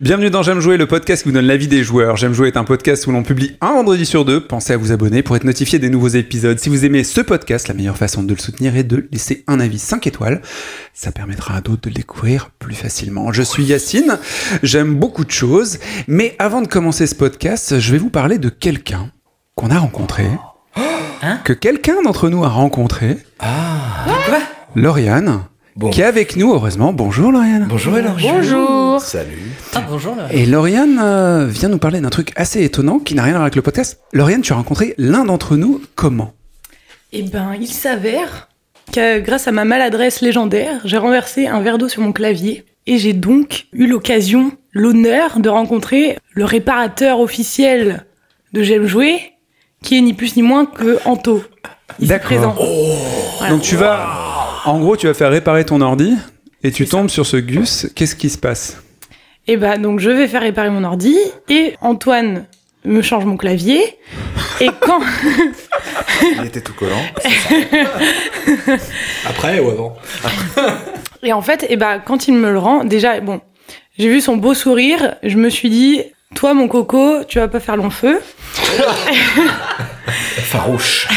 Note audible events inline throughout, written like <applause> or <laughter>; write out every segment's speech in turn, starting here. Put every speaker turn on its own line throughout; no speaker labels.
Bienvenue dans J'aime jouer, le podcast qui vous donne l'avis des joueurs. J'aime jouer est un podcast où l'on publie un vendredi sur deux. Pensez à vous abonner pour être notifié des nouveaux épisodes. Si vous aimez ce podcast, la meilleure façon de le soutenir est de laisser un avis 5 étoiles. Ça permettra à d'autres de le découvrir plus facilement. Je suis Yacine, j'aime beaucoup de choses, mais avant de commencer ce podcast, je vais vous parler de quelqu'un qu'on a rencontré,
Hein
que quelqu'un d'entre nous a rencontré,
Ah,
Quoi
Lauriane,
Bon.
qui est avec nous, heureusement. Bonjour Lauriane.
Bonjour Elorgie.
Bonjour
Salut.
Ah bonjour là.
Et Lauriane euh, vient nous parler d'un truc assez étonnant qui n'a rien à voir avec le podcast. Lauriane, tu as rencontré l'un d'entre nous comment
Eh ben, il s'avère que grâce à ma maladresse légendaire, j'ai renversé un verre d'eau sur mon clavier et j'ai donc eu l'occasion, l'honneur de rencontrer le réparateur officiel de J'aime jouer, qui est ni plus ni moins que Anto. Il est
D'accord.
présent. Voilà.
Oh. Donc tu vas, en gros, tu vas faire réparer ton ordi et tu tombes sur ce Gus. Qu'est-ce qui se passe
Eh ben, donc je vais faire réparer mon ordi et Antoine me change mon clavier
<laughs>
et quand
Il était tout collant. <laughs> Après ou avant
Et en fait, eh ben, quand il me le rend, déjà, bon, j'ai vu son beau sourire, je me suis dit, toi, mon coco, tu vas pas faire long feu.
Farouche.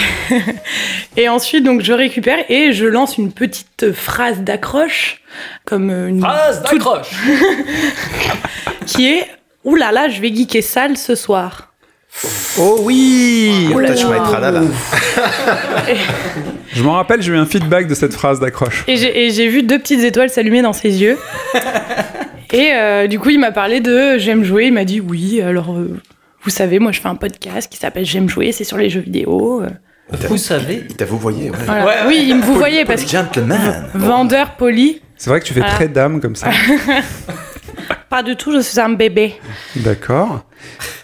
Et ensuite, donc, je récupère et je lance une petite phrase d'accroche, comme euh, une.
Phrase d'accroche.
qui est, ouh là là, je vais geeker sale ce soir.
Oh oui
Oh là
Touch my
là.
tralala.
Je m'en rappelle, j'ai eu un feedback de cette phrase d'accroche.
Et j'ai et j'ai vu deux petites étoiles s'allumer dans ses
<laughs>
yeux. et euh, du coup, il m'a parlé de J'aime jouer. Il m'a dit, oui, alors, euh, vous savez, moi, je fais un podcast qui s'appelle J'aime jouer, c'est sur les jeux vidéo. euh,
Vous savez.
Il t'a vous voyé, ouais.
voilà.
Ouais,
oui, il me vous voyez parce que.
Gentleman.
Vendeur poli.
C'est vrai que tu fais
Voilà.
très dame comme
<laughs>
ça.
Pas du tout, je suis un bébé.
D'accord.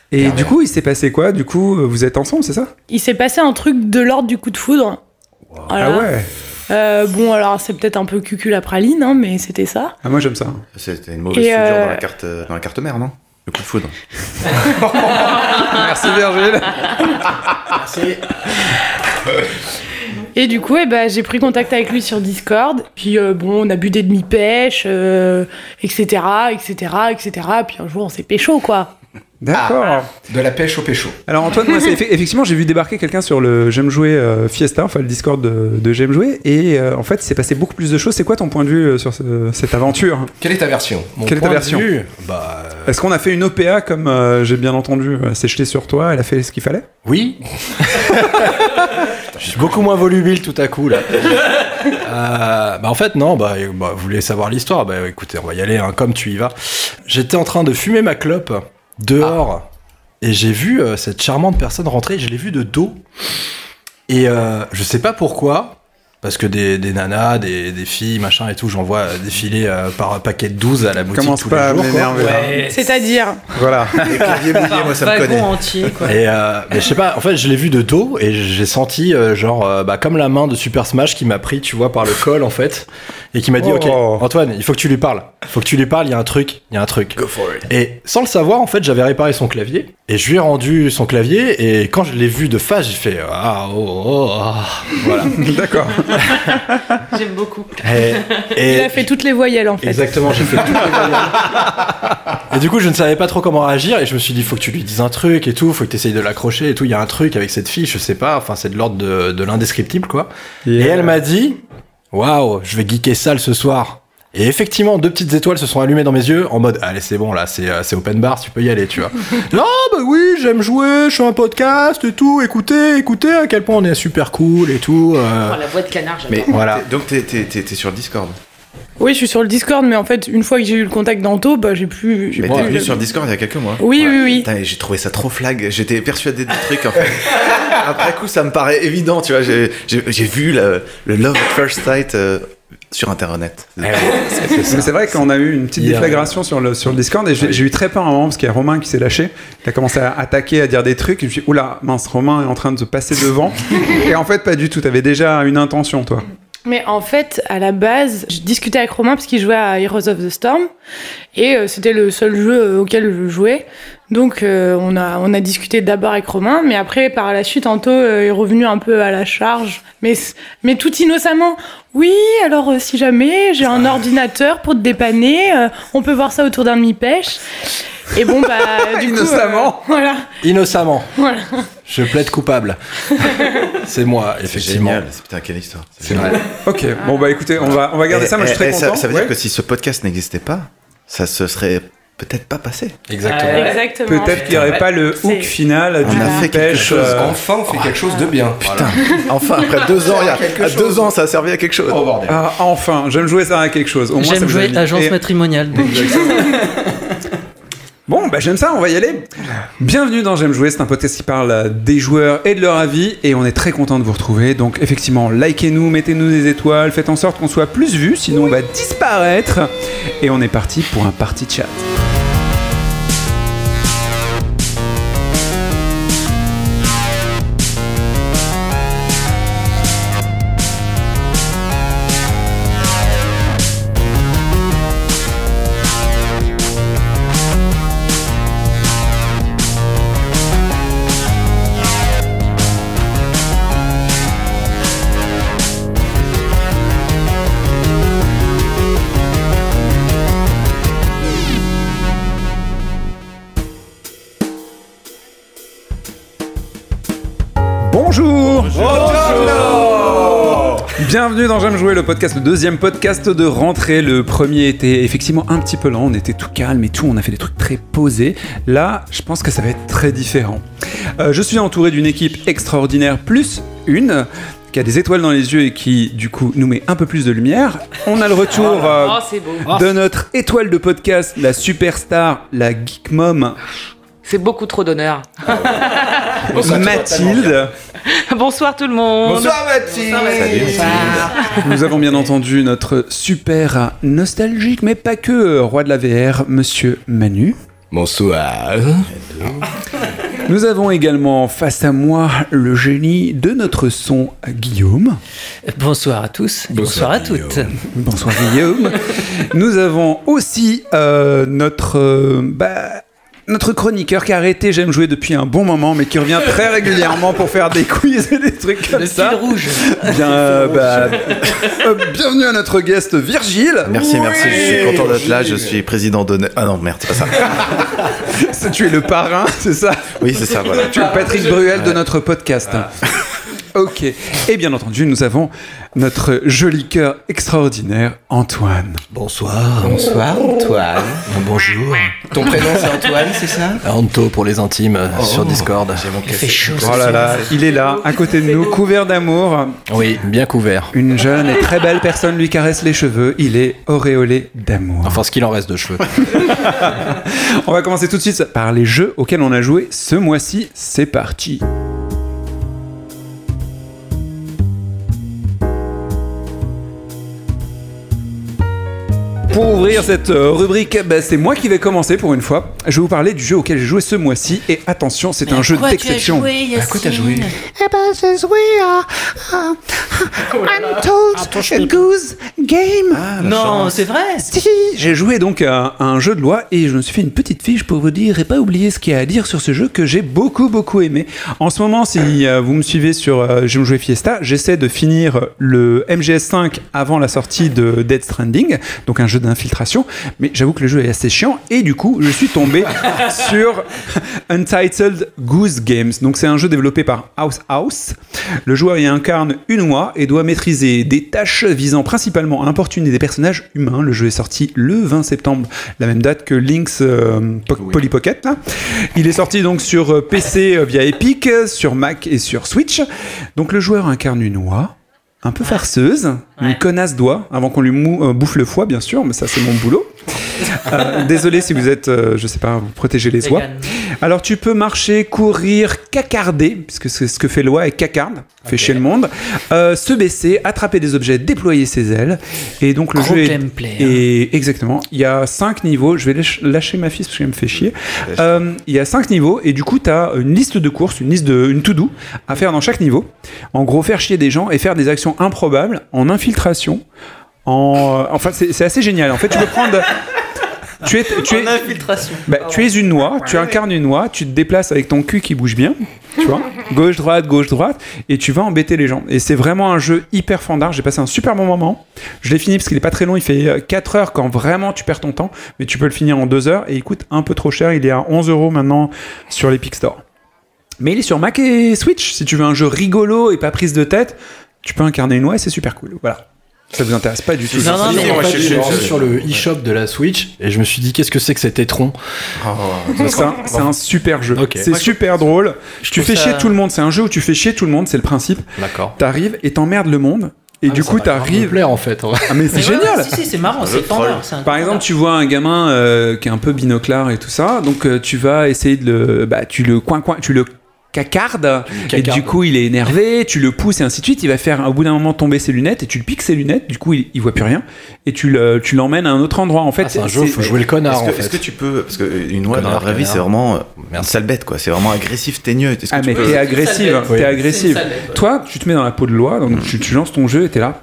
Et du coup, il s'est passé quoi Du coup, vous êtes ensemble, c'est ça
Il s'est passé un truc de l'ordre du coup de foudre. Voilà.
Ah ouais
Euh, bon, alors c'est peut-être un peu cucul à praline, hein, mais c'était ça.
ah, Moi, j'aime ça.
C'était une mauvaise
Et,
figure
euh,
dans, la carte, euh, dans la carte mère, non Le coup de <laughs> foudre.
Ah.
Merci Virgile
Et du coup, eh ben, j'ai pris contact avec lui sur Discord. Puis euh, bon, on a bu des demi-pêches, euh, etc., etc., etc. Puis un jour, on s'est pécho, quoi.
D'accord.
De la pêche au pécho.
Alors Antoine, moi, c'est effe- effectivement, j'ai vu débarquer quelqu'un sur le J'aime jouer euh, Fiesta, enfin le Discord de, de J'aime jouer, et euh, en fait, c'est passé beaucoup plus de choses. C'est quoi ton point de vue euh, sur ce- cette aventure
Quelle est ta version Mon
Quelle est ta
point de
version
vue, Bah euh,
Est-ce qu'on a fait une OPA comme euh, j'ai bien entendu euh, C'est jeté sur toi, elle a fait ce qu'il fallait
<laughs> oui. Je suis beaucoup moins volubile tout à coup là. Euh, bah en fait non, bah, euh, bah, vous voulez savoir l'histoire, bah écoutez, on va y aller hein, comme tu y vas. J'étais en train de fumer ma clope dehors et j'ai vu euh, cette charmante personne rentrer, je l'ai vue de dos. Et euh, je sais pas pourquoi, parce que des, des nanas, des, des filles, machin et tout, j'en vois euh, défiler euh, par paquet de 12 à la boutique
Commence
tous
pas à
les jours. quoi.
m'énerver. là.
Eh,
C'est-à-dire,
Voilà.
Les claviers mouillés, moi, ça me
Wagon
connaît.
hein.
entier quoi.
Et euh, mais je sais pas, en fait, je l'ai vu de dos et j'ai senti euh, genre euh, bah, comme la main de Super Smash qui m'a pris, tu vois, par le col en fait, et qui m'a dit
Oh.
OK, Antoine, il faut que tu lui parles, il faut que tu lui parles, il y a un truc, il y a un truc.
Go for it.
Et sans le savoir, en fait, j'avais réparé son clavier et je lui ai rendu son clavier et quand je l'ai vu de face, j'ai fait ah oh, oh ah.
<laughs>
voilà. <laughs>
D'accord.
J'aime beaucoup.
Et, et-
il a fait toutes les voyelles, en fait.
Exactement, j'ai fait tout. et du coup, je ne savais pas trop comment réagir et je me suis dit, faut que tu lui dises un truc et tout, faut que tu essayes de l'accrocher et tout. Il y a un truc avec cette fille, je sais pas, enfin, c'est de l'ordre de, de l'indescriptible quoi. Et elle m'a dit, waouh, je vais geeker sale ce soir. Et effectivement, deux petites étoiles se sont allumées dans mes yeux en mode, allez, c'est bon là, c'est, euh, c'est open bar, tu peux y aller, tu vois. non, bah oui, j'aime jouer, je fais un podcast et tout, écoutez, écoutez à quel point on est super cool et tout.
Oh,
euh,
la voix de canard, j'adore.
Mais
Voilà.
voilà. Donc t'es- t'es t'es- t'es sur Discord.
Oui, je suis sur le Discord, mais en fait, une fois que j'ai eu le contact d'Anto, bah, j'ai plus. j'ai
Mais
plus-
t'es venu sur Discord il y a quelques mois.
Oui, oui, oui.
Putain, et j'ai trouvé ça trop flag. J'étais persuadé du truc en fait. <laughs> Après coup, ça me paraît évident, tu vois. J'ai j'ai- j'ai vu le, le Love at First Sight euh, sur internet.
Ah, Mais c'est vrai qu'on a eu une petite
Il y a-
déflagration sur le, sur le Discord et j'ai j'ai eu très peur à un moment parce qu'il y a Romain qui s'est lâché. Il a commencé à attaquer, à dire des trucs. Et je me suis dit, oula, mince, Romain est en train de se passer
<laughs>
devant. et en fait, pas du tout. T'avais déjà une intention, toi.
Mais en fait, à la base, je discutais avec Romain parce qu'il jouait à Heroes of the Storm et euh, c'était le seul jeu euh, auquel je jouais. Donc euh, on, a, on a discuté d'abord avec Romain, mais après par la suite Anto euh, est revenu un peu à la charge, mais, c- mais tout innocemment. Oui, alors euh, si jamais j'ai
Ah.
un ordinateur pour te dépanner, euh, on peut voir ça autour d'un demi-pêche. Et bon
<laughs>
bah du coup, euh,
Innocemment.
voilà.
Innocemment.
Voilà.
Je plaide <laughs> coupable. c'est moi,
C'est
effectivement.
génial. C'est- Putain, quelle histoire.
C'est vrai.
Ok, bon bah écoutez, on va, on va garder
Eh,
ça, moi je suis
eh,
très
eh,
content.
Ça, ça veut
Ouais.
dire que si ce podcast n'existait pas, ça se serait peut-être pas passé.
Exactement.
Ouais.
Exactement.
Peut-être qu'il n'y aurait pas le
C'est-
hook final
On
d'une
a fait quelque
pêche,
chose.
euh,
Enfin, on fait quelque chose de bien. Putain.
Enfin, après deux ans, il y a,
Quelque
à
chose.
deux ans, ça a servi à quelque chose.
Oh bordel.
ah, enfin, j'aime jouer ça à quelque chose. Au moins, ça
J'aime
vous a
jouer
mis.
agence
Et-
matrimoniale. donc.
Bon, bah j'aime ça, on va y aller. Bienvenue dans J'aime jouer, c'est un podcast qui parle euh, des joueurs et de leur avis et on est très content de vous retrouver. Donc effectivement, likez-nous, mettez-nous des étoiles, faites en sorte qu'on soit plus vus, sinon on va disparaître. Et on est parti pour un party chat. Bonjour Bienvenue dans J'aime jouer, le podcast, le deuxième podcast de rentrée. Le premier était effectivement un petit peu lent, on était tout calme et tout, on a fait des trucs très posés. Là, je pense que ça va être très différent. Euh, je suis entouré d'une équipe extraordinaire, plus une qui a des étoiles dans les yeux et qui, du coup, nous met un peu plus de lumière. On a le retour euh,
Oh, c'est beau.
de notre étoile de podcast, la superstar, la geek mom,
Oh,
C'est beaucoup
<laughs>
trop d'honneur.
Mathilde.
Bonsoir tout le monde.
Mathilde
Bonsoir.
Nous avons bien entendu notre super nostalgique, mais pas que, euh, roi de la VR, monsieur Manu.
Bonsoir.
Nous avons également face à moi le génie de notre son, Guillaume.
Bonsoir à tous. Bonsoir, à
Guillaume.
toutes.
Bonsoir Guillaume. Nous avons aussi euh, notre, euh, bah, notre chroniqueur qui a arrêté J'aime jouer depuis un bon moment, mais qui revient très régulièrement pour faire des quiz et des trucs comme
Le fil
ça.
rouge.
Bien, euh, bah, euh, bienvenue à notre guest Virgile.
Merci, merci. Je suis content d'être là. Je suis président d'honneur. Ah non, merde, c'est pas ça.
C'est- Tu es le parrain, c'est ça
Oui, c'est ça, <laughs> voilà.
Tu es le Patrick Bruel de notre podcast. <laughs> Ok. Et bien entendu, nous avons notre joli cœur extraordinaire, Antoine.
Bonsoir. Oh,
Bonsoir Antoine.
Bonjour.
Ton prénom c'est Antoine, c'est ça
Anto pour les intimes euh, sur Discord.
Il fait chaud.
Oh là là, il est là, à côté de nous, couvert d'amour.
Oui, bien couvert.
Une jeune et très belle personne lui caresse les cheveux. Il est auréolé d'amour.
Enfin, ce qu'il en reste de cheveux.
On va commencer tout de suite par les jeux auxquels on a joué ce mois-ci. C'est parti. Pour ouvrir cette euh, rubrique, bah, c'est moi qui vais commencer pour une fois. Je vais vous parler du jeu auquel j'ai joué ce mois-ci. Et attention, c'est un jeu d'exception.
About this we are uh, I'm told goose game.
Non, c'est vrai.
Si, j'ai joué donc à à un jeu de loi et je me suis fait une petite fiche pour vous dire et pas oublier ce qu'il y a à dire sur ce jeu que j'ai beaucoup beaucoup aimé. En ce moment, si euh, vous me suivez sur euh, J'aime jouer Fiesta, j'essaie de finir le MGS5 avant la sortie de Dead Stranding, donc un jeu d'infiltration, mais j'avoue que le jeu est assez chiant et du coup, je suis tombé <laughs> sur Untitled Goose Games. Donc c'est un jeu développé par House House. Le joueur y incarne une oie et doit maîtriser des tâches visant principalement à importuner des personnages humains. Le jeu est sorti le 20 septembre, la même date que Link's euh, Po- Poly Pocket. là. Il est sorti donc sur euh, PC euh, via Epic, euh, sur Mac et sur Switch. Donc le joueur incarne une oie. Un peu farceuse, une
Ouais.
connasse d'oie, avant qu'on lui mou- euh, bouffe le foie, bien sûr, mais ça c'est mon boulot. Euh, désolé si vous êtes, euh, je sais pas, vous protégez les oies.
Vegan.
Alors tu peux marcher, courir, cacarder, puisque c'est ce que fait l'oie et cacarde, fait chez le monde, euh, se baisser, attraper des objets, déployer ses ailes. Et donc le
Gros
jeu est,
gameplay, hein.
est- exactement. Il y a cinq niveaux. Je vais lâche- lâcher ma fiche parce qu'elle me fait chier. Euh, il y a cinq niveaux et du coup tu as une liste de courses, une liste de une to do à faire dans chaque niveau. En gros faire chier des gens et faire des actions improbables en infiltration. En, enfin c'est c'est assez génial. En fait tu peux prendre tu es, tu es,
<laughs> En infiltration.
bah, tu es une noix, tu incarnes une noix, tu te déplaces avec ton cul qui bouge bien, tu vois, gauche droite, gauche droite, et tu vas embêter les gens. Et c'est vraiment un jeu hyper fandard. J'ai passé un super bon moment. Je l'ai fini parce qu'il est pas très long. Il fait euh, 4 heures quand vraiment tu perds ton temps, mais tu peux le finir en 2 heures et il coûte un peu trop cher. Il est à 11 euros maintenant sur l'Epic Store. Mais il est sur Mac et Switch. Si tu veux un jeu rigolo et pas prise de tête, tu peux incarner une noix et c'est super cool. Voilà. Ça vous intéresse pas du tout.
Non, non,
Si,
mais
en
il y
fait,
a pas
je
de-
suis rentré sur le e-shop de la Switch et je me suis dit qu'est-ce que c'est que cet étron
C'est un, c'est un super jeu.
Ok.
C'est super drôle. Tu
trouve
fais
ça-
chier tout le monde. C'est un jeu où tu fais chier tout le monde. C'est le principe.
D'accord.
T'arrives et t'emmerdes le monde.
Ah,
Et du coup, t'arrives.
en fait. en vrai.
Ah, mais c'est
Mais ouais,
génial!
ouais, Si, si, c'est marrant,
jeu de
c'est
troll.
fandard.
hein.
c'est un
Par exemple, tu vois un gamin euh, qui est un peu binoclard et tout ça, donc euh, tu vas essayer de le, bah, tu le coin coin, tu le cacardes, et
cacardes.
du coup il est énervé, tu le pousses et ainsi de suite, il va faire au bout d'un moment tomber ses lunettes et tu le piques ses lunettes, du coup il, il voit plus rien et tu le, tu l'emmènes à un autre endroit. En fait,
Ah, c'est un jeu, faut jouer le connard
Est-ce que,
en
est-ce que
fait.
tu peux. Parce qu'une noix dans la
Connard,
vraie vie,
connard.
c'est vraiment euh, une
Merci.
sale bête, quoi. C'est vraiment agressif, teigneux. Est-ce que
Ah
tu
mais
peux-
t'es agressive,
Oui.
t'es agressive.
C'est une salade.
Toi, tu te mets dans la peau de loi,
Mm.
donc tu, tu lances ton jeu et t'es là.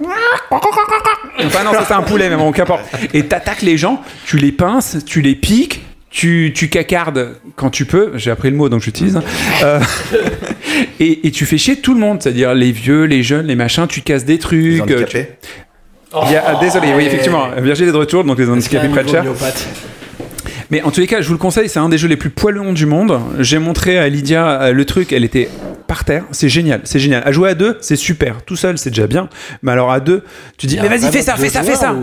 Enfin non, ça c'est un poulet, mais bon, qu'importe. Et t'attaques les gens, tu les pinces, tu les piques, tu, tu cacardes quand tu peux. J'ai appris le mot, donc j'utilise. hein. Euh, et, et tu fais chier tout le monde, c'est-à-dire les vieux, les jeunes, les machins. Tu casses des
les
trucs. euh, tu-
handicapés
Il y a- ah, désolé, oui effectivement, Virgile est de retour, donc les handicapés prennent cher. Mais en tous les cas, je vous le conseille, c'est un des jeux les plus poilons du monde. J'ai montré à Lydia euh, le truc, elle était par terre. C'est génial, c'est génial. À jouer à deux, c'est super. Tout seul, c'est déjà bien. Mais alors à deux, tu dis, mais vas-y, fais ça, fais ça, fais ça.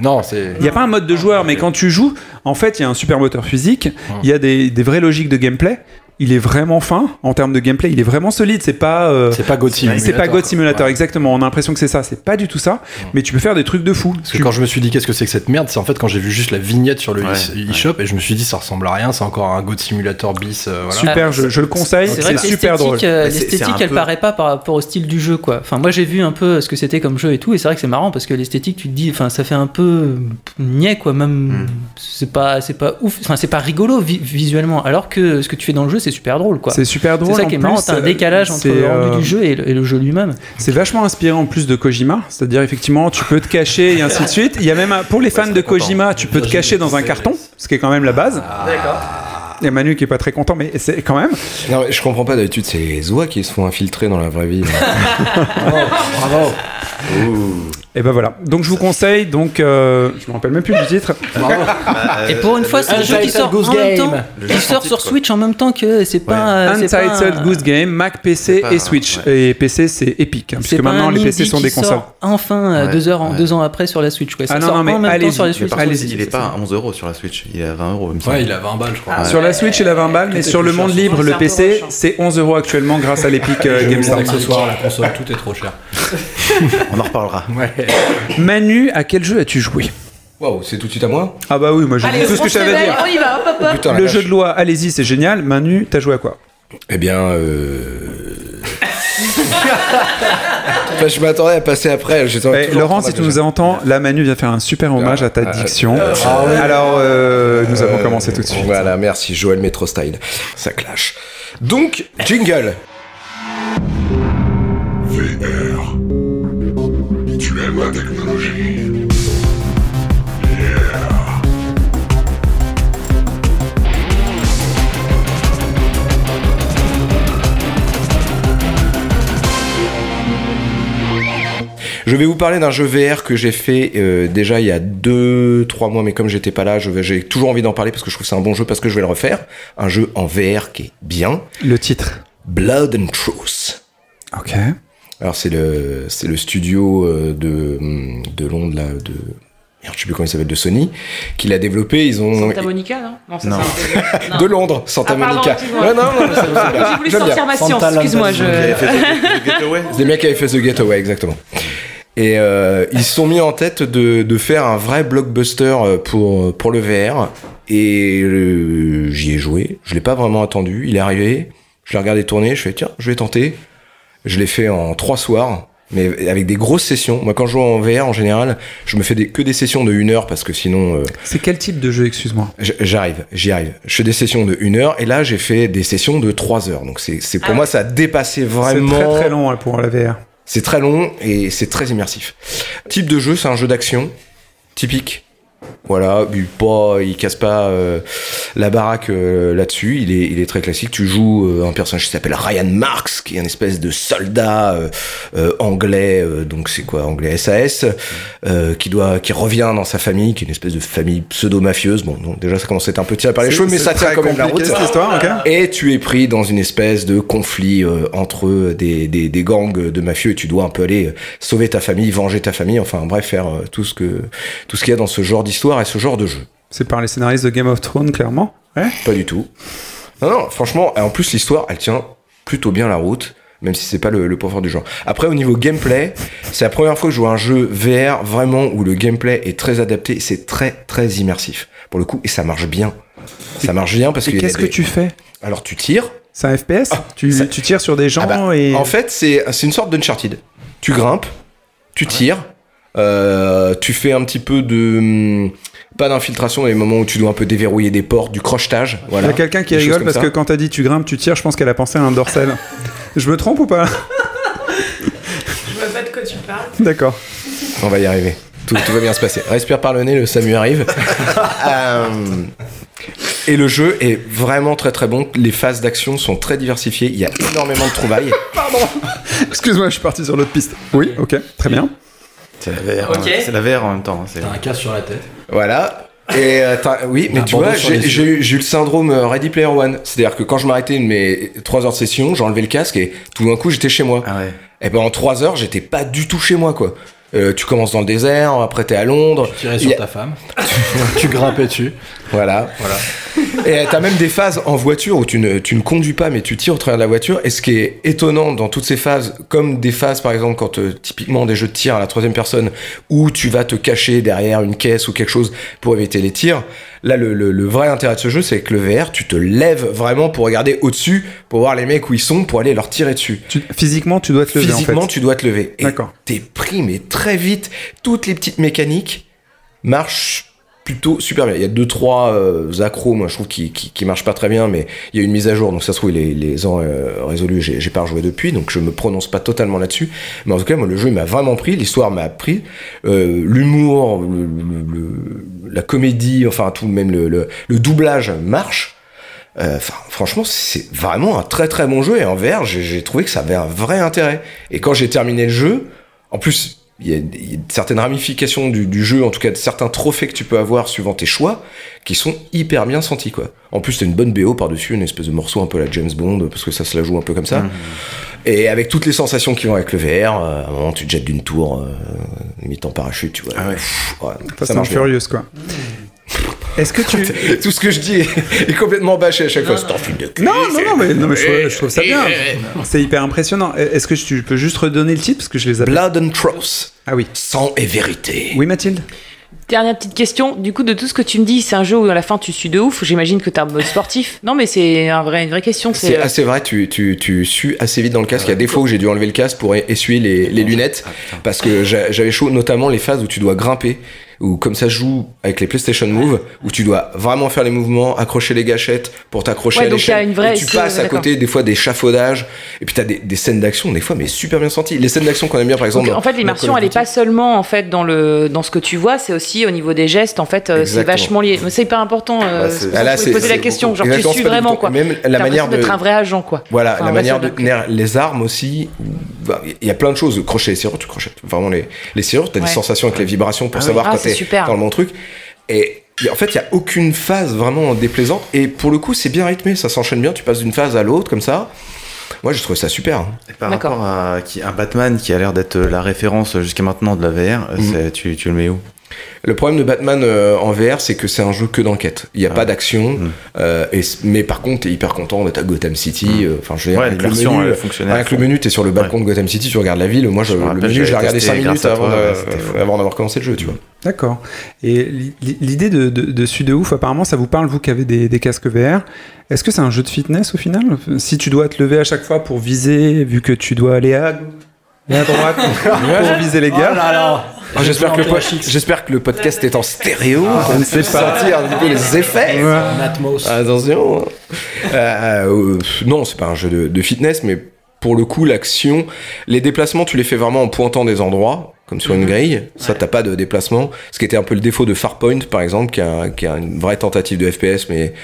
Non, c'est.
Il n'y a pas un mode de joueur, mais quand tu joues, en fait, il y a un super moteur physique, il y a des, des vraies logiques de gameplay. Il est vraiment fin en termes de gameplay, il est vraiment solide. C'est pas. euh,
C'est pas God Simulator.
c'est pas God Simulator,
Ouais.
exactement. On a l'impression que c'est ça. C'est pas du tout ça. Mais tu peux faire des trucs de fou.
Parce
Tu
que quand je me suis dit qu'est-ce que c'est que cette merde, c'est en fait quand j'ai vu juste la vignette sur le
Ouais,
e- e-shop et je me suis dit ça ressemble à rien, c'est encore un God Simulator bis. euh, voilà.
Super,
Ah,
je, je le conseille.
C'est vrai
C'est
que
super drôle.
l'esthétique, euh,
Mais c'est- c'est
l'esthétique,
un
elle
peu-
paraît pas par rapport au style du jeu, quoi. Enfin, moi, j'ai vu un peu ce que c'était comme jeu et tout, et c'est vrai que c'est marrant parce que l'esthétique, tu te dis, enfin, ça fait un peu euh, niais, quoi.
Hmm.
Même, c'est pas, c'est pas ouf. Enfin, c'est pas rigolo vi- visuellement. Alors que ce que tu fais dans le jeu, c'est super drôle, quoi.
C'est super drôle.
C'est ça qui
en
est marrant,
plus, euh,
t'as un décalage entre
c'est,
le rendu
euh,
du jeu et le, et le jeu lui-même.
C'est vachement inspiré en plus de Kojima, c'est-à-dire effectivement tu peux te cacher et ainsi de suite. Il y a même un- pour les fans de Kojima, tu peux te cacher dans un carton, ce qui est quand même la base.
Ah.
Il y a Manu qui est pas très content, mais c'est quand même.
Non, mais je comprends pas d'habitude, c'est les oies qui se font infiltrer dans la vraie vie.
<laughs> Bravo.
Et ben voilà. Donc je vous conseille. Donc euh, je me rappelle même plus du titre.
Ah,
et pour une fois, c'est un jeu qui
Untitled
sort
Goose
en même
Game.
temps. Il sort sur Switch en même temps que c'est pas. euh, c'est pas
Untitled
un-
Goose Game, Mac PC
C'est pas
et
un-
Switch. Et PC c'est épique, hein,
C'est
puisque
pas
maintenant
un
les PC
indie
sont
qui
des consoles.
sort Enfin, euh,
Ouais,
deux heures,
ouais.
deux ans après sur la Switch. Quoi. Ça
Ah non,
sort
non, mais
en même temps
allez-y,
sur la
mais
Mais
Switch.
par
ça,
allez-y.
contre,
c'est-
il est
c'est-
pas à 11 euros sur la Switch, il est à 20 euros, il me semble.
Ouais, il a 20 balles, je
Ah
Ah,
crois.
Sur la Switch, il a 20 balles, mais
Tout est
sur
plus
le
cher.
monde libre, le
C'est un peu
PC,
rush, hein.
c'est 11 euros actuellement grâce à l'Epic euh, Game Store.
accessoires, la console, tout est trop cher.
On en reparlera.
Manu, à quel jeu as-tu joué
Waouh, c'est tout de suite à moi
Ah bah oui, moi j'ai dit tout ce que j'avais à dire.
On y va, hop, hop, hop.
Putain, la
Le
vache.
jeu de loi, allez-y, c'est génial. Manu, t'as joué à quoi
Eh bien, euh... enfin, je m'attendais à passer après. j'étais
Eh,
toujours en
Laurent,
train
si tu nous
d'accrocher.
entends, là Manu vient faire un super hommage à ta diction. Alors, ah euh, nous avons commencé tout de suite.
Voilà, merci Joël Metro Style. Ça clash. Donc, jingle.
VR. Tu aimes la technologie
Je vais vous parler d'un jeu VR que j'ai fait euh, déjà il y a 2-3 mois, mais comme j'étais pas là, je vais- j'ai toujours envie d'en parler parce que je trouve que c'est un bon jeu, parce que je vais le refaire. Un jeu en VR qui est bien.
Le titre.
Blood and Truth.
Ok.
Alors c'est le c'est le studio euh, de hum, de Londres là de merde, je sais plus comment il s'appelle de Sony qui l'a développé. Ils ont
Santa Monica, non Non, ça,
Non.
c'est un peu- non.
de Londres Santa
Ah, pardon,
Monica.
excuse-moi.
Ouais, non non mais ça me semble bien.
<laughs> J'ai voulu
J'aime bien.
sortir ma science,
Santa
excuse-moi.
London.
Je...
<laughs>
C'est Des mecs qui avaient fait The Getaway exactement. Et euh, ils se sont mis en tête de, de faire un vrai blockbuster euh, pour pour le VR. Et euh, j'y ai joué. Je l'ai pas vraiment attendu. Il est arrivé. Je l'ai regardé tourner. Je fais tiens je vais tenter. Je l'ai fait en trois soirs, mais avec des grosses sessions. Moi, quand je joue en VR, en général, je me fais des, que des sessions de une heure parce que sinon, euh,
C'est quel type de jeu, excuse-moi
j- j'arrive, j'y arrive. Je fais des sessions de une heure et là, j'ai fait des sessions de trois heures. Donc, c'est, c'est pour moi, ça a dépassé
Ah C'est
vraiment.
très très long hein, pour la VR.
C'est très long et c'est très immersif. Type de jeu, c'est un jeu d'action typique Voilà, il, pas, il casse pas euh, la baraque euh, là-dessus. Il est, il est très classique. Tu joues euh, un personnage qui s'appelle Ryan Marks, qui est un espèce de soldat euh, euh, anglais, euh, donc c'est quoi, anglais SAS, euh, qui doit, qui revient dans sa famille, qui est une espèce de famille pseudo-mafieuse. Bon, donc déjà ça commence à être un peu tiré par les cheveux, mais ça tient quand même la route.
cette histoire, ok
Et tu es pris dans une espèce de conflit euh, entre des, des, des gangs de mafieux et tu dois un peu aller euh, sauver ta famille, venger ta famille, enfin bref, faire euh, tout ce que tout ce qu'il y a dans ce genre d'histoire et ce genre de jeu.
C'est par les scénaristes de Game of Thrones, clairement. Ouais.
Pas du tout. Non, non, franchement, et en plus l'histoire, elle tient plutôt bien la route, même si c'est pas le, le point fort du genre. Après, au niveau gameplay, c'est la première fois que je vois un jeu VR vraiment où le gameplay est très adapté, et c'est très très immersif pour le coup, et ça marche bien. Ça marche bien parce
Et
qu'il y a
qu'est-ce que
des-
tu fais
Alors tu tires.
C'est un FPS tu,
ça-
tu tires sur des gens
Ah bah,
et.
En fait, c'est c'est une sorte d'Uncharted. Tu grimpes, tu tires, euh, tu fais un petit peu de. hum, Pas d'infiltration, mais les moments où tu dois un peu déverrouiller des portes, du crochetage. Voilà.
Il y a quelqu'un qui
Des choses
rigole
comme
parce
ça.
que quand t'as dit tu grimpes, tu tires, je pense qu'elle a pensé à un dorsal. je me trompe ou pas
Je vois pas de quoi tu parles.
D'accord.
On va y arriver. Tout, tout va bien se passer. Respire par le nez, le Samu arrive. Euh, et le jeu est vraiment très très bon. Les phases d'action sont très diversifiées. Il y a énormément de trouvailles.
Excuse-moi, je suis parti sur l'autre piste. Oui, ok, très bien.
C'est la VR.
Ok.
hein. C'est la VR en même temps. hein, c'est-
T'as un casque sur la tête.
Voilà. Et euh, t'as- oui, mais
Un
tu vois,
bandeau sur les
j'ai j'ai eu, j'ai eu le syndrome euh, Ready Player One. C'est-à-dire que quand je m'arrêtais de mes 3 heures de session, j'enlevais le casque et tout d'un coup j'étais chez moi.
Ah ouais.
Et ben en 3 heures, j'étais pas du tout chez moi quoi. Euh, tu commences dans le désert, après t'es à Londres.
Tu tirais
Il
sur
y a-
<laughs>
ta femme. tu grimpais dessus.
Voilà. voilà. Et euh, t'as même des phases en voiture où tu ne, tu ne conduis pas mais tu tires au travers de la voiture. Et ce qui est étonnant dans toutes ces phases, comme des phases par exemple quand euh, typiquement des jeux de tir à la troisième personne où tu vas te cacher derrière une caisse ou quelque chose pour éviter les tirs, là le, le- le vrai intérêt de ce jeu c'est que le VR tu te lèves vraiment pour regarder au-dessus, pour voir les mecs où ils sont, pour aller leur tirer dessus.
Tu- physiquement, tu dois te lever
Physiquement
en fait.
tu dois te lever. Et
D'accord.
T'es pris mais très vite, toutes les petites mécaniques marche plutôt super bien. Il y a deux trois euh, accros, moi je trouve qui, qui qui marchent pas très bien, mais il y a une mise à jour, donc ça se trouve les les ans euh, résolus, j'ai j'ai pas rejoué depuis, donc je me prononce pas totalement là-dessus. Mais en tout cas, moi le jeu m'a vraiment pris, l'histoire m'a pris, Euh, l'humour, le- le- le- la comédie, enfin tout même le le, le doublage marche. Euh, Enfin, franchement, c'est vraiment un très très bon jeu et en VR, j'ai- j'ai trouvé que ça avait un vrai intérêt. Et quand j'ai terminé le jeu, en plus, il y a, il y a certaines ramifications du, du jeu, en tout cas de certains trophées que tu peux avoir suivant tes choix, qui sont hyper bien sentis, quoi. En plus, t'as une bonne BO par-dessus, une espèce de morceau un peu la James Bond, parce que ça se la joue un peu comme ça.
Mmh.
Et avec toutes les sensations qui vont avec le VR, euh, à un moment, tu te jettes d'une tour, euh, limite en parachute, tu vois.
Ah
Pff, ouais,
Fast and
bien.
Furious, quoi. Est-ce que tu.
Tout ce que je dis <laughs> est, est complètement bâché à chaque fois. C'est un film de cul.
Non, non, non, mais, non, mais je, trouve- je trouve ça bien. C'est hyper impressionnant. Est-ce que tu peux juste redonner le titre Parce que je les appelle.
Blood and Truth,
Ah oui.
sang et vérité.
Oui, Mathilde
Dernière petite question. Du coup, de tout ce que tu me dis, c'est un jeu où à la fin tu suis de ouf. J'imagine que t'es un mode sportif. Non, mais c'est un vrai, une vraie question.
C'est
C'est euh,
assez vrai, tu, tu, tu sues assez vite dans le casque. Il y a des fois où j'ai dû enlever le casque pour e- essuyer les, les lunettes parce que j'a- j'avais chaud, notamment les phases où tu dois grimper, ou comme ça se joue avec les PlayStation Move, où tu dois vraiment faire les mouvements, accrocher les gâchettes pour t'accrocher
Ouais,
à
donc il y a
l'échelle.
une vraie-
Et tu
c'est-
passes à
d'accord.
côté des fois des chafaudages, et puis t'as des, des scènes d'action, des fois, mais super bien senties. Les scènes d'action qu'on aime bien, par exemple.
donc,
dans-
en fait,
dans
l'immersion,
Call of
elle est
Duty.
pas seulement en fait dans le dans ce que tu vois, c'est aussi au niveau des gestes. En fait, euh, c'est
Exactement.
vachement lié. Mais c'est hyper important. Euh,
Ouais, c'est-
c'est pour ça
Ah, là,
que je
c'est-
voulais poser la
c'est
question.
beaucoup.
Genre, tu
Exactement,
suis
c'est pas du
vraiment
tout.
quoi.
Même
T'as
la manière
l'impression
de.
d'être un vrai agent quoi.
Voilà,
Enfin,
la
ouais,
manière
ça
de
doit-
tenir les armes aussi. bah, Il y a plein de choses. Crocheter les serrures, tu crochettes vraiment les, les serrures. T'as
Ouais.
des sensations avec les vibrations pour
Ah oui.
savoir
Ah,
quand
c'est
t'es
super.
dans le bon truc. Et y a- en fait, il y a aucune phase vraiment déplaisante. Et pour le coup, c'est bien rythmé. Ça s'enchaîne bien. Tu passes d'une phase à l'autre comme ça. Moi, j'ai trouvé ça super. hein.
Et par
D'accord.
rapport à qui, un Batman qui a l'air d'être la référence jusqu'à maintenant de la VR, euh,
Mhm.
c'est- tu, tu le mets où
Le problème de Batman euh, en VR, c'est que c'est un jeu que d'enquête. Il n'y a pas d'action.
Mm.
euh, et c- mais par contre, t'es hyper content d'être à Gotham City. euh, Enfin, je veux
Mm.
dire,
Ouais,
avec le
l'immersion
menu,
euh, fonctionnelle.
Avec le menu, t'es sur le balcon de Gotham City, tu regardes la ville. Moi, je,
Je me
le
rappelle,
menu, je l'ai
j'avais
regardé
testé
5 minutes
grâce à
avant,
toi,
de-
ouais, c'était fou.
avant d'avoir commencé le jeu, tu vois.
D'accord. Et li- li- l'idée de, de, de Sud de ouf, apparemment, ça vous parle, vous qui avez des, des casques VR. Est-ce que c'est un jeu de fitness au final Si tu dois te lever à chaque fois pour viser, vu que tu dois aller à, et à droite pour viser les gars.
Ah, J'espère que, le po-
Antoine Chix.
j'espère que le podcast est en stéréo.
Ah,
on ne sait pas.
sentir un petit peu les effets.
Ouais.
Atmos.
Attention. Euh, euh, pff, non, c'est pas un jeu de, de fitness, mais pour le coup, l'action, les déplacements, tu les fais vraiment en pointant des endroits. comme sur une grille. Ça, t'as pas de déplacement. Ce qui était un peu le défaut de Farpoint, par exemple, qui a, qui a une vraie tentative de FPS, mais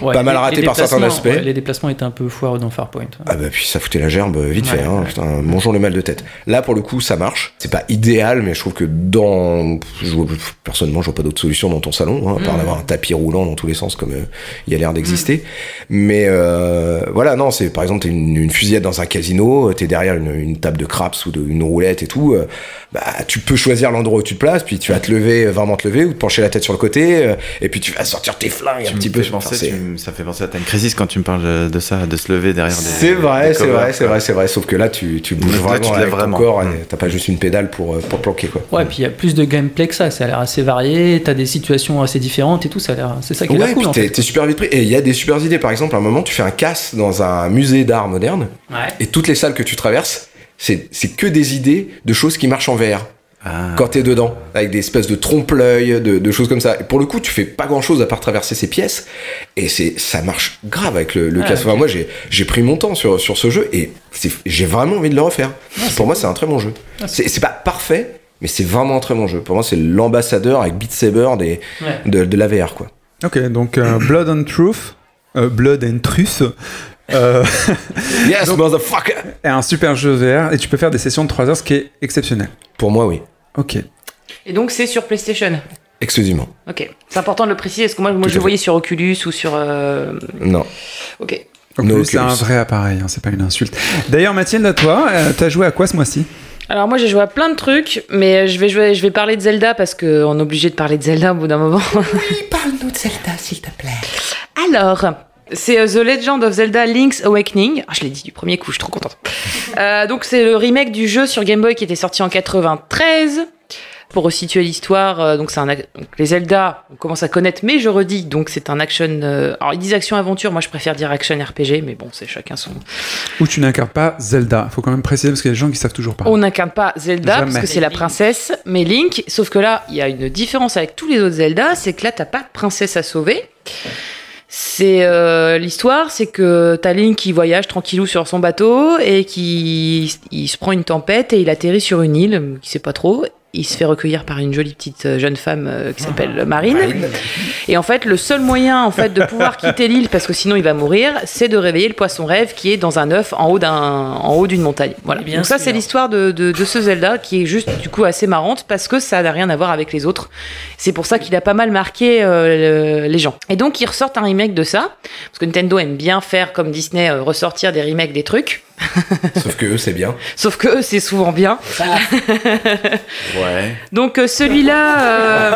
Ouais,
pas mal
les-
ratée
les
par certains
déplacements,
aspects.
ouais, les déplacements étaient un peu foireux dans Farpoint.
Ah bah puis ça foutait la gerbe euh, vite
Ouais,
fait, hein. Putain, bonjour le mal de tête. Là pour le coup ça marche, c'est pas idéal mais je trouve que dans... Je vois- personnellement je vois pas d'autre solution dans ton salon, hein, à part
Mm.
d'avoir un tapis roulant dans tous les sens comme euh, il y a l'air d'exister. Mais euh, voilà non, c'est par exemple t'es une, une fusillade dans un casino, euh, t'es derrière une, une table de craps ou de- une roulette et tout, euh, bah tu peux choisir l'endroit où tu te places, puis tu vas te lever, euh, vraiment te lever ou te pencher la tête sur le côté, euh, et puis tu vas sortir tes flingues un
Tu me
petit peu.
fais
Enfin,
penser,
c'est-
tu me- ça fait penser à Time Crisis quand tu me parles euh, de ça, de se lever derrière des.
c'est
des
vrai, c'est
covers,
vrai, c'est
quoi.
vrai, c'est vrai. Sauf que là, tu, tu
Là,
bouges
tu te
vraiment
lèves
avec ton
vraiment.
corps. et T'as pas juste une pédale pour, euh, pour planquer, quoi.
Ouais, puis il y a plus de gameplay que ça. Ça a l'air assez varié. T'as des situations assez différentes et tout. Ça a l'air. C'est ça qui est
Ouais,
cool.
puis
en
t'es
fait.
t'es super vite pris. Et il y a des super idées. Par exemple, à un moment, tu fais un casse dans un musée d'art moderne. Et toutes les salles que tu traverses, c'est c'est que des idées de choses qui marchent en VR. Quand t'es dedans, avec des espèces de trompe-l'œil, de, de choses comme ça. Et pour le coup, tu fais pas grand-chose à part traverser ces pièces, et c'est ça marche grave avec le, le
Ah,
casse. Enfin,
ok.
moi, j'ai j'ai pris mon temps sur sur ce jeu, et c'est- j'ai vraiment envie de le refaire. pour moi, Ah, c'est un très bon jeu. c'est c'est pas parfait, mais c'est vraiment un très bon jeu. Pour moi, c'est l'ambassadeur avec Beat Saber des
Ouais.
de, de la VR, quoi.
Ok, donc euh, Blood and Truth, euh, Blood and Truth. euh, <laughs>
Yes, motherfucker
est un super jeu VR et tu peux faire des sessions de 3 heures, ce qui est exceptionnel.
Pour moi, oui.
Ok,
Et donc c'est sur PlayStation.
Exclusivement.
Ok. C'est important de le préciser parce que moi, moi
Tout
je
à
le voyais sur Oculus ou sur. euh,
<laughs> Non.
Ok.
No
Oculus, c'est un
Oculus.
vrai appareil, hein, c'est pas une insulte. D'ailleurs, Mathilde, toi, euh, t'as joué à quoi ce mois-ci
Alors moi j'ai joué à plein de trucs, mais je vais jouer, je vais parler de Zelda parce qu'on est obligé de parler de Zelda au bout d'un moment.
Parle-nous de Zelda, s'il te plaît.
Alors, c'est euh, The Legend of Zelda Link's Awakening. Ah, je l'ai dit du premier coup, je suis trop contente. Euh, donc, c'est le remake du jeu sur Game Boy qui était sorti en 93. Pour resituer l'histoire, euh, donc c'est un ac- donc les Zelda, on commence à connaître, mais je redis, donc c'est un action. euh, alors ils disent action aventure, moi je préfère dire action RPG, mais bon, c'est chacun son.
Où tu n'incarnes pas Zelda. Faut quand même préciser parce qu'il y a des gens qui savent toujours pas.
On n'incarne pas Zelda
Jamais.
parce que c'est la princesse, mais Link. Sauf que là, il y a une différence avec tous les autres Zelda, c'est que là, t'as pas de princesse à sauver. C'est euh, l'histoire, c'est que t'as Link qui voyage tranquillou sur son bateau et qui il se prend une tempête et il atterrit sur une île, euh, qui sait pas trop. Il se fait recueillir par une jolie petite euh, jeune femme euh, qui
Ah.
s'appelle Marine. Et en fait, le seul moyen en fait de pouvoir quitter l'île parce que sinon il va mourir, c'est de réveiller le poisson rêve qui est dans un œuf en haut d'un en haut d'une montagne. Voilà.
Eh bien
Donc ça, c'est
sûr.
l'histoire de, de, de ce Zelda qui est juste du coup assez marrante parce que ça n'a rien à voir avec les autres. C'est pour ça qu'il a pas mal marqué euh, le- les gens. Et donc ils ressortent un remake de ça parce que Nintendo aime bien faire comme Disney euh, ressortir des remakes des trucs. <laughs>
Sauf que eux, c'est bien.
Sauf que eux, c'est souvent bien.
Ouais.
donc euh, celui-là. euh,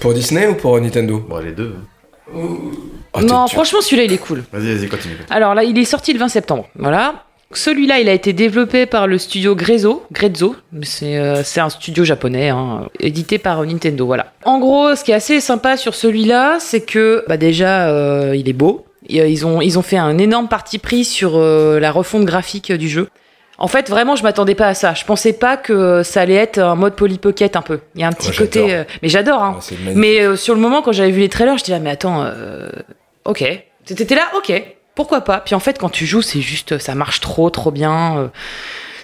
Pour Disney ou pour Nintendo Bon,
les deux. hein.
Oh,
non, franchement celui-là il est cool.
Vas-y, vas-y, continue.
Alors là, il est sorti le 20 septembre. Voilà. Celui-là, il a été développé par le studio Grezzo. Grezzo, c'est euh, c'est un studio japonais, hein, édité par Nintendo. Voilà. En gros, ce qui est assez sympa sur celui-là, c'est que bah déjà, euh, il est beau. Et, euh, Ils ont, ils ont fait un énorme parti pris sur euh, la refonte graphique du jeu. En fait, vraiment, je m'attendais pas à ça. Je pensais pas que ça allait être un mode polypocket un peu. Il y a un petit
Ouais,
côté,
j'adore.
euh, mais j'adore. hein.
Ah, c'est magnifique.
mais euh, sur le moment, quand j'avais vu les trailers, j'étais là, mais attends, euh, ok. T'étais là, ok. Pourquoi pas Puis en fait, quand tu joues, c'est juste, ça marche trop, trop bien. euh,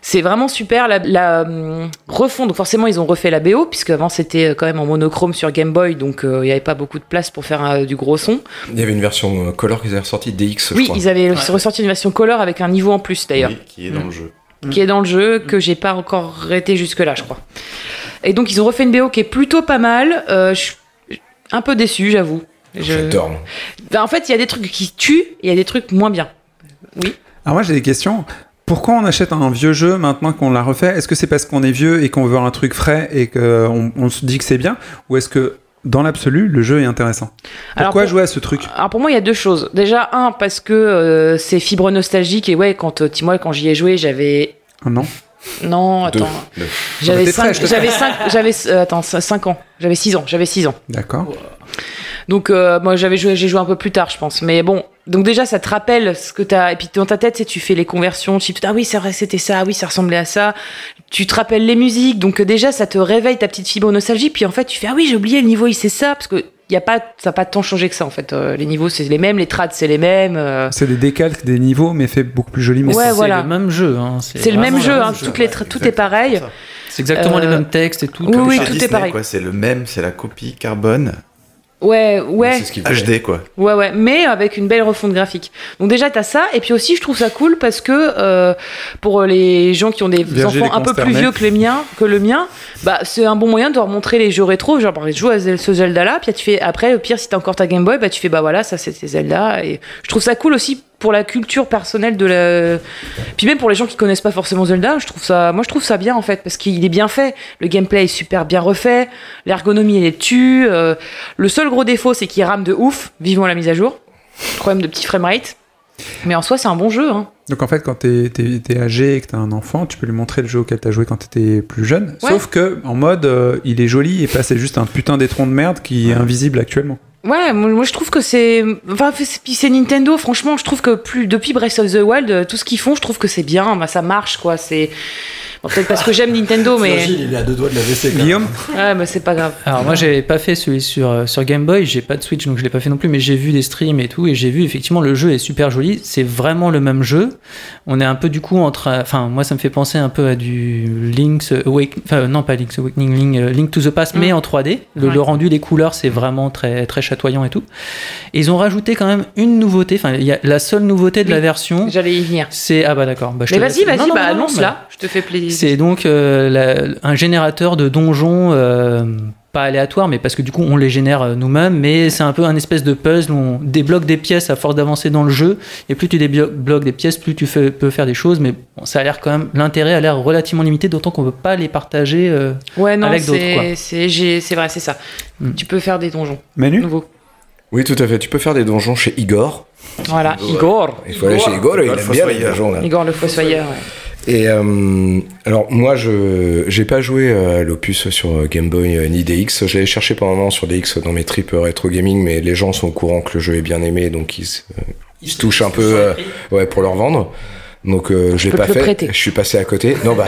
C'est vraiment super la, la hum, refonte. Donc forcément, ils ont refait la BO puisque avant c'était euh, quand même en monochrome sur Game Boy, donc euh, il n'y avait pas beaucoup de place pour faire euh, du gros son.
Il y avait une version euh, color qu'ils avaient ressortie, DX, je
oui,
crois.
ils avaient ressorti une version color avec un niveau en plus d'ailleurs
Qui est dans le jeu.
qui est dans le jeu, que j'ai pas encore arrêté jusque-là, je crois. Et donc, ils ont refait une BO qui est plutôt pas mal. Euh, je suis un peu déçu, j'avoue. Je-
J'adore. moi.
Ben, en fait, il y a des trucs qui tuent et il y a des trucs moins bien. Oui.
Alors moi j'ai des questions. Pourquoi on achète un vieux jeu maintenant qu'on l'a refait Est-ce que c'est parce qu'on est vieux et qu'on veut un truc frais et qu'on on se dit que c'est bien Ou est-ce que dans l'absolu, le jeu est intéressant
Alors,
Pourquoi
pour-
jouer à ce truc
Alors pour moi, il y a deux choses. Déjà, un, parce que euh, c'est fibre nostalgique. Et ouais, quand, euh, moi, quand j'y ai joué, j'avais...
Ah Non
Non, attends.
Deux.
J'avais
T'es
5
fraîche, toi.
j'avais cinq- j'avais euh, attends, cin- cinq ans. J'avais 6 ans, j'avais 6 ans.
D'accord.
Donc euh, moi j'avais joué, j'ai joué un peu plus tard, je pense. Mais bon, donc déjà ça te rappelle ce que t'as et puis dans ta tête, c'est tu fais les conversions, tu te dis ah oui c'est vrai c'était ça, ah oui ça ressemblait à ça. Tu te rappelles les musiques, donc euh, déjà ça te réveille ta petite fibre nostalgie. Puis en fait tu fais ah oui j'ai oublié le niveau il c'est ça parce que y a pas ça a pas tant changé que ça en fait. Euh, les niveaux c'est les mêmes, les trades c'est les mêmes. euh,
C'est des décalques des niveaux mais fait beaucoup plus joli.
Ouais, voilà.
C'est le même jeu. hein,
C'est le
vraiment
même jeu, hein,
même
toutes les tra- tout est pareil.
C'est exactement
Euh,
les mêmes textes et tout.
oui, oui, tout est pareil.
quoi, C'est le même, c'est la copie carbone.
Ouais, ouais. Ah,
HD, quoi.
Ouais, ouais, mais avec une belle refonte graphique. Donc déjà, t'as ça, et puis aussi, je trouve ça cool parce que euh, pour les gens qui ont des
Virgile
enfants
est
un peu plus
consterné.
vieux que les miens, que le mien, bah c'est un bon moyen de leur montrer les jeux rétro. Genre, par exemple, joue à Zel- ce Zelda-là, puis tu fais après, au pire, si t'as encore ta Game Boy, bah tu fais bah voilà, ça c'était Zelda. Et je trouve ça cool aussi pour la culture personnelle de la. Puis même pour les gens qui connaissent pas forcément Zelda, je trouve ça, moi je trouve ça bien en fait parce qu'il est bien fait. Le gameplay est super bien refait, l'ergonomie elle est tue. euh, le seul gros défaut c'est qu'il rame de ouf. Vivement la mise à jour. Problème de petit framerate. Mais en soi c'est un bon jeu. Hein.
Donc en fait, quand t'es es, âgé et que t'as un enfant, tu peux lui montrer le jeu auquel t'as joué quand t'étais plus jeune.
Ouais.
Sauf que en mode, euh, il est joli et pas c'est juste un putain d'étron de merde qui est invisible actuellement.
Ouais, moi, moi, je trouve que c'est, enfin c'est- puis c'est Nintendo. Franchement, je trouve que plus depuis Breath of the Wild, euh, tout ce qu'ils font, je trouve que c'est bien. Bah, ça marche quoi. C'est Bon, peut-être parce que j'aime Nintendo, mais
Virgile, Ah, il est à deux doigts de la WC.
Guillaume
ouais, mais c'est pas grave.
Alors moi j'avais pas fait celui sur, euh, sur Game Boy, j'ai pas de Switch donc je l'ai pas fait non plus, mais j'ai vu des streams et tout, et j'ai vu effectivement le jeu est super joli, c'est vraiment le même jeu. On est un peu du coup entre, euh, enfin moi ça me fait penser un peu à du Link's Awakening, enfin euh, non pas Link's Awakening, Link, euh, Link to the Past,
Mm.
mais en 3D. Le,
Ouais.
le rendu, les couleurs c'est vraiment très, très chatoyant et tout. Et ils ont rajouté quand même une nouveauté, enfin il y a la seule nouveauté de la version.
J'allais y venir.
C'est ah bah d'accord. Bah, je
mais
te
vas-y,
laisse.
vas-y,
Non, non,
bah
non, non,
annonce
mais-
là. Je te fais plaisir.
c'est donc euh, la- un générateur de donjons, euh, pas aléatoire, mais parce que du coup on les génère euh, nous-mêmes, mais c'est un peu un espèce de puzzle où on débloque des pièces à force d'avancer dans le jeu, et plus tu débloques des pièces, plus tu fais- peux faire des choses, mais bon, ça a l'air quand même, l'intérêt a l'air relativement limité, d'autant qu'on ne peut pas les partager euh,
Ouais, non,
avec d'autres. quoi. Hmm.
c'est c'est j'ai- c'est vrai, c'est ça. Tu peux faire des donjons.
Manu
Oui, tout à fait. Tu peux faire des donjons chez Igor.
Hmm.
Voilà, Igor.
Il faut aller chez Igor, il
Igor le
aime bien les
Fossoyeur.
donjons. là.
Igor le Fossoyeur. ouais.
Et euh, alors moi je j'ai pas joué euh, à l'opus sur euh, Game Boy euh, ni DX. Je l'avais cherché pendant un moment sur DX dans mes tripes euh, rétro gaming, mais les gens sont au courant que le jeu est bien aimé, donc ils, se- euh, ils se touchent un peu euh, ouais pour le revendre. Donc euh, je l'ai
peux
pas
te le
fait.
prêter.
Je suis passé à côté. Non
<laughs>
bah.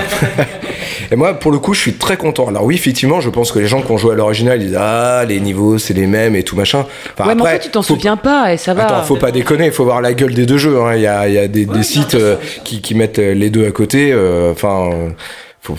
Et moi, pour le coup, je suis très content. Alors oui, effectivement, je pense que les gens qui ont joué à l'original, ils disent ah les niveaux c'est les mêmes et tout machin. Enfin,
ouais, mais en
après,
fait, tu t'en
faut-
souviens pas et ça va.
Attends, faut pas déconner, faut voir la gueule des deux jeux. hein. Il y, a, il y a des, des sites euh, qui, qui mettent euh, les deux à côté. euh, Enfin, euh, faut,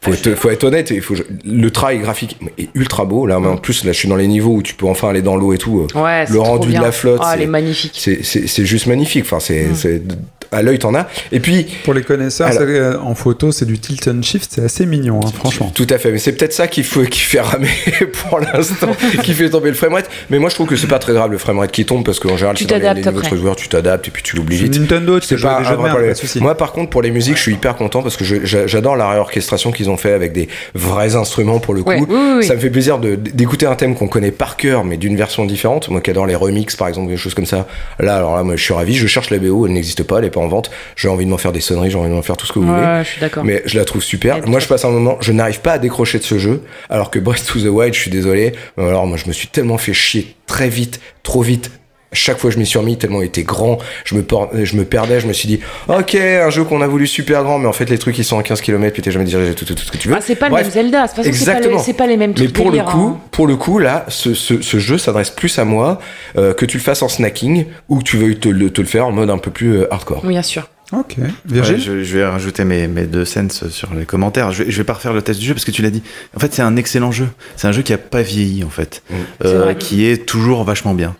faut, être, faut être honnête. Il faut, le travail graphique est ultra beau. Là, mais en plus, là, je suis dans les niveaux où tu peux enfin aller dans l'eau et tout. euh,
Ouais, c'est
le
trop
rendu
bien.
de la flotte,
Ah,
c'est-
elle est magnifique.
c'est- c'est c'est juste magnifique. Enfin, c'est c'est- à l'œil, t'en as. Et puis,
pour les connaisseurs, ça, euh, en photo, c'est du tilt and shift, c'est assez mignon, hein, franchement.
Tout à fait, mais c'est peut-être ça qui, faut, qui fait ramer <laughs>
<laughs>
pour l'instant, qui fait tomber le framerate. Mais moi, je trouve que c'est pas très grave le framerate qui tombe parce qu'en général,
Tu
c'est dans les-
t'adaptes
les, niveaux de
après.
joueurs, tu t'adaptes et puis tu l'oublies
Sur
vite.
Nintendo, tu
C'est
peux jouer à des jeux de
un vrai
merde,
problème.
pas de souci.
Moi, par contre, pour les musiques, je suis hyper content parce que je- j'a- j'adore la réorchestration qu'ils ont fait avec des vrais instruments pour le coup.
Ouais, oui, oui, oui.
Ça me fait plaisir de- d'écouter un thème qu'on connaît par cœur, mais d'une version différente. Moi qui adore les remixes, par exemple, des choses comme ça. Là, alors là, moi, je suis ravi. Je cherche la BO, elle n'existe pas, elle est pas en vente. J'ai envie de m'en faire des sonneries, j'ai envie de m'en faire tout ce que vous
Ouais,
voulez.
je suis d'accord.
Mais je la trouve super. Moi, je passe un moment, je n'arrive pas à décrocher de ce jeu, alors que Breath to the Wild, je suis désolé. mais Alors, moi, je me suis tellement fait chier très vite, trop vite. Chaque fois, je m'y suis remis tellement il était grand. Je me, por- je me perdais, je me suis dit, ok, un jeu qu'on a voulu super grand, mais en fait, les trucs, ils sont à 15 km, puis t'es jamais dirigé tout, tout, tout ce que tu veux.
Ah, c'est pas le
Bref.
même Zelda. De toute façon, c'est pas le-
Exactement.
c'est pas les mêmes
Mais
trucs
pour le
délirants,
coup,
hein.
pour le coup, là, ce, ce- ce jeu s'adresse plus à moi, euh, que tu le fasses en snacking, ou que tu veuilles te, le- te le faire en mode un peu plus euh, hardcore.
Oui, bien sûr.
Ok.
Ouais, je, je vais rajouter mes, mes deux sens sur les commentaires. Je, vais- je vais pas refaire le test du jeu parce que tu l'as dit. En fait, c'est un excellent jeu. C'est un jeu qui a pas vieilli en fait, Euh,
C'est vrai.
qui est toujours vachement bien.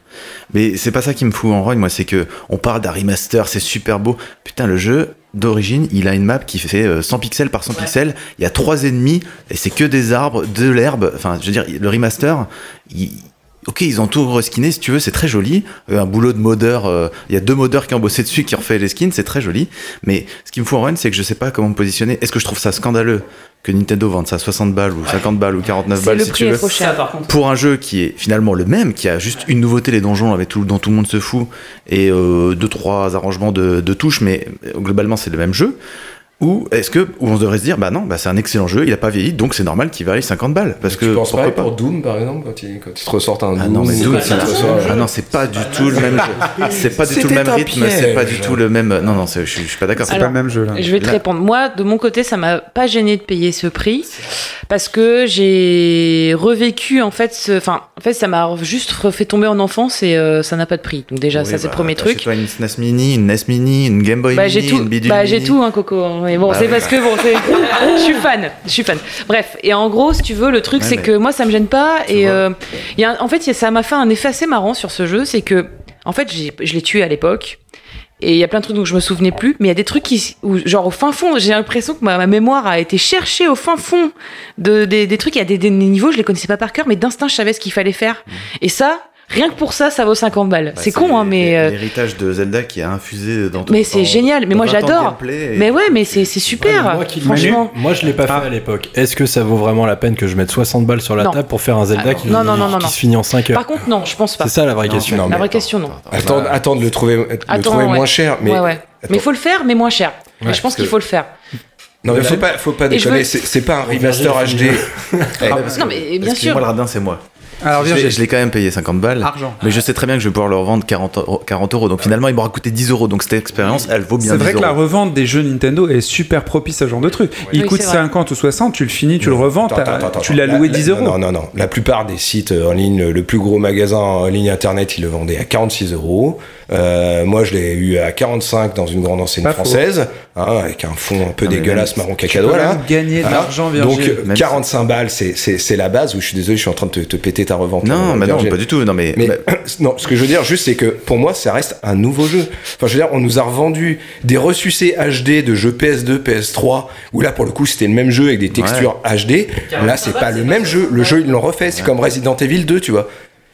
Mais c'est pas ça qui me fout en rogne, moi. C'est que on parle d'un remaster, c'est super beau. Putain, le jeu d'origine, il a une map qui fait euh, 100 pixels par 100 pixels. Il y a trois ennemis et c'est que des arbres, de l'herbe. Enfin, je veux dire, le remaster, il Ok, ils ont tout reskiné, si tu veux, c'est très joli. Euh, Un boulot de modeur, euh, il y a deux modeurs qui ont bossé dessus, qui ont refait les skins, c'est très joli. Mais ce qui me fout en run, c'est que je sais pas comment me positionner. Est-ce que je trouve ça scandaleux que Nintendo vende ça à 60 balles ou 50 balles ou 49
C'est
bah,
balles
le
si
prix
tu
est
veux
trop cher. Ça, par contre.
Pour un jeu qui est finalement le même, qui a juste une nouveauté, les donjons avec tout, dont tout le monde se fout, et euh, deux, trois arrangements de, de touches, mais euh, globalement c'est le même jeu. Ou est-ce que ou on devrait se dire bah non bah c'est un excellent jeu il a pas vieilli donc c'est normal qu'il vaille 50 balles parce que
Tu penses
pourquoi
pas
pas
pour Doom, par exemple, quand ils, quand ils te ressortent un Doom
ah non, mais
ou
Doom,
quand
c'est
ils te ressortent un
ah
jeu.
non, c'est pas du tout le même jeu. C'est pas du tout le
C'était
même
un
rythme, c'est
piège.
pas du tout le même. Non, non, c'est- je suis je suis pas d'accord.
Alors, Je vais te répondre. Moi, de mon côté, ça m'a pas gêné de payer ce prix parce que j'ai revécu en fait. ce- Enfin, en fait, ça m'a juste refait tomber en enfance et euh, ça n'a pas de prix.
bah,
Donc déjà, ça c'est le premier truc.
Toi, une SNES Mini, une NES Mini, une Game Boy
Bah, j'ai
Mini,
tout.
une bidule.
Bah,
Mini.
j'ai tout, hein, Coco. hein. mais bon,
Bah
c'est
oui.
parce que bon, c'est- je suis fan, je suis fan. Bref, et en gros, si tu veux, le truc,
Ouais,
c'est
mais-
que moi, ça me gêne pas. Et euh, il y a un- en fait, il y a- ça m'a fait un effet assez marrant sur ce jeu, c'est que en fait, j'ai- je l'ai tué à l'époque. Et il y a plein de trucs dont je me souvenais plus, mais il y a des trucs qui, où, genre au fin fond, j'ai l'impression que ma, ma mémoire a été cherchée au fin fond de, des, des trucs. Il y a des, des niveaux, je les connaissais pas par cœur, mais d'instinct, je savais ce qu'il fallait faire. Et ça, rien que pour ça, ça vaut 50 balles.
Bah,
c'est con, hein, mais. euh,
L'héritage de Zelda qui a infusé dans ton
mais c'est
dans-
génial, mais
dans
moi
20 ans de
j'adore.
gameplay et-
Mais ouais, mais c'est c'est super.
Moi qui l'ai lu,
franchement.
moi je l'ai pas fait à l'époque. Est-ce que ça vaut vraiment la peine que je mette 60 balles sur la
Non.
table pour faire un Zelda
Ah,
qui,
non, non, non, non,
qui
non.
se finit en 5 heures
Par contre, non, je pense pas.
C'est ça la vraie question.
la vraie question, non.
Attendre, attendre de le trouver, de le trouver
ouais.
moins cher. Mais
Ouais, ouais. Mais faut le faire, mais moins cher.
Ouais,
Et je pense
parce
qu'il
que-
faut le faire.
Non, mais faut pas, faut pas
Et je
déconner,
veux-
c'est c'est pas un
Virgile, il
remaster HD. Eh,
parce que- Non, mais bien
Excuse-moi,
sûr.
le radin, c'est moi.
Alors,
je, l'ai,
Virgile.
je l'ai quand même payé 50 balles.
Argent.
Mais je sais très bien que je vais pouvoir le revendre 40 euros. 40 euros. Donc finalement, il m'aura coûté 10 euros. Donc cette expérience, elle vaut bien
C'est
10
vrai que la
euros.
revente des jeux Nintendo est super propice à ce genre de truc. Il
Oui,
coûte
c'est vrai.
50 ou 60, tu le finis, tu le revends,
Attends,
t'as-
attends, attends,
tu
attends.
l'as
La-
loué
la-
10 euros.
Non, non, non. La plupart des sites euh, en ligne, le plus gros magasin en ligne internet, il le vendait à 46 euros. Euh, Moi, je l'ai eu à 45 dans une grande enseigne
Pas faux.
française, hein, avec un fond un peu
Non, mais
dégueulasse
même-
marron
Tu peux
cacadois là.
même gagner de
Voilà.
l'argent,
Donc
Virgile.
euh,
Même
45 balles, c'est- c'est c'est la base. Où je suis désolé, je suis en train de te, te péter ta revente.
Non,
euh,
mais non,
Virgile.
pas du tout. Non, mais,
Mais
bah,
<clears throat> non, ce que je veux dire juste, c'est que pour moi, ça reste un nouveau jeu. Enfin, je veux dire, on nous a revendu des ressucés HD de jeux PS2, PS3, où là, pour le coup, c'était le même jeu avec des textures HD. Là, c'est pas le même jeu. Le jeu, ils l'ont refait. C'est comme Resident Evil 2, tu vois.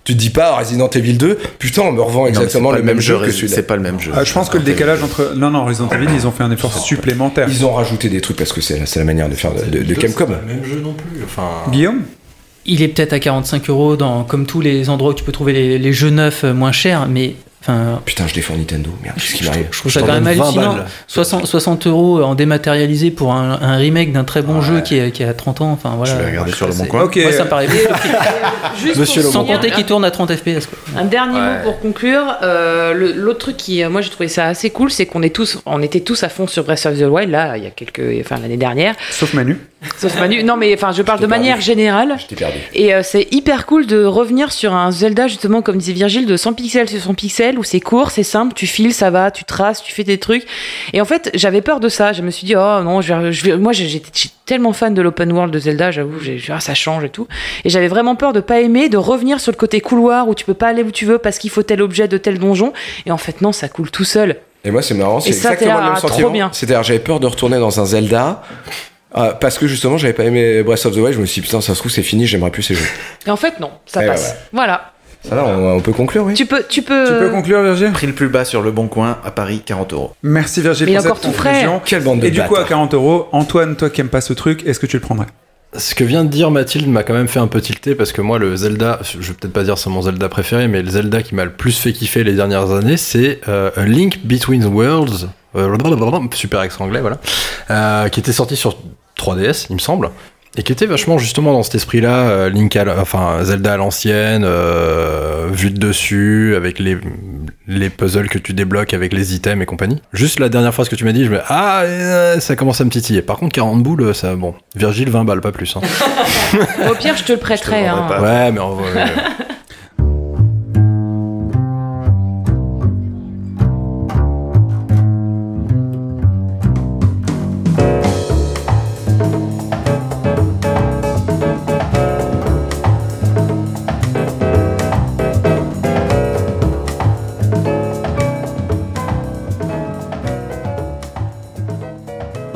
Tu te dis pas Resident Evil 2, putain, on me
non,
revend
mais c'est
exactement
pas
le même jeu que
Rés-
celui-là.
C'est pas le même jeu.
Ah, je pense que le décalage entre. Non, non, Resident Evil, ils ont fait un effort supplémentaire.
Ils ont rajouté des trucs parce que c'est la, c'est la manière de faire de, de- de Capcom.
C'est pas Ah, le même jeu non plus. Enfin,
Guillaume
Il est peut-être à 45 euros dans, comme tous les endroits où tu peux trouver les, les jeux neufs euh, moins chers, mais enfin,
Putain, je défends Nintendo. Merde, qu'est-ce qui m'arrive
je trouve ça
t'en
quand même
donne 20
hallucinant.
balles.
60, 60 euros en dématérialisé pour un, un remake d'un très
Ah
bon jeu qui est- qui est à 30 ans. Enfin voilà.
Je vais regarder sur le
C'est-
bon coin.
Ok.
Moi, ça me <laughs> paraît
Ah, Juste
Monsieur
pour
Laurent.
Sans
finir,
compter qu'il tourne à 30 FPS. Quoi.
Un dernier mot pour conclure. Euh, le- L'autre truc qui, euh, moi, j'ai trouvé ça assez cool, c'est qu'on est tous, on était tous à fond sur Breath of the Wild là, il y a quelques, enfin l'année dernière.
Sauf Manu.
Sauf Manu. Non, mais enfin, je parle de
t'ai
manière
perdu.
générale.
Je t'ai perdu.
Et euh, c'est hyper cool de revenir sur un Zelda, justement, comme disait Virgile, de 100 pixels sur 100 pixels, où c'est court, c'est simple, tu files, ça va, tu traces, tu fais des trucs. Et en fait, j'avais peur de ça. Je me suis dit, oh non, je vais- je vais- moi, j'ai- j'étais j'étais tellement fan de l'open world de Zelda, j'avoue, j'ai- j'ai- ah, ça change et tout. Et j'avais vraiment peur de pas aimer, de revenir sur le côté couloir où tu peux pas aller où tu veux parce qu'il faut tel objet de tel donjon. Et en fait, non, ça coule tout seul.
Et moi, c'est marrant, c'est
Et ça, t'es
exactement
là,
le même
ah, trop
sentiment.
bien.
C'est-à-dire, j'avais peur de retourner dans un Zelda. euh, parce que justement, j'avais pas aimé Breath of the Wild, je me suis dit putain, ça se trouve, c'est fini, j'aimerais plus ces jeux.
Et en fait, non, ça
Eh ben,
passe. Voilà.
Ça va, on, on peut conclure, oui.
Tu peux, tu peux.
Tu peux conclure, Virgile
Prix le plus bas sur le bon coin à Paris, 40 euros.
Merci, Virgile,
Mais il
pour
est encore
cette
tout frais.
conclusion.
Quelle bande de
Et du coup, à
bâtards.
40 euros, Antoine, toi qui aimes pas ce truc, est-ce que tu le prendrais
Ce que vient de dire Mathilde m'a quand même fait un peu tilter parce que moi, le Zelda, je vais peut-être pas dire c'est mon Zelda préféré, mais le Zelda qui m'a le plus fait kiffer les dernières années, c'est euh, A Link Between Worlds, euh, blablabla, super accent anglais, voilà, euh, qui était sorti sur 3DS, il me semble. Et qui était vachement justement dans cet esprit-là, euh, Link, à la- enfin Zelda à l'ancienne, euh, vue de dessus, avec les, les puzzles que tu débloques, avec les items et compagnie. Juste la dernière phrase que tu m'as dit, je me ah, euh, ça commence à me titiller. Par contre, 40 boules, euh, ça, bon, Virgile 20 balles, pas plus. hein.
Au pire, je te le prêterai.
vendrai
hein.
pas.
Ouais, mais euh, on va.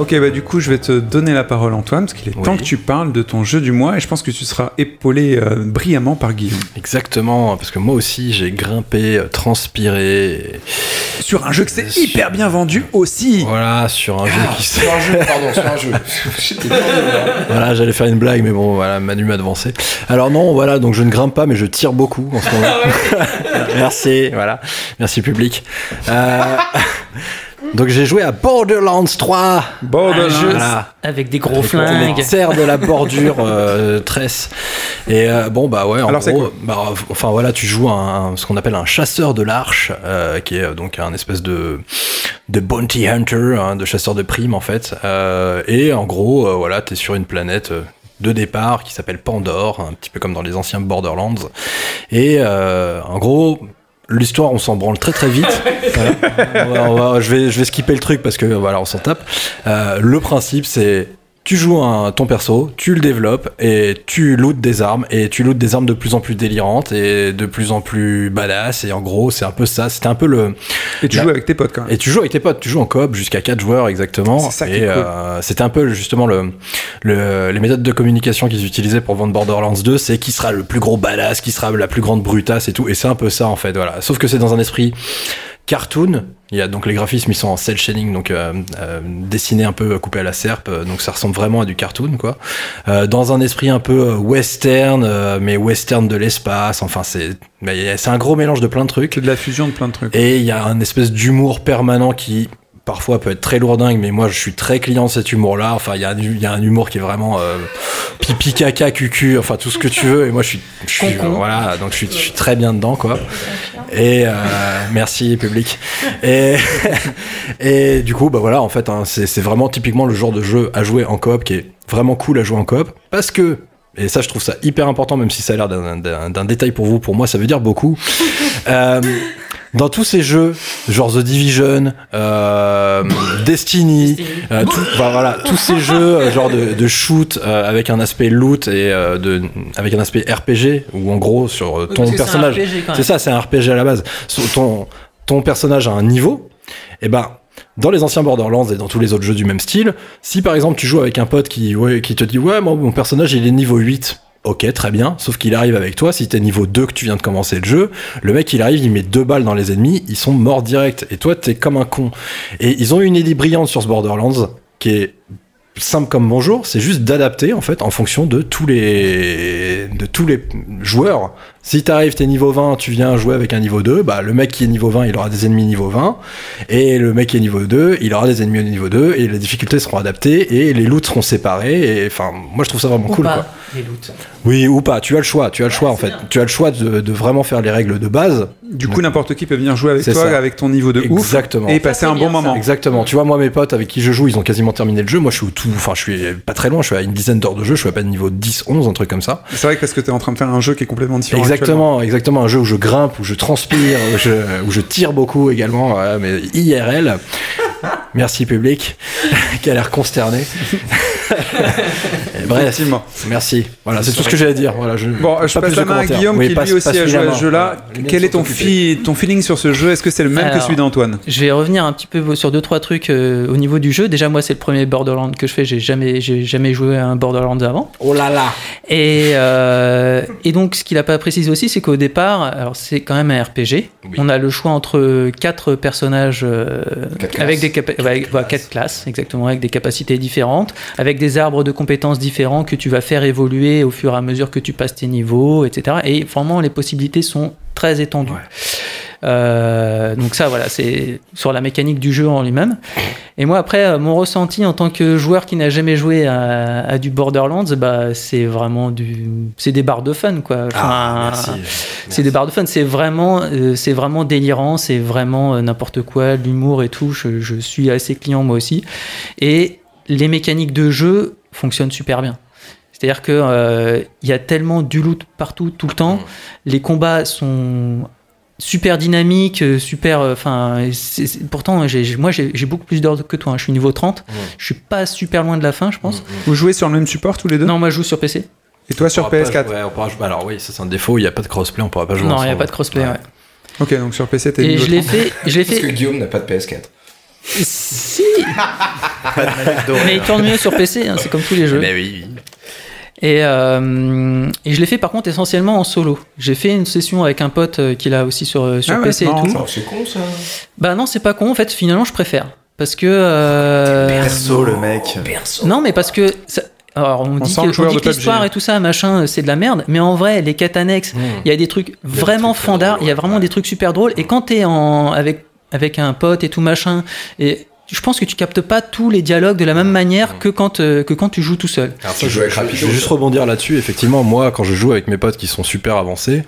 Ok, bah du coup, je vais te donner la parole, Antoine, parce qu'il est
Oui.
temps que tu parles de ton jeu du mois, et je pense que tu seras épaulé euh, brillamment par Guillaume.
Exactement, parce que moi aussi, j'ai grimpé, euh, transpiré.
Sur un jeu que c'est
Sur-
hyper bien vendu aussi.
et Voilà, sur un jeu qui s-
Sur un jeu, pardon, sur un <laughs> jeu. J'étais perdu, là.
Voilà, j'allais faire une blague, mais bon, voilà, Manu m'a devancé. Alors non, voilà, donc je ne grimpe pas, mais je tire beaucoup en ce moment. Merci, voilà. Merci public. Euh, donc j'ai joué à Borderlands 3.
Borderlands.
Voilà.
Avec des gros
Les
flingues.
serres de la bordure euh, tresse. Et euh, bon, bah ouais, en
Alors, c'est
gros, bah, enfin voilà, tu joues un, un- ce qu'on appelle un chasseur de l'arche, euh, qui est euh, donc un espèce de, de bounty hunter, hein, de chasseur de primes en fait. Euh, et en gros, euh, voilà, t'es sur une planète. euh, de départ qui s'appelle Pandore, un petit peu comme dans les anciens Borderlands. Et euh, en gros, L'histoire, on s'en branle très
<laughs>
très vite. Voilà. On va- on va- je, vais, je vais skipper le truc parce que voilà, on s'en tape. Euh, le principe, c'est tu joues un, ton perso, tu le développes et tu lootes des armes et tu lootes des armes de plus en plus délirantes et de plus en plus badass. Et en gros, c'est un peu ça. C'était un peu le.
Et tu joues avec tes potes quand même.
Et tu joues avec tes potes. Tu joues en coop jusqu'à 4 joueurs exactement.
C'est ça qui
et
est cool.
euh, c'était un peu justement le, le- les méthodes de communication qu'ils utilisaient pour vendre Borderlands 2. C'est qui sera le plus gros badass, qui sera la plus grande brutasse et tout. Et c'est un peu ça en fait. Voilà. Sauf que c'est dans un esprit cartoon. Il y a donc les graphismes, ils sont en cel shading, donc euh, euh, dessinés un peu coupé à la serpe, euh, donc ça ressemble vraiment à du cartoon, quoi. Euh, dans un esprit un peu euh, western, euh, mais western de l'espace. Enfin, c'est mais c'est un gros mélange de plein de trucs.
C'est de la fusion de plein de trucs.
Et il y a un espèce d'humour permanent qui parfois peut être très lourdingue, mais moi je suis très client de cet humour-là. Enfin, il y, a un- il y a un humour qui est vraiment euh, pipi caca cucu, enfin tout ce que tu veux. Et moi je suis, je suis- voilà, donc je suis, je suis très bien dedans quoi. Et euh, <laughs> merci public. Et, <laughs> et du coup bah voilà en fait hein, c'est c'est vraiment typiquement le genre de jeu à jouer en coop qui est vraiment cool à jouer en coop parce que et ça, je trouve ça hyper important, même si ça a l'air d'un- d'un d'un détail pour vous. Pour moi, ça veut dire
<laughs>
beaucoup. Euh, dans tous ces jeux, genre The Division, euh, Destiny, euh, tout- enfin, voilà, tous ces jeux, euh, genre de, de shoot euh, avec un aspect loot et euh, de, avec un aspect RPG, où en gros, sur euh,
Oui,
ton
parce que c'est un
personnage,
RPG quand même.
c'est ça, c'est un RPG à la base. Sur ton, ton personnage a un niveau, et ben, dans les anciens Borderlands et dans tous les autres jeux du même style, si par exemple tu joues avec un pote qui, ouais, qui te dit ouais moi mon personnage il est niveau 8. Ok, très bien. Sauf qu'il arrive avec toi, si t'es niveau 2 que tu viens de commencer le jeu, le mec il arrive, il met deux balles dans les ennemis, ils sont morts direct. Et toi t'es comme un con. Et ils ont une idée brillante sur ce Borderlands qui est simple comme bonjour, c'est juste d'adapter en fait en fonction de tous les de tous les joueurs. Si t'arrives t'es niveau 20, tu viens jouer avec un niveau 2, bah le mec qui est niveau 20, il aura des ennemis niveau 20 et le mec qui est niveau 2, il aura des ennemis au niveau 2 et les difficultés seront adaptées et les loots seront séparés et enfin moi je trouve ça vraiment
Ou
cool
pas,
quoi.
les loots.
Oui, ou pas, tu as le choix, tu as le choix en fait. Tu as le choix de, de vraiment faire les règles de base.
Du coup, n'importe qui peut venir jouer avec
C'est
toi,
ça.
avec ton niveau de ouf.
Exactement.
Et passer un bon moment.
Exactement. Tu vois, moi, mes potes avec qui je joue, ils ont quasiment terminé le jeu. Moi, je suis au tout, enfin, je suis pas très loin. Je suis à une dizaine d'heures de jeu. Je suis à peine niveau 10, 11, un truc comme ça.
C'est vrai que parce que t'es en train de faire un jeu qui est complètement différent.
Exactement, exactement. Un jeu où je grimpe, où je transpire, où je, où je tire beaucoup également, voilà, mais IRL. Merci public, <laughs> qui a l'air consterné. <laughs> Et bref.
Effectivement.
Merci. Voilà, c'est tout ce que j'ai à dire. Voilà, je,
Bon, euh, je
pas
passe
plus de
la main à
commentaires.
Guillaume
Oui,
qui
passe-
lui aussi
passe-lui
a joué
la
à
main.
ce jeu-là.
Voilà, les miens
Quel est
sont
ton,
occupés.
fi- ton feeling sur ce jeu Est-ce que c'est le même que
Alors,
celui d'Antoine
Je vais revenir un petit peu sur deux trois trucs euh, au niveau du jeu. Déjà moi c'est le premier Borderlands que je fais. J'ai jamais j'ai jamais joué à un Borderlands avant.
Oh là là.
Et euh, et donc ce qu'il a pas précisé aussi c'est qu'au départ alors c'est quand même un RPG. On a le choix entre quatre personnages euh,
Quatre
avec
classes.
des capa- avec- voilà, quatre classes exactement avec des capacités différentes, avec des arbres de compétences différents que tu vas faire évoluer au fur et à mesure que tu passes tes niveaux, etc. Et vraiment les possibilités sont très étendues. Euh, donc ça, voilà, c'est sur la mécanique du jeu en lui-même. Et moi, après, euh, mon ressenti en tant que joueur qui n'a jamais joué à, à du Borderlands, bah, c'est vraiment du, c'est des barres de fun, quoi. Enfin,
Ah,
Ah,
c'est des barres de fun. C'est vraiment, euh, c'est vraiment délirant. C'est vraiment euh, n'importe quoi, de l'humour et tout. Je, je suis assez client moi aussi. Et les mécaniques de jeu fonctionnent super bien. C'est-à-dire que euh, il y a tellement du loot partout, tout le temps. Les combats sont super dynamiques, euh, super. euh, Enfin, c'est- c'est- pourtant, j'ai- j'ai- moi, j'ai j'ai beaucoup plus d'heures que toi. hein. Je suis niveau 30. Je suis pas super loin de la fin, je pense.
Vous jouez sur le même support tous les deux
Non, moi, je joue sur PC.
Et toi
On
Ah,
sur
pourra pas
PS4
jouer- ouais, on pourra- alors oui, ça c'est un défaut. Il n'y a pas de crossplay, on pourra pas jouer.
non, il n'y a
ensemble.
pas de crossplay. ouais.
Ok, donc sur PC, t'es
Et
niveau
je l'ai
30.
fait. Je l'ai
Parce que
fait.
Guillaume n'a pas de PS4.
Si. Mais tant mieux sur PC. hein, c'est comme tous les jeux.
Mais Eh ben oui.
Et, euh, et je l'ai fait par contre essentiellement en solo. J'ai fait une session avec un pote euh, qui l'a aussi sur, euh, sur
Ah ouais,
PC
c'est marrant,
et tout.
ça.
C'est con ça.
Bah non, c'est pas con en fait, finalement je préfère. Parce que. euh,
Perso, le mec.
non, mais parce que. ça- Alors, on, dit
sent
que,
le joueur
on dit
de
que
PUBG,
l'histoire
hein.
et tout ça, machin, euh, c'est de la merde. Mais en vrai, les quêtes annexes, il y a des trucs vraiment
trucs très
fandards,
drôles,
il y a
ouais.
vraiment des trucs super drôles. Et quand t'es en, avec, avec un pote et tout machin, et je pense que tu captes pas tous les dialogues de la même manière que, quand, euh, que quand tu joues tout seul.
Tu joues avec
Je
Rapido.
vais juste rebondir là-dessus. Effectivement, moi, quand je joue avec mes potes qui sont super avancés,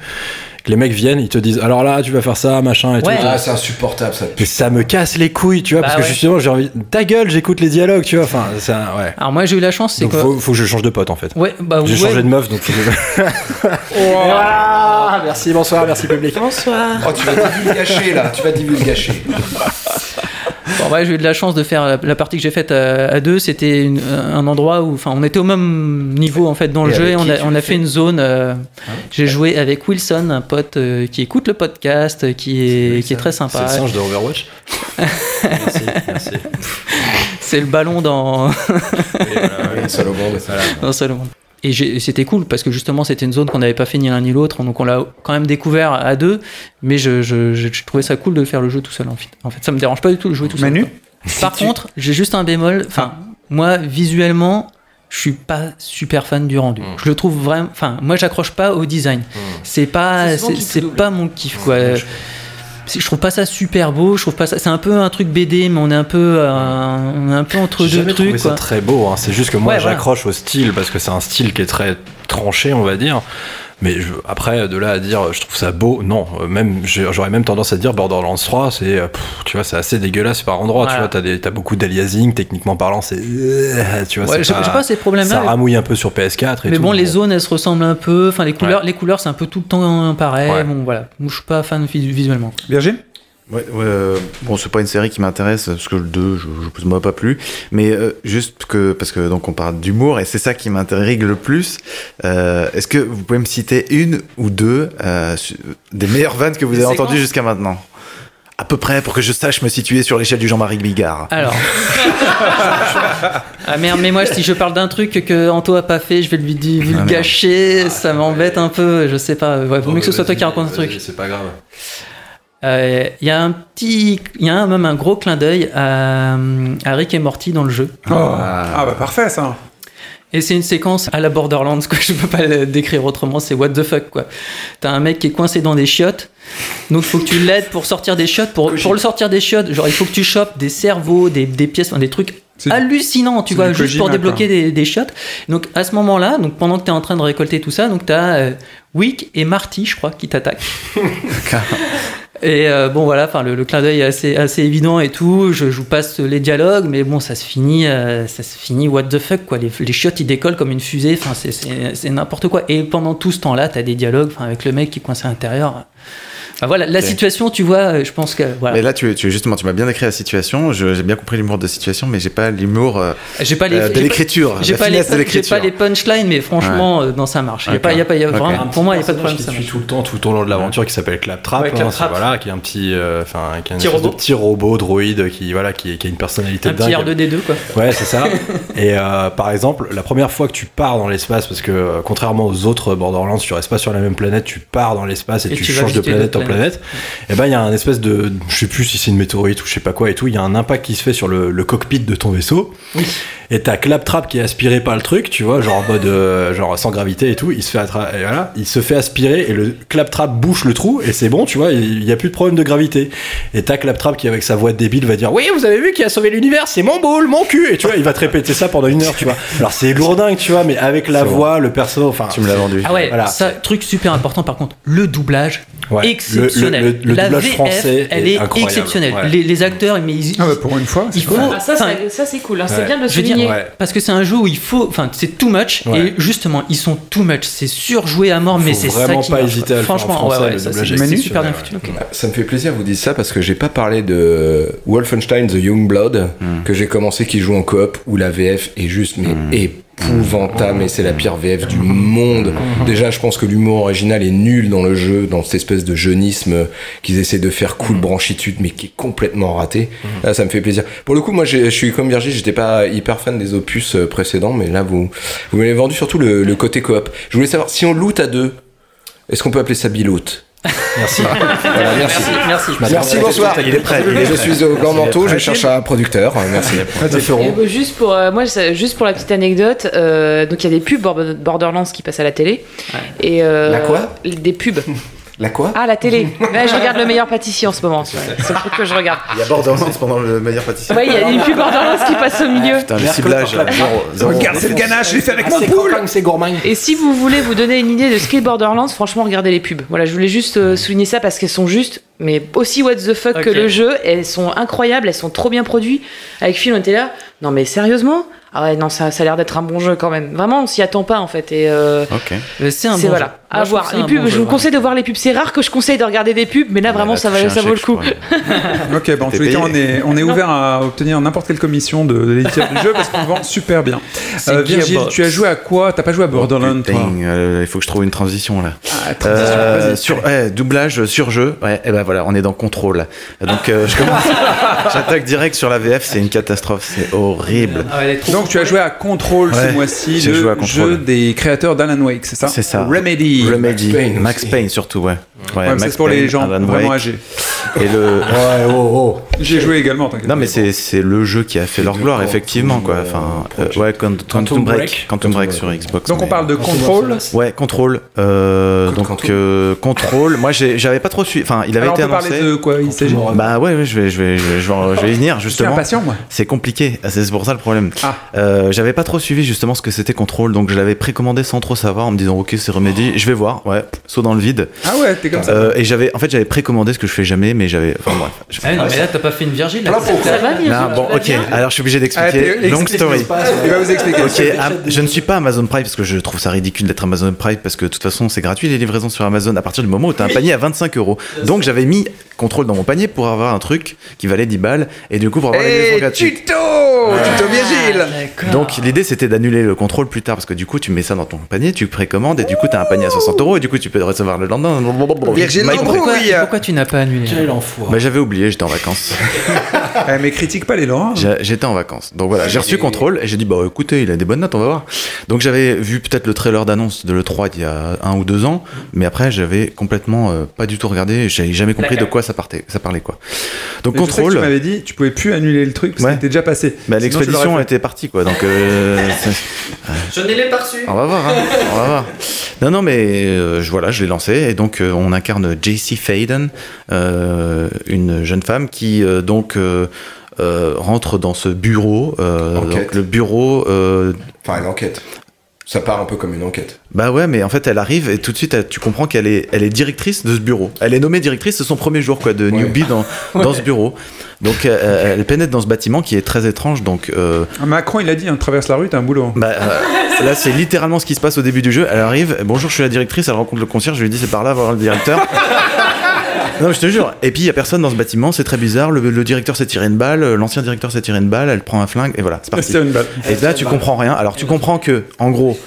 que les mecs viennent, ils te disent alors là, tu vas faire ça, machin et
Ouais.
tout.
Ah, c'est insupportable ça.
Et ça me casse les couilles, tu vois,
Bah
parce que
ouais.
justement, j'ai envie. Ta gueule, j'écoute les dialogues, tu vois. Enfin, c'est un- ouais.
Alors moi j'ai eu la chance, c'est
Donc,
que...
faut, faut que je change de pote en fait.
Ouais, bah
J'ai
ouais.
changé de meuf, donc. faut que- <laughs> Voilà, merci, bonsoir, merci public.
Bonsoir.
Oh, tu vas divulgacher là, tu vas divulgacher.
Bon, ouais, j'ai eu de la chance de faire la, la partie que j'ai faite euh, à, à deux. C'était une- un endroit où, enfin, on était au même niveau en fait dans le
Et
jeu.
avec
et On
qui
a,
tu
on
l'as
a
fait
fait une zone. euh, j'ai joué avec Wilson, un pote euh, qui écoute le podcast, euh, qui est, qui est très
C'est
sympa.
le singe de Overwatch. merci, merci.
C'est le ballon dans
Voilà, Ah, oui, Salomon, mais ça, là.
dans Seul au Monde. Et j'ai- c'était cool parce que justement c'était une zone qu'on n'avait pas fait ni l'un ni l'autre, donc on l'a quand même découvert à deux. Mais je, je- je- je trouvais ça cool de faire le jeu tout seul en fait. En fait, ça me dérange pas du tout de jouer tout seul.
Manu
Par contre, j'ai juste un bémol.
Ah.
Enfin, moi, visuellement, je suis pas super fan du rendu. Je le trouve vraiment. Enfin, moi, j'accroche pas au design. C'est pas,
C'est souvent
c'est
qu'il te
c'est
double.
pas mon kiff quoi. C'est- Je trouve pas ça super beau. Je trouve pas ça. C'est un peu un truc BD, mais on est un peu, euh, on est un peu entre
J'ai
deux
jamais
trucs.
trouvé ça
quoi.
très beau. hein. C'est juste que moi,
Ouais, voilà.
j'accroche au style parce que c'est un style qui est très tranché, on va dire. Mais je- après, de là à dire, je trouve ça beau. Non, Euh, même j'ai- j'aurais même tendance à dire Borderlands 3, c'est, euh, pff, tu vois, c'est assez dégueulasse par endroit.
Voilà.
Tu vois, t'as des- t'as beaucoup d'aliasing, techniquement parlant, c'est, euh, tu vois,
Ouais,
c'est
j'ai-
pas,
j'ai pas ces problèmes-là,
Ça
mais-
ramouille un peu sur PS4 et
Mais
tout,
bon, les zones, elles se ressemblent un peu. Enfin, les couleurs,
Ouais.
les couleurs, c'est un peu tout le temps pareil.
Ouais.
Bon, voilà. Moi, je suis pas fan vis- visuellement.
Virgile
Ouais, ouais, euh, bon, c'est pas une série qui m'intéresse, parce que le 2, je, je, ça m'a pas plu, mais euh, juste que, parce que donc on parle d'humour, et c'est ça qui m'intrigue le plus, euh, est-ce que vous pouvez me citer une ou deux euh, su- des meilleures vannes que vous
Des
avez entendues
séquences
jusqu'à maintenant À peu près, pour que je sache me situer sur l'échelle du Jean-Marie Bigard.
Alors. ah merde, mais moi, si je parle d'un truc que Anto a pas fait, je vais lui, dire- lui
Ah,
le
merde.
gâcher. ça m'embête un peu. Je sais pas. Ouais, vaut mieux que ce soit toi qui raconte un truc.
C'est pas grave.
Euh, Il y a un petit. Il y a un- même un gros clin d'œil à, hum, à Rick et Morty dans le jeu.
Ah bah parfait ça.
Et c'est une séquence à la Borderlands, quoi. <laughs> Je peux pas le décrire autrement, c'est what the fuck, quoi. T'as un mec qui est coincé dans des chiottes, donc faut que tu l'aides pour sortir des chiottes. Pour, pour le sortir des chiottes, genre, il faut que tu chopes des cerveaux, des, des pièces, enfin, des trucs
C'est-
hallucinants,
c'est
tu vois,
du
juste pour
Kojima,
débloquer des, des chiottes. Donc, à ce moment-là, donc, pendant que t'es en train de récolter tout ça, donc, t'as euh, Wick et Marty, je crois, qui t'attaquent. Et euh, bon voilà, enfin le, le clin d'œil est assez, assez évident et tout. Je, je vous passe les dialogues, mais bon, ça se finit, euh, ça se finit what the fuck quoi. Les, les chiottes ils décollent comme une fusée, enfin c'est- c'est c'est n'importe quoi. Et pendant tout ce temps-là, t'as des dialogues, enfin avec le mec qui est coincé à l'intérieur. Enfin, voilà, la
Ok.
situation, tu vois, euh, je pense que
Mais
voilà.
là, tu, tu- justement, tu m'as bien décrit la situation, je- j'ai bien compris l'humour de situation, mais j'ai pas l'humour euh,
J'ai pas les,
euh,
j'ai
de
pas-
l'écriture,
J'ai
la
pas, les
finesse de
pun- j'ai
l'écriture.
pas les punchlines, mais franchement, euh, non, ça marche. Y a
Ok.
pas, y a pas, y a
Ok.
vraiment- pour moi, il n'y a pas de problème.
qui
ça
suit
marche.
tout le temps, tout au long de l'aventure, qui s'appelle Claptrap.
Ouais,
hein,
Claptrap.
c'est- voilà, qui est un petit, euh, enfin, qui est un
Petit
espèce de
robot.
petit robot droïde qui, voilà, qui, qui a une personnalité
Un
dingue.
petit R2D2, quoi.
Ouais, c'est ça. Et euh, par exemple, la première fois que tu pars dans l'espace, parce que euh, contrairement aux autres Borderlands, tu restes pas sur la même planète, tu pars dans l'espace et,
Et
tu,
tu vas
changes de
visiter
planète
d'autres
en planète, et ben il y a un espèce de. Je sais plus si c'est une météorite ou je sais pas quoi et tout, il y a un impact qui se fait sur le, le cockpit de ton vaisseau. Et t'as Claptrap qui est aspiré par le truc, tu vois, genre en mode euh, genre sans gravité et tout, il se fait attra- et voilà, il se fait aspirer et le Claptrap bouche le trou et c'est bon, tu vois, il n'y a plus de problème de gravité. Et t'as Claptrap qui avec sa voix débile va dire "Oui, vous avez vu qui a sauvé l'univers, c'est mon ball, mon cul." Et tu vois, il va te répéter ça pendant une heure, tu vois. Alors c'est lourdingue, tu vois, mais avec la
C'est
voix, le perso, enfin
Tu me l'as vendu.
Ah ouais,
Voilà.
ça, truc super important par contre, le doublage,
Ouais,
exceptionnel.
le- le- le
la
doublage
VF,
français
elle
est
est,
incroyable,
exceptionnelle.
ouais.
Les, les acteurs, mais ils,
Ah bah pour une fois.
il faut.
Ah, ça,
enfin,
ça, ça, c'est cool. hein. C'est
Ouais.
bien de le
je veux dire,
souligner.
Ouais.
parce que c'est un jeu où il faut, enfin, c'est too much,
Ouais.
et justement, ils sont too much, c'est surjoué à mort, mais
Faut
c'est ça qui
vraiment pas
marche,
hésiter
quoi.
à le faire en
Franchement,
français,
ouais,
le
ouais, ça, c'est
doublage est
c'est
exceptionnel,
super bien
ouais.
foutu.
Ça me fait plaisir que vous dites ça parce que j'ai pas parlé de Wolfenstein The Young Blood que j'ai commencé qui joue en coop où la VF est juste mais épouvantable mais c'est la pire VF du monde. Déjà je pense que l'humour original est nul dans le jeu dans cette espèce de jeunisme qu'ils essaient de faire cool branchitude mais qui est complètement raté. Là ça me fait plaisir. Pour le coup moi j'ai- je suis comme Virgile, j'étais pas hyper fan des opus euh, précédents mais là vous vous m'avez vendu surtout le, le côté coop. Je voulais savoir si on loot à deux est-ce qu'on peut appeler ça biloute
Merci.
Voilà, merci.
Merci.
Merci, bonsoir.
Il est prêt.
Je suis au grand manteau, je cherche un producteur. euh, Merci.
Et, euh, juste pour euh, moi, ça- juste pour la petite anecdote, euh, donc il y a des pubs Bor- Borderlands qui passent à la télé. Et euh,
La quoi
Des pubs.
La quoi
Ah, la télé. Ouais, je regarde le meilleur pâtissier en ce moment. ouais. C'est le truc que je regarde.
Il y a Borderlands pendant le meilleur pâtissier.
Ouais, il y a une pub Borderlands qui passe au milieu.
Putain, le ciblage. là, zéro- zéro
Regarde cette
défense.
ganache, je l'ai fait avec mon
c'est
poule
croquant, c'est gourmand.
Et si vous voulez vous donner une idée de ce qu'est Borderlands, franchement, regardez les pubs. Voilà, je voulais juste euh, souligner ça parce qu'elles sont juste, mais aussi what the fuck que
Ok.
le jeu. Elles sont incroyables, elles sont trop bien produites. Avec Phil, on était là. Non, mais sérieusement Ah ouais, non, ça, ça a l'air d'être un bon jeu quand même. Vraiment, on s'y attend pas en fait. Et euh,
Ok.
Mais C'est un
c'est
bon jeu.
voilà,
Moi,
à
je trouve
voir.
que c'est
Les
un
pubs,
bon
je
jeu, hein.
vous
vraiment.
conseille de voir les pubs. C'est rare que je conseille de regarder des pubs, mais là, vraiment,
Elle a
ça, va,
touché un
ça vaut le
chèque,
coup.
je crois.
Ok, bon, en
T'es
tous les cas,
payé.
on est, on est ouvert à obtenir n'importe quelle commission de, de l'éditeur du jeu parce qu'on vend super bien.
C'est
Euh, Virgile,
Gearbox.
tu as joué à quoi T'as pas joué à Borderlands, toi
Putain, euh, il faut que je trouve une transition là.
Ah, transition,
Euh,
vas-y.
sur eh, doublage, sur jeu. Ouais, et ben voilà, on est dans contrôle. Donc euh, je commence. J'attaque direct sur la VF, c'est une catastrophe, c'est horrible.
Ah ouais, elle est trop
Donc, tu as joué à Control ce
Ouais,
mois-ci,
j'ai joué à
le
Control.
jeu des créateurs d'Alan Wake, c'est ça
C'est ça.
Remedy.
Remedy,
Max Payne
Max
aussi.
Payne surtout, ouais. Ouais,
Ouais, mais
Max
c'est pour les
Payne,
gens
Alan
vraiment
Wake.
âgés.
Et le,
Ouais, oh, oh.
J'ai joué également, t'inquiète.
Non mais
pas.
c'est c'est le jeu qui a fait leur gloire
Quantum,
effectivement quoi.
euh,
Enfin euh, ouais quand- Quantum,
Break.
Break, Quantum Break sur Xbox.
Donc, on
mais-
parle de Control.
Ouais, contrôle. Euh, donc euh, contrôle. Moi, j'ai- j'avais pas trop suivi. Enfin, il avait
Alors, on
été
peut
annoncé.
parler de quoi Il s'agit.
Bah ouais, ouais, je vais, je vais, je vais, je vais en- je vais y venir
Je suis
justement.
impatient, moi.
C'est compliqué, euh, c'est pour ça le problème.
Ah.
Euh, j'avais pas trop suivi justement ce que c'était contrôle, donc je l'avais précommandé sans trop savoir, en me disant ok c'est Remedy, je vais voir, ouais, saut dans le vide.
Ah ouais, t'es comme ça.
Euh, et j'avais, en fait j'avais précommandé ce que je fais jamais, mais j'avais, enfin bref. Je-
Ah, non, mais là, t'as pas fait une virgile. là.
Ça va, Virgile
Non, Ah, bon
Tu vas
ok,
bien
alors je suis obligé
Bah, Ah, t'es-
d'expliquer.
explique
Long
ce qui se
story.
passe. Il va vous expliquer.
Ok, Am- je ne suis pas Amazon Prime parce que je trouve ça ridicule d'être Amazon Prime parce que de toute façon c'est gratuit les livraisons sur Amazon à partir du moment où tu as un panier à 25 euros. Donc j'avais mis contrôle dans mon panier pour avoir un truc qui valait 10 balles et du coup pour avoir les livraisons
Et
gratuites.
tuto Tuto
Ah,
Virgile
Donc l'idée c'était d'annuler le contrôle plus tard parce que du coup tu mets ça dans ton panier, tu précommandes et du coup tu as un panier à 60 euros et du coup tu peux le recevoir le lendemain.
Virgile
Mike
Lambron.
Pourquoi,
Oui.
pourquoi tu n'as pas annulé
Quel enfoiré.
Bah, j'avais oublié, j'étais en vacances.
Eh, Mais critique pas les lents.
J'a- J'étais en vacances. Donc voilà, j'ai reçu contrôle et j'ai dit, bah écoutez, il a des bonnes notes, on va voir. Donc j'avais vu peut-être le trailer d'annonce de l'E3 il y a un ou deux ans, mais après j'avais complètement euh, pas du tout regardé, j'avais jamais compris de quoi ça, partait, ça parlait quoi. Donc
Mais je sais que
contrôle,
Tu m'avais dit, tu pouvais plus annuler le truc parce
Ouais.
qu'il était déjà passé.
bah,
Sinon, tu l'aurais
l'expédition était partie quoi, donc <laughs> euh, ça-
Je ne l'ai pas reçu.
on va voir, hein, on va voir. Non, non, mais euh, je- voilà, je l'ai lancé et donc euh, on incarne JC Faden, euh, une jeune femme qui euh, donc euh, euh, rentre dans ce bureau, euh,
Enquête.
donc le bureau euh,
Enfin, une enquête. Ça part un peu comme une enquête.
Bah ouais, mais en fait, elle arrive et tout de suite, elle- tu comprends qu'elle est, elle est directrice de ce bureau. Elle est nommée directrice de son premier jour, quoi, de
Ouais.
newbie <laughs> dans, dans ce bureau. Donc, euh, elle pénètre dans ce bâtiment qui est très étrange. Donc, euh,
fait. Macron, il a dit, hein, traverse la rue, t'as un boulot.
bah, euh, là, c'est littéralement ce qui se passe au début du jeu. Elle arrive, bonjour, je suis la directrice. Elle rencontre le concierge, je lui dis, c'est par là, voir le directeur. Non, mais je te jure. Et puis, il y a personne dans ce bâtiment, c'est très bizarre. Le, le directeur s'est tiré une balle, euh, l'ancien directeur s'est tiré une balle, elle prend un flingue, et voilà, <laughs> c'est parti.
<laughs> C'est une balle. Bah,
Et là, Eh ben, tu comprends rien. Alors, tu comprends que, en gros,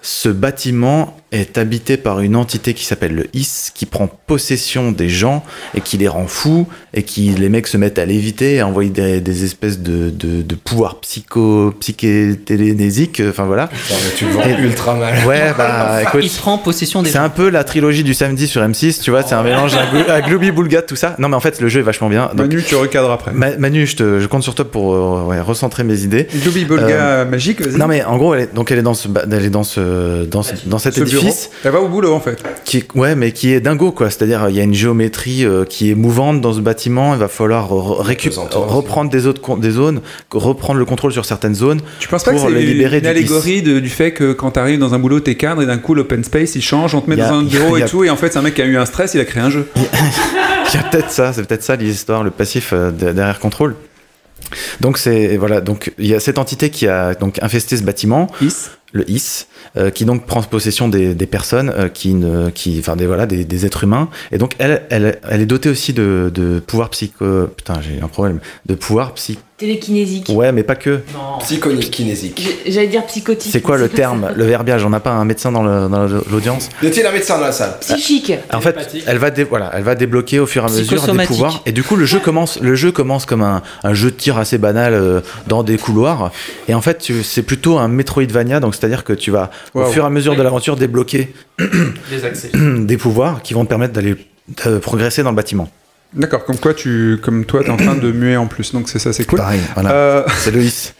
ce bâtiment est habité par une entité qui s'appelle le Is, qui prend possession des gens et qui les rend fous et qui les mecs se mettent à léviter, à envoyer des, des espèces de, de, de pouvoirs psycho, psychétélénésiques. euh, Enfin voilà.
Putain, mais tu le vends ultra mal.
Ouais, bah
Il
écoute.
prend possession des. Oh.
C'est un peu la trilogie du samedi sur M6, tu vois, c'est un mélange à, Glo- à Glooby Boulga, tout ça. Non, mais en fait, le jeu est vachement bien. Donc,
Manu, tu recadres après.
Ma- Manu, je, te- je compte sur toi pour euh, ouais, recentrer mes idées.
Gloobie Bolga magique, vas-y.
euh, Non mais en gros, elle est, donc elle est dans ce, ba- elle est dans ce, dans, ce- dans cet
Ce bureau.
édifice
Elle va au boulot en fait.
qui, est- ouais, mais qui est dingo quoi. C'est-à-dire il y a une géométrie euh, qui est mouvante dans ce bâtiment. Il va falloir re- récup-
Pesanteurs aussi.
reprendre des autres con- des zones, reprendre le contrôle sur certaines zones. <laughs>
Tu penses pas que
Pour le
c'est
libérer
une
du
allégorie de- du fait que quand t'arrives dans un boulot, t'es cadre et d'un coup l'open space il change, on te met
Y a-
dans un bureau
y
et
a-
tout, et en fait c'est un mec qui a eu un stress, il a créé un jeu.
Il y a peut-être ça, c'est peut-être ça l'histoire, le passif euh, de- derrière contrôle. Donc c'est voilà, donc il y a cette entité qui a donc infesté ce bâtiment.
Is.
le Is, euh, qui donc prend possession des, des personnes, euh, qui, ne, qui, enfin des, voilà, des, des êtres humains. Et donc elle, elle, elle est dotée aussi de, de pouvoirs psycho. Putain, j'ai un problème. De pouvoirs psy.
Télékinésique.
Ouais, mais pas que.
Psychokinésique.
J'ai- J'allais dire psychotique.
C'est quoi le terme, le verbiage On n'a pas un médecin dans le- dans l'audience.
Y a-t-il un médecin dans la salle
Psychique.
En fait,
Télépathique.
elle va, dé- voilà, elle va débloquer au fur et à mesure des
Psychosomatique.
pouvoirs. Et du coup, le jeu commence, le jeu commence comme un, un jeu de tir assez banal euh, dans des couloirs. Et en fait, tu- c'est plutôt un Metroidvania. Donc, c'est-à-dire que tu vas, au
Waouh.
fur et à mesure de l'aventure, débloquer <coughs> des pouvoirs qui vont te permettre d'aller euh, progresser dans le bâtiment.
D'accord, comme quoi tu, comme toi, t'es en train de muer en plus, donc c'est ça, c'est cool.
Pareil, Bah, voilà.
Euh,
C'est le hisse.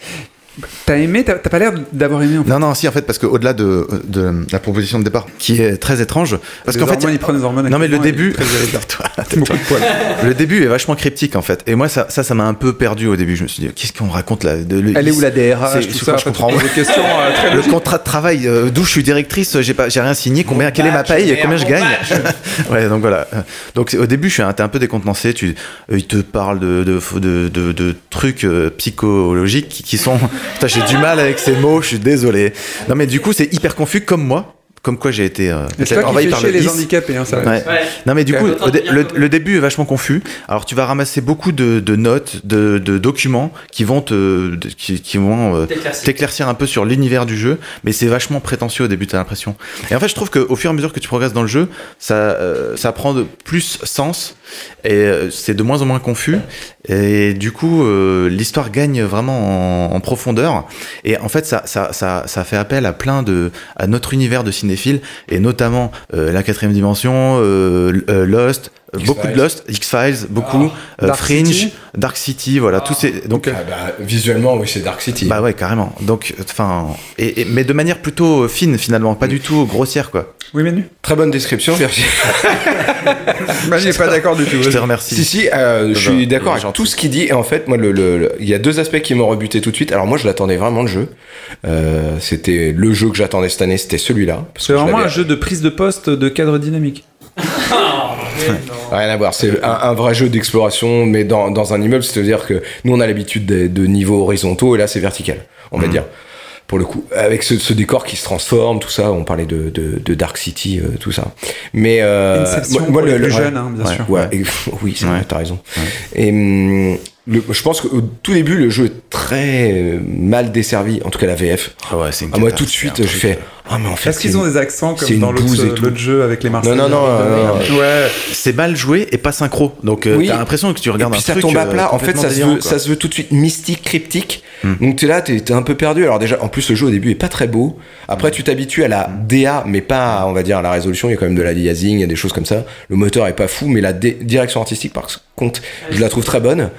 T'as aimé T'as t'as pas l'air d'avoir aimé en fait.
Non, non, si, en fait, parce qu'au-delà de, de la proposition de départ, qui est très étrange, parce
Les
qu'en fait.
hormones, ils prennent les hormones
Non, mais le
actuellement,
début.
et ils
<laughs>
prennent
Tais-toi, tais-toi. Le début est vachement cryptique, en fait. Et moi, ça, ça ça m'a un peu perdu au début. Je me suis dit, qu'est-ce qu'on raconte là de, le-
Elle est où la DRH,
c'est-
tout
je-
ça,
je
pas
comprends.
trop de questions, euh, très
le
logiques.
contrat de travail, euh, d'où je suis directrice, j'ai pas, j'ai rien signé, combien, quelle est ma
badge,
paye,
merde,
combien je
mon
gagne.
badge.
ouais, donc voilà. Euh, Donc c'est- au début, je suis un, t'es un peu décontenancé. Tu, euh, ils te parlent de, de, de, de- de trucs euh, psychologiques qui, qui sont. <laughs> Putain, j'ai du mal avec ces mots. Je suis désolé. Non, mais du coup, c'est hyper confus comme moi. Comme quoi j'ai été euh,
C'est toi qui
envahi
fais
par
chier
le
les
is.
handicapés, hein, ça.
Ouais. Non mais du
Ouais.
coup, au dé- le, le début est vachement confus. Alors tu vas ramasser beaucoup de, de notes, de, de documents qui vont te, de- qui, qui vont euh,
T'éclaircir.
t'éclaircir un peu sur l'univers du jeu, mais c'est vachement prétentieux au début, t'as l'impression. Et en fait, je trouve qu'au fur et à mesure que tu progresses dans le jeu, ça, euh, ça prend de plus sens et euh, c'est de moins en moins confus. Et du coup, euh, l'histoire gagne vraiment en, en profondeur. Et en fait, ça, ça, ça, ça fait appel à plein de, à notre univers de cinéphile, et notamment euh, la quatrième dimension, euh, l- euh, Lost, euh, beaucoup de Lost, X-Files, beaucoup, euh,
Ah. Dark
Fringe,
City.
Dark City, voilà, tous ces, donc,
Ah bah, visuellement, oui, c'est Dark City.
bah ouais, carrément. Donc, enfin, et, et- mais de manière plutôt euh, fine finalement,
Mm.
pas du tout grossière quoi.
Oui, Manu
Très bonne description. Merci. Ah,
Manu n'est pas d'accord du tout.
Je te
vas-y.
remercie.
Si, si, euh, je
bah,
suis d'accord
bah,
avec
gentil.
tout ce qu'il dit. Et en fait, moi, le- le- le- il y a deux aspects qui m'ont rebuté tout de suite. Alors, moi, je l'attendais vraiment le jeu. Euh, c'était le jeu que j'attendais cette année, c'était celui-là. Parce
C'est
que je
vraiment un
l'avais-
jeu de prise de poste de cadre dynamique.
Rien à voir. C'est un, un vrai jeu d'exploration, mais dans, dans un immeuble. C'est-à-dire que nous, on a l'habitude de, de niveaux horizontaux, et là, c'est vertical, on
Hmm.
va dire. Pour le coup, avec ce, ce décor qui se transforme, tout ça, on parlait de, de, de Dark City, euh, tout ça. Mais euh,
Inception pour les plus
ouais.
jeunes, hein, bien
Ouais,
sûr.
ouais, et- oui, c'est vrai, t'as raison. Et hum, le- je pense qu'au tout début, le jeu est très euh, mal desservi, en tout cas la VF.
Ah ouais, c'est une
Ah, moi,
cata,
tout de
c'est
suite,
un
je
truc, euh,
fais. Ah, mais en fait.
Est-ce qu'ils
c'est-
ont des accents
c'est
comme
une
dans l'autre euh,
bouse et tout.
l'autre jeu avec les Marseillais
non, non,
avec les
non,
Ouais.
C'est mal joué et pas synchro. Donc euh,
Oui.
t'as l'impression que tu regardes
et puis
un
ça
truc.
tombe à
euh,
plat. En fait,
complètement
ça se,
délirant,
veut,
quoi. Hmm.
ça se veut tout de suite mystique, cryptique. Donc t'es là, t'es t'es un peu perdu. Alors déjà, en plus le jeu au début est pas très beau. Après,
Hmm.
tu t'habitues à la DA, mais pas, on va dire, à la résolution. Il y a quand même de l'aliasing, il y a des choses comme ça. Le moteur est pas fou, mais la dé- direction artistique, par contre, je la trouve très bonne.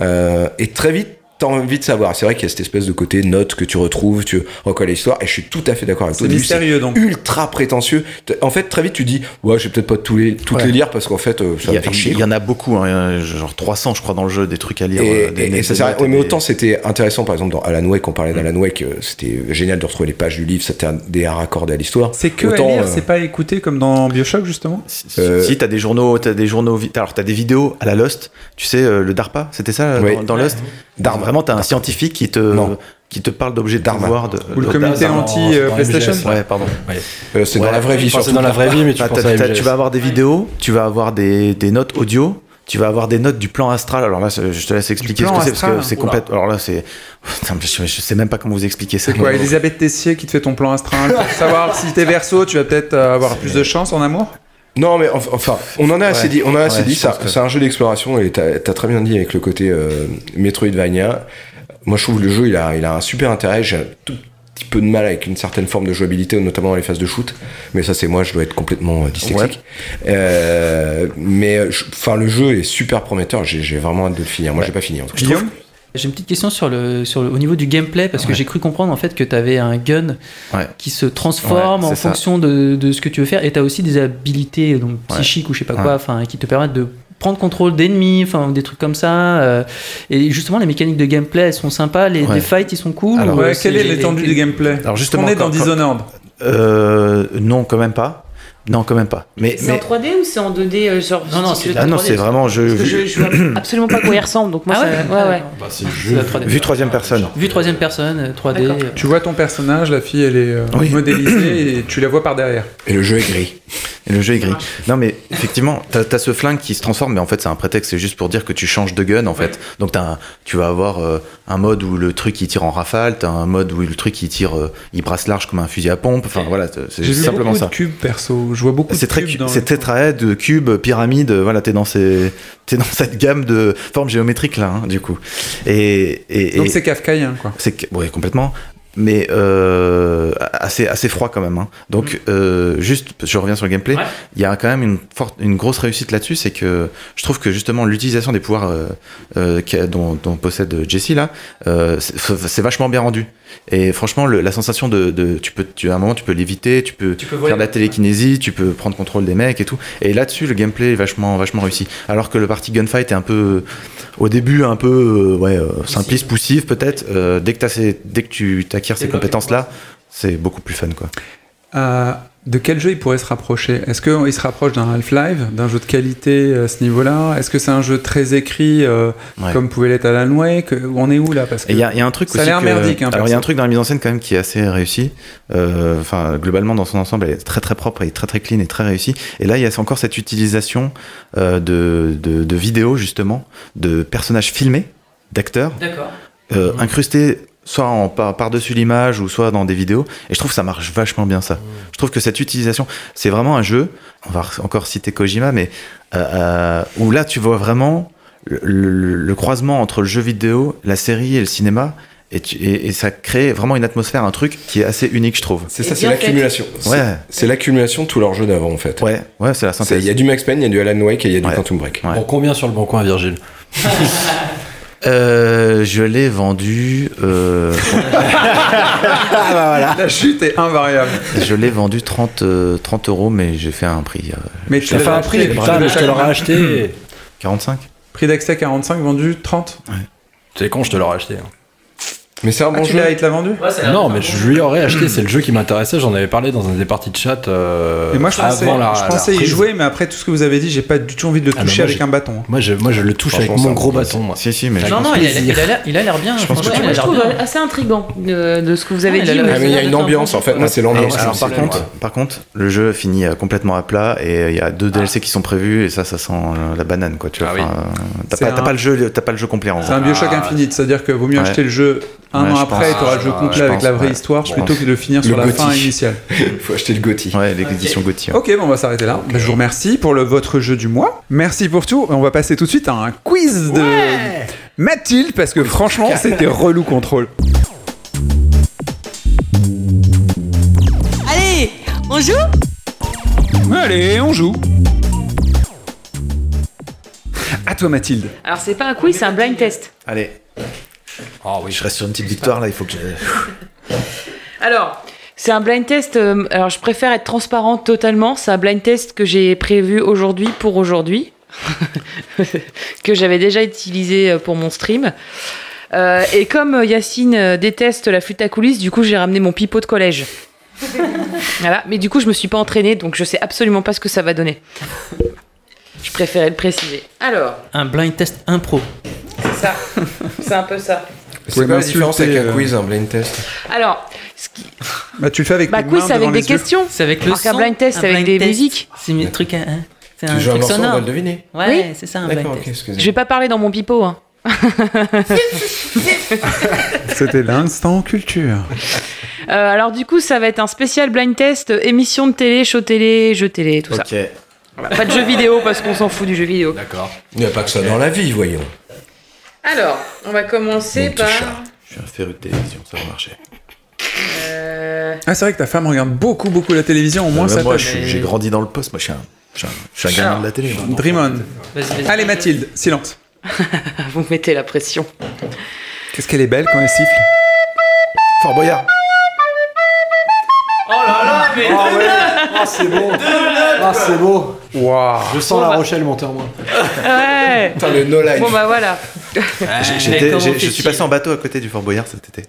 Euh, et très vite, t'as envie de savoir. C'est vrai qu'il y a cette espèce de côté note que tu retrouves, tu reconnais l'histoire. Et je suis tout à fait d'accord avec
C'est
toi. Au début,
mystérieux donc.
Ultra prétentieux. En fait, très vite, tu dis, ouais, je vais peut-être pas tous les, toutes
Ouais.
les lire parce qu'en fait, euh, ça
Il y, a-
va me faire chier.
il y en a beaucoup, hein, genre 300 je crois dans le jeu, des trucs à lire.
Et,
euh, des-
et- et
des- des
ça sert à rien.
notes et
Ouais, mais
des-
autant c'était intéressant, par exemple, dans Alan Wake, on parlait d'Alan Wake, euh, c'était génial de retrouver les pages du livre, c'était un- des raccordés à l'histoire.
C'est que
Autant,
à lire,
euh,
c'est pas écouter comme dans Bioshock justement
Si,
Euh,
si, t'as des journaux, t'as des journaux, vi- alors t'as des vidéos à la Lost. Tu sais euh, le DARPA, c'était ça euh,
Oui.
dans, dans Lost.
Darma.
Vraiment, t'as un scientifique qui te
Non.
qui te parle d'objets de
Darma.
pouvoir, de-
Ou le
de-
comité euh,
dans- dans
anti-PlayStation
MGS,
Ouais, pardon.
euh, c'est
Ouais.
dans la vraie vie,
Enfin,
surtout.
c'est dans la vraie vie, mais tu
Ah,
penses
t'as-
à
t'as-
MGS.
tu vas avoir des vidéos, tu vas avoir des, des notes audio, tu vas avoir des notes du plan astral. Alors là, je te laisse expliquer ce
plan
que c'est parce
astral.
que c'est
Oula.
complètement. Alors là, c'est. <laughs> Putain, mais Je, je sais même pas comment vous expliquer ça.
C'est quoi, Elisabeth Tessier qui te fait ton plan astral
<laughs>
pour savoir si t'es verso, tu vas peut-être euh, avoir plus de chance en amour
Non, mais enf- enfin, on en a assez
Ouais.
dit, on en a assez
Ouais,
dit,
je
ça-
pense que-
c'est un jeu d'exploration et t'as t'as très bien dit avec le côté euh, Metroidvania. Moi, je trouve que le jeu, il a, il a un super intérêt, j'ai un tout petit peu de mal avec une certaine forme de jouabilité, notamment dans les phases de shoot, mais ça, c'est moi, je dois être complètement euh, dyslexique. Euh, mais, je- enfin, le jeu est super prometteur, j'ai j'ai vraiment hâte de le finir. Moi, j'ai pas fini, en tout cas.
Guillaume
J'ai une petite question sur le, sur le- au niveau du gameplay, parce que j'ai cru comprendre en fait que tu avais un gun
Ouais.
qui se transforme
Ouais,
en
c'est ça.
fonction de, de ce que tu veux faire, et tu as aussi des habilités donc, psychiques ou je sais pas quoi, enfin qui te permettent de prendre contrôle d'ennemis, enfin des trucs comme ça. euh, et justement, les mécaniques de gameplay, elles sont sympas, les,
Ouais.
les fights, ils sont cool.
Alors,
ou, euh,
Ouais, quelle est
c'est-
l'étendue du gameplay
Alors, justement,
on est
quand-
dans
quand-
Dishonored.
Euh, non, quand même pas. Non, quand même pas. Mais,
C'est
mais...
en 3D ou c'est en 2D euh, genre
Non, non,
style
c'est-
de
ah non,
3D,
c'est vraiment je
Parce que je,
vu,
je vois absolument pas à quoi il ressemble, donc moi
Ah
ça-
ouais,
ouais, ouais.
Bah, c'est
C'est la 3D.
vu troisième personne.
euh, Vue troisième personne, euh, 3D.
D'accord.
euh,
Tu vois ton personnage, la fille elle est euh,
Oui. <clears throat>
modélisée et tu la vois par derrière.
Et le jeu est gris.
Et le jeu est gris. Non, mais effectivement, t'as as ce flingue qui se transforme, mais en fait, c'est un prétexte. C'est juste pour dire que tu changes de gun, en fait. Donc, t'as un- tu vas avoir euh, un mode où le truc il tire en rafale, t'as un mode où le truc il tire, euh, il brasse large comme un fusil à pompe. Enfin, voilà, c'est
J'ai vu
simplement
beaucoup
ça.
de cubes perso, je vois beaucoup de
C'est très,
cubes
cu-
dans
c'est
le-
tétraède, cube, pyramide. euh, Voilà, t'es dans ces, t'es dans cette gamme de formes géométriques là, hein, du coup. Et, et,
Donc
et-
c'est kafkaïen quoi.
c'est que- ouais, complètement. Mais euh, assez, assez froid quand même. hein. Donc, euh, juste, je reviens sur le gameplay. Il
Ouais.
y a quand même une, forte, une grosse réussite là-dessus. C'est que je trouve que justement, l'utilisation des pouvoirs euh, euh, qu'a- dont, dont possède Jessie, là, euh, c'est c'est vachement bien rendu. Et franchement, le- la sensation de, de- tu peux, tu, à un moment, tu peux l'éviter, tu peux, faire de la télékinésie, tu peux prendre contrôle des mecs et tout. Et là-dessus, le gameplay est vachement, vachement réussi. Alors que le party gunfight est un peu, au début, un peu, euh, ouais, euh, simpliste, poussif peut-être. Euh, dès que t'as ces- dès que tu t'acquiers ces compétences-là, c'est beaucoup plus fun, quoi.
Euh, de quel jeu il pourrait se rapprocher Est-ce qu'il se rapproche d'un Half-Life, d'un jeu de qualité euh, à ce niveau-là Est-ce que c'est un jeu très écrit, euh,
Ouais.
comme pouvait l'être Alan Wake Euh, On est où là Parce que
Et il y, a- il y a un truc
ça a
aussi
l'air
que-
merdique. hein,
alors il y a un
perso.
truc dans la mise en scène quand même qui est assez réussi. Euh, Enfin globalement dans son ensemble elle est très très propre et très très clean et très réussie. Et là il y a encore cette utilisation euh, de, de, de vidéos justement de personnages filmés, d'acteurs
D'accord.
euh, incrustés soit en par, par-dessus l'image ou soit dans des vidéos et je trouve que ça marche vachement bien ça je trouve que cette utilisation c'est vraiment un jeu on va re- encore citer Kojima mais euh, euh, où là tu vois vraiment le, le- le croisement entre le jeu vidéo la série et le cinéma et, tu- et- et ça crée vraiment une atmosphère un truc qui est assez unique je trouve
C'est ça, c'est l'accumulation. C'est-
ouais
C'est l'accumulation de tous leurs jeux d'avant, en fait.
ouais ouais c'est la
C'est-
synthèse
Il y a du Max Payne, il y a du Alan Wake et il y a du Quantum Break.
Bon, combien sur le bon coin, Virgile
Euh, je l'ai vendu euh, <laughs>
<laughs> La chute est invariable.
je l'ai vendu 30 euh, 30 euros mais j'ai fait un prix euh,
Mais tu
Ça fait
l'avais
un prix,
acheté,
putain,
tu
mais je te l'aurais
l'avais
acheté.
45
Prix d'accès 45, vendu 30.
C'est con, je te l'aurais acheté. hein.
Mais c'est un
Ah,
bon
tu
jeu.
l'as, il te l'a vendu
Ah, non, mais je lui aurais acheté, c'est le jeu qui m'intéressait, j'en avais parlé dans un des parties de chat euh,
Et moi, je pensais,
avant la
je
la
pensais y
reprise.
jouer, mais après tout ce que vous avez dit, j'ai pas du tout envie de le
Ah, mais
toucher
moi,
avec
j'ai-
un bâton. hein.
Moi je, moi, je le touche avec
Franchement,
mon
ça
gros
me plaît.
bâton, moi.
si si mais
Non, non, il a- il a l'air- il a l'air bien.
pense que
franchement,
tu
il
Moi,
a
je
l'air
trouve
bien.
assez intriguant de, de ce que vous avez
Ah,
dit.
il a l'air-
Ah, mais il y a une
de-
ambiance, en fait. Moi, c'est l'ambiance.
Alors,
qui
par,
me plaît,
contre,
moi.
par contre, le jeu finit euh, complètement à plat et euh, il y a deux DLC qui sont prévus et ça, ça sent euh, la banane quoi. Tu vois,
Ah oui.
Enfin, euh, t'as
C'est
pas, t'as
un-
pas le jeu, t'as pas le jeu complet en
C'est
gros.
un Bioshock Infinite, c'est-à-dire que vaut mieux
Ah, Ouais.
acheter le jeu un
Ouais,
an
je
après,
pense.
tu auras le jeu
Ah,
complet
je
avec
pense,
la vraie
ouais.
histoire
Je
plutôt
pense.
que de finir
Le
sur la fin
gothique.
initiale.
<laughs> Faut acheter le Gotti.
Ouais, les éditions Gauthier.
Ok, bon, on va s'arrêter là. Bah, je vous remercie pour le, votre jeu du mois. Merci pour tout. On va passer tout de suite à un quiz de Mathilde parce que franchement, c'était relou contrôle.
Allez, on joue
Allez, on joue. À toi, Mathilde.
Alors, c'est pas un quiz, c'est un blind test.
Allez,
Ah oui,
je reste sur une petite victoire là. Il faut que.
Alors, c'est un blind test. euh, alors, je préfère être transparente totalement. C'est un blind test que j'ai prévu aujourd'hui pour aujourd'hui, <laughs> que j'avais déjà utilisé euh, pour mon stream. Euh, et comme euh, Yacine euh, déteste la flûte à coulisses, du coup, j'ai ramené mon pipeau
<laughs>
de collège. voilà, mais du coup, je me suis pas entraînée, donc je sais absolument pas ce que ça va donner. Je préférais le préciser. Alors,
Un blind test impro.
c'est ça. <laughs> C'est un peu ça.
C'est quoi la
m'insulter,
différence avec
euh,
un quiz, un blind test
Alors, ce qui...
Bah, tu le fais avec
bah,
tes mains
quiz, c'est
devant
avec des
les yeux.
questions.
C'est avec le
Alors
son.
qu'un blind test,
un
c'est avec
blind
des
test,
musiques.
C'est un truc, à- hein, c'est un
Tu joues un
truc
morceau, on
sonore.
doit le deviner.
Ouais, c'est ça un blind
D'accord, ok,
test.
excusez-moi.
Je vais pas parler dans mon pipeau. Hein.
C'était l'instant culture.
Euh, alors du coup, ça va être un spécial blind test, euh, émission de télé, show télé, jeu télé, tout ça.
Ok.
Voilà. Pas de jeu vidéo parce qu'on s'en fout du jeu vidéo.
d'accord.
Il n'y a pas que ça dans la vie, voyons.
Alors, on va commencer
Mon petit
par.
chat. Je suis un féru de télévision, ça va marcher.
euh,
Ah, c'est vrai que ta femme regarde beaucoup, beaucoup la télévision. Au moins,
Même
ça
moi,
t'aide.
je suis- j'ai grandi dans le poste. Moi, je suis un, je suis un, je suis un gamin de la télé. moi.
Dream on.
Vas-y, vas-y.
Allez, Mathilde, silence.
Ah, Vous me mettez la pression.
Qu'est-ce qu'elle est belle quand elle siffle
Fort Boyard.
Ah ouais Ah c'est beau Ah c'est beau
Waouh
Je sens la Rochelle monter en moi.
Ouais.
Putain, le no life.
Bon bah voilà.
J'ai-
mais
j'étais-
comment
j'ai- Je suis
fait-il
passé en bateau à côté du Fort Boyard cet été.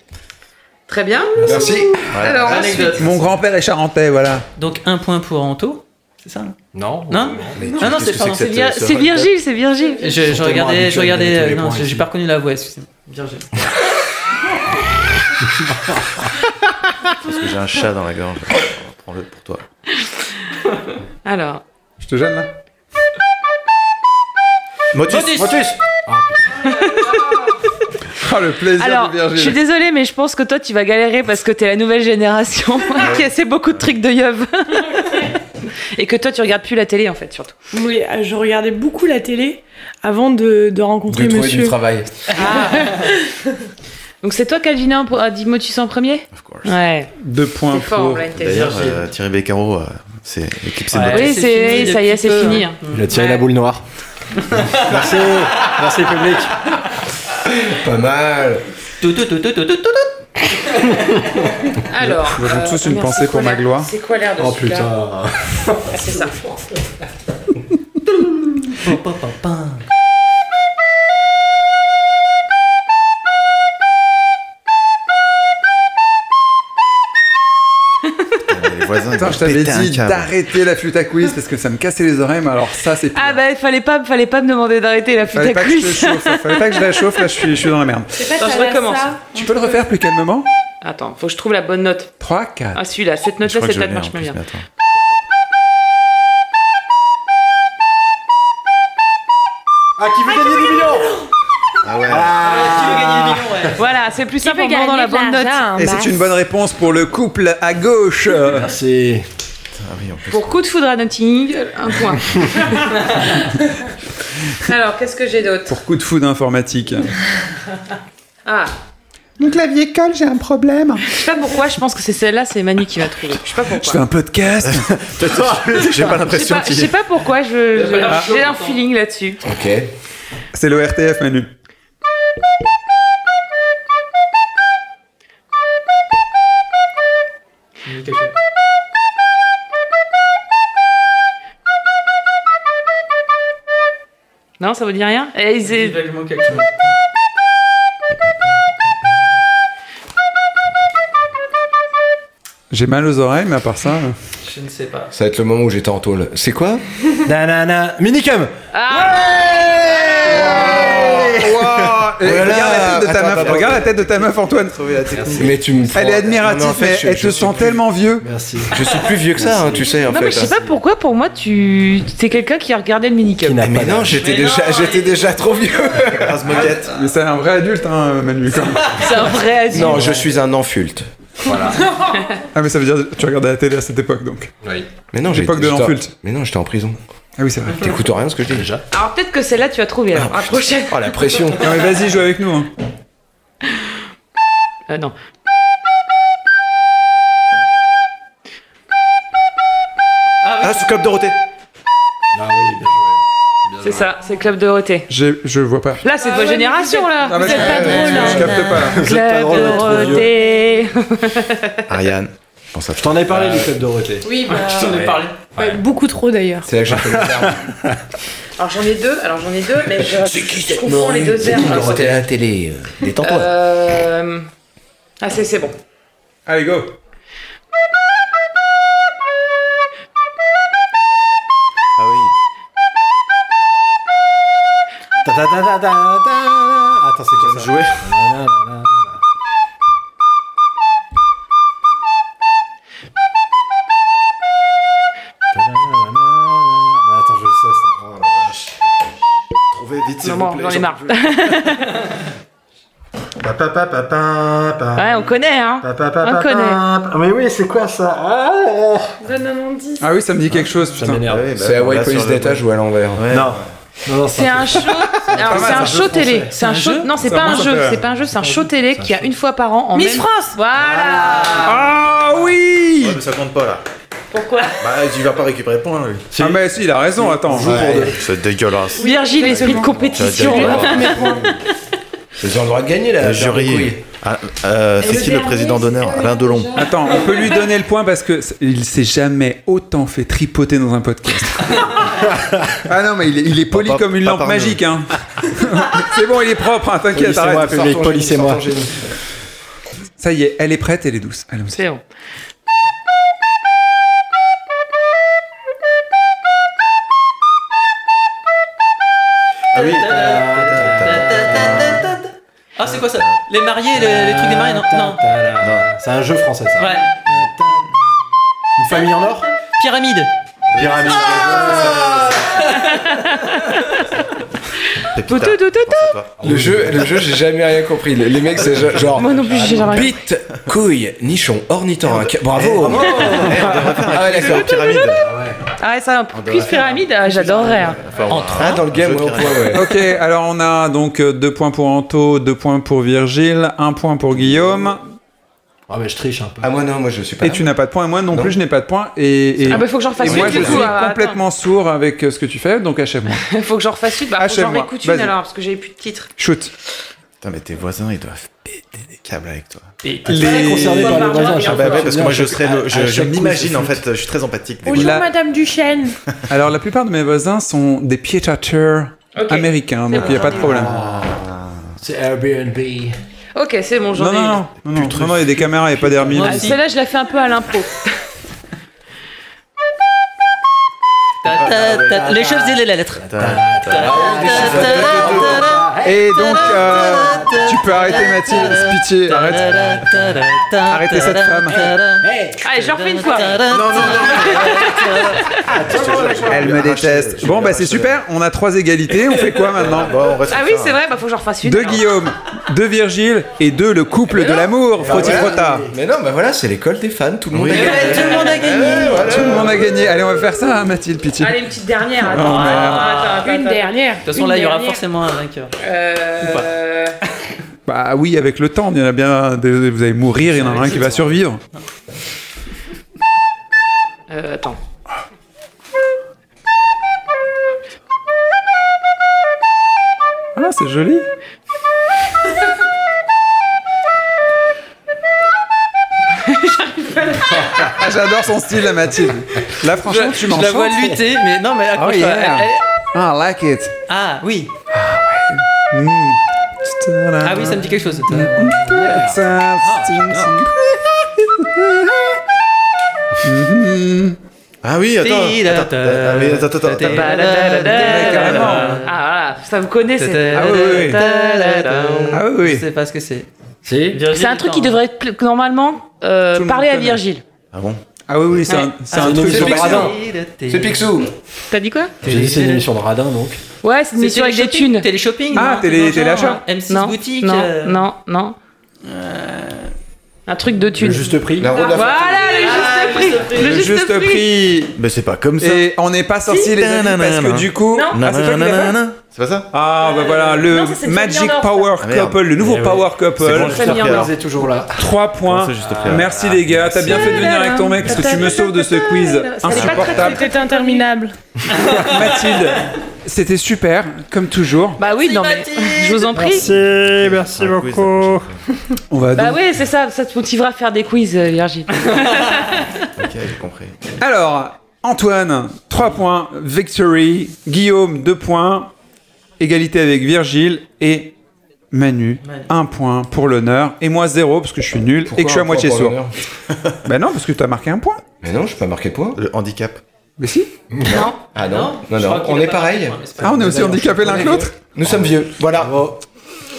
Très bien.
Merci.
Alors ensuite,
Mon grand-père est charentais, voilà.
Donc un point pour Anto. C'est ça hein
Non
Non
Mais
Ah non,
qu'est-ce
c'est
que
pardon,
que
c'est
cette,
Vir-
euh, ce
c'est
hold-up
Virgile, c'est Virgile.
Je, je regardais,
habitués à
je
donner tous
regardais.
les
Non,
points
j'ai
ici.
pas reconnu la voix. Excusez-moi. Virgile.
Parce que j'ai un chat dans la gorge. Prends-le pour toi.
Alors,
Je te gêne là
Motus.
Motus
Ah, le plaisir
alors,
de
je suis
Virgile.
désolée, mais je pense que toi tu vas galérer parce que t'es la nouvelle génération <laughs> qui a fait beaucoup de tricks de yeuf. <laughs> Et que toi tu regardes plus la télé en fait surtout.
Oui, euh, je regardais beaucoup la télé avant de, de rencontrer
De trouver du
monsieur.
travail.
Donc c'est toi euh, qui as deviné en pro- a dit Motus en premier
Of course.
Ouais.
Deux points
C'est fort,
pour.
blind test.
D'ailleurs, euh, Thierry Beccaro, euh, c'est l'équipe c'est
Ouais.
notre-
Oui,
c'est
c'est
fini,
ça y est,
depuis
c'est
peu,
fini.
hein.
Il a tiré
Ouais.
la boule noire. merci Merci public
Pas mal.
Tout, tout, tout, tout, tout, tout, tout, tout.
Alors.
Nous avons
euh,
tous une
merde,
pensée
c'est quoi
pour ma
l'air-
gloire.
C'est quoi l'air de
Oh
celui-là
putain.
Ouais, C'est ça.
Les voisins, ils
Putain,
vont
je t'avais
péter un
dit
câble.
d'arrêter la flûte à quiz parce que ça me cassait les oreilles, mais alors ça, c'est.
Ah bah fallait pas, fallait pas me demander d'arrêter la flûte
Fallait
à
pas que je te
cuisse.
chauffe, fallait pas que je la chauffe, là, je suis, je suis dans la merde.
Attends, je recommence.
Tu peux le refaire plus calmement
Attends, faut que je trouve la bonne note.
3, 4.
Ah celui-là, cette
Je
note-là,
crois que
cette
je l'ai
note
en
marche
plus,
bien bien.
mais attends.
Ah, qui veut gagner des millions
Ah ouais.
Voilà, c'est plus simple en
gagner
demandant la
de
bonne note.
Ah,
l'argent,
Et
bah.
c'est une bonne réponse pour le couple à gauche. Euh,
Merci.
Ah oui, en plus.
Pour coup de foudre à Notting, un point. <laughs> Alors, qu'est-ce que j'ai d'autre
Pour coup de foudre informatique.
Ah,
Mon clavier colle, j'ai un problème.
je sais pas pourquoi, je pense que c'est celle-là, c'est Manu qui va trouver. Je sais pas
Je fais
pourquoi.
un podcast.
J'ai pas
Je sais
l'impression
pas, je sais
qu'il.
pas pourquoi, je-
Ah.
je- j'ai un feeling là-dessus.
Ok.
C'est l'ORTF, Manu.
Non, ça vous dit rien Eh, c'est-
J'ai mal aux oreilles, mais à part ça. euh,
Je ne sais pas.
Ça va être le moment où j'étais en tôle. C'est quoi
Nanana. Minicum
Ah,
Oh, Et regarde la tête de ta
Attends,
meuf,
attends,
regarde la tête de ta meuf, Antoine.
Mais tu me prends-
Elle est admirative,
Non, mais en fait,
mais
je-
elle
je
te
suis
sent
plus-
tellement vieux.
Merci.
Je suis plus vieux que ça, hein, tu sais, en
Non,
fait.
mais je sais pas pourquoi, pour moi, tu. T'es quelqu'un qui a regardé le minicum.
n'a
Mais non, j'étais déjà, j'étais déjà trop vieux. Ah,
Mais c'est un vrai adulte, hein, Manu. quand même.
C'est un vrai adulte.
Non, je suis un enfulte.
Ah, mais ça veut dire que tu regardais la télé à cette époque, donc.
Oui.
Mais non,
L'époque
j'étais-
de
j'étais en-
l'enfulte.
Mais non, j'étais en prison.
Ah oui, c'est vrai.
T'écoutes rien de ce que je dis Mmh. déjà.
Alors, peut-être que celle-là, tu as trouvé. Alors,
Ah,
à prochaine.
Oh la pression.
Non, mais vas-y, joue avec nous. hein.
Euh, non.
Ah, sous club Dorothée.
Ah oui, bien joué. Bien joué.
C'est ça, c'est Club Dorothée.
J'ai- Je vois pas.
Là,
Ah
c'est de votre génération, là.
Ah, mais je,
pas drôle,
je- je
hein.
capte pas. là.
Club
drôle, on est trop
Dorothée.
Ariane. Pense à
Je
toi.
t'en ai parlé du club Dorothée.
Oui, bah.
Ouais, beaucoup trop d'ailleurs.
<laughs> C'est là <laughs> que j'ai fait le terme.
Alors, j'en ai deux, alors j'en ai deux, mais je, je confonds
Non,
les deux airs. alors.
Dorothée à la télé. euh, Détends-toi.
Euh... Ah, c'est c'est bon.
Allez, go.
Ah oui.
Ta ta ta ta ta ta. Attends, c'est quoi ça
Jouer.
Nanana. Attends, je le sais, ça. Oh la vache.
Trouvez vite. s'il vous
Maman,
plaît.
j'en ai marre. <laughs>
Pa, pa, pa, pa, pa, pa.
Ouais, on connaît, hein.
Pa, pa, pa,
on
pa,
connaît.
pa. Ah, Mais oui, c'est quoi ça Ah,
Donne un indice.
Ah oui, ça me dit quelque chose,
Ça
putain.
m'énerve.
Ah oui, bah,
C'est Hawaii
là, sur
Police
le-
Data joue à l'envers.
Ouais.
Non. Non, non,
C'est un show. Alors,
mal,
c'est
c'est un
un
jeu
show télé. C'est un
jeu
show. Non, c'est
Ça
pas un
marche,
jeu.
euh,
C'est pas un jeu. C'est un show télé qui a une fois par an en
Miss
même-
France
Voilà.
Ah oui
Ouais, mais ça compte pas là.
Pourquoi
Bah, tu vas pas récupérer de points là. lui.
Ah mais si, il a raison, attends. joue pour deux.
C'est dégueulasse.
Virgile, esprit de compétition.
Ils ont le droit de gagner là.
Le
faire des couilles.
jury. Ah, euh, c'est qui le président d'honneur Alain Delon.
Attends, on peut lui donner le point parce que c- il s'est jamais autant fait tripoter dans un podcast. <laughs> ah non, mais il est, il est poli
Pas- pas-
comme une
pas
lampe
par nous.
magique, hein. <laughs> C'est bon, il est propre, hein, t'inquiète,
Polissez-moi,
arrête.
public, polissez-moi.
Ça y est, elle est prête, elle est douce. Allons-y.
C'est bon.
Ah oui.
euh,
Ah, c'est quoi ça Les mariés, les, les trucs des mariés, non, non.
Ah, Non, C'est un jeu français, ça.
Ouais.
Une famille en or
Pyramide.
Pyramide.
Tout, tout, tout, tout.
Le jeu, le jeu, j'ai jamais rien compris. Les, les mecs, c'est ge- genre.
Moi non plus, j'ai jamais-
Bite, couille, nichon, ornithorynque. Bravo.
Eh,
Ah ouais, d'accord.
pyramide.
Ah ouais, ça, quiz pyramide, ah, j'adorerais. hein.
En
Ah, dans le game, ouais, au point, ouais.
Ok, alors on a donc euh, deux points pour Anto, deux points pour Virgile, un point pour Guillaume.
Ah, mais je triche un peu.
Ah, moi, non, moi, je suis pas.
Et tu n'as pas de points, et moi non,
Non.
plus, je n'ai pas de points. Et, et-
Ah bah faut que j'en
et
refasse
moi,
une
je
du
suis
coup. ah,
complètement sourd avec euh, ce que tu fais, donc achève-moi.
attends. Faut que j'en refasse une. Bah, faut que j'en
Achève-moi.
réécoute une
Vas-y.
alors, parce que j'ai plus de titre.
Shoot.
Putain, mais tes voisins, ils doivent péter des câbles avec toi.
Et
t'es très concerné par les voisins, à chaque
Ah bah
fois.
ouais, parce que moi, je
À
serais
chaque-
le- je,
à
je
chaque coup,
m'imagine,
je
en
flûte.
fait, je suis très empathique. des
Bonjour,
fois.
Madame Duchesne.
Alors, la plupart de mes voisins sont des piétateurs américains, donc il n'y a pas de problème.
Ah,
C'est Airbnb.
Ok, c'est bon, j'en
Non,
ai
non,
une.
non, non, non, non, non, il y a des caméras, il n'y a pas d'hermine.
Ah, Celle-là, je la fais un peu à l'impro.
Les chefs et les lettres.
Et donc, euh, tu peux arrêter Mathilde, pitié, arrête. Arrêtez cette femme.
Allez, je refais une fois. Ah
Non, non,
Elle me déteste. Bon, bah c'est super, on a trois égalités, on fait quoi maintenant
Oh,
Ah oui, c'est vrai, bah faut que j'en refasse une.
De
alors.
Guillaume, de Virgile et de le couple de l'amour, Frotti Frotta.
Mais non, bah voilà, c'est l'école des fans, tout le monde a gagné.
Tout le monde a gagné. Tout le monde a gagné. Allez, on va faire ça, hein, Mathilde, pitié.
Allez, une petite dernière.
Ah
Attends,
Oh, merde.
attends, attends, attends,
Une
attends.
dernière.
De toute façon,
Une
là, il y aura
dernière.
forcément un vainqueur.
Euh,
Ou pas.
Bah oui, avec le temps, il y en a bien. des- Vous allez mourir, il y en a un qui va survivre.
euh, attends.
Ah, c'est joli. Ah, J'adore son style, la Mathilde. Là, franchement, tu
je la
m'enchantes.
vois lutter, mais non, mais
Oh
accroche-toi.
yeah.
Elle- elle-
Ah, I like it.
Ah oui.
Mm.
Ah oui, ça me Ah, dit quelque chose.
Ça, Ah, c'est- Mhm.
Ah oui, attends. Attends, ah, mais attends, attends, attends.
Ah voilà, ça me connaît. c'est-
Ah oui, oui, oui. Ah oui, oui.
Je sais pas ce que c'est. Virgile,
C'est un truc qui
attends.
devrait être pl- que normalement euh,
Tout le monde
parler à
connaît.
Virgile.
Ah bon
Ah oui, oui, c'est un, c'est un truc sur Radin.
C'est Picsou.
T'as dit quoi
J'ai dit c'est une émission de radin donc.
Ouais, c'est une émission avec des thunes.
Télé-shopping
Ah,
non,
télé-
un truc dans le genre,
téléachat.
M6
Non,
boutique.
non,
euh,
non, non. Un truc de thunes.
Le juste prix.
La roue de la fortune.
Voilà, le juste prix.
Le juste prix.
Mais c'est pas comme ça.
Et on n'est pas sorti les amis parce que du coup,
Non. Euh,
ah c'est toi qui l'as fait
C'est pas ça
Ah bah voilà le
Non, ça, c'est le
Magic
Family Honor,
Power
Ah, merde.
Couple, le nouveau
Eh oui.
Power
C'est
Couple.
bon,
Famille
j'espère
en
que-
or.
C'est toujours là.
3 points.
Comment ça, juste prix, là
Merci les gars, t'as bien fait de venir avec ton mec parce que tu me sauves de ce quiz insupportable.
C'était interminable.
Mathilde, c'était super comme toujours.
Bah oui, non mais je vous en prie.
Eh, Merci beaucoup.
On va
Bah
donc-
oui, c'est ça, ça te motivera à faire des quiz, euh, Virgile.
Ok, j'ai compris.
Alors Antoine 3 points, Victory, Guillaume 2 points, égalité avec Virgile et Manu 1 point pour l'honneur et moi 0 parce que je suis nul et que je suis à moitié sourd. Bah non parce que t'as marqué un point.
Mais non, je peux pas marqué de point.
Le handicap.
Mais si.
Ah non,
je crois
non, non,
qu'il
on
a
est
pas
pareil.
marqué, mais c'est pas
Ah on est aussi handicapés l'un que l'autre.
Nous sommes vieux. Voilà.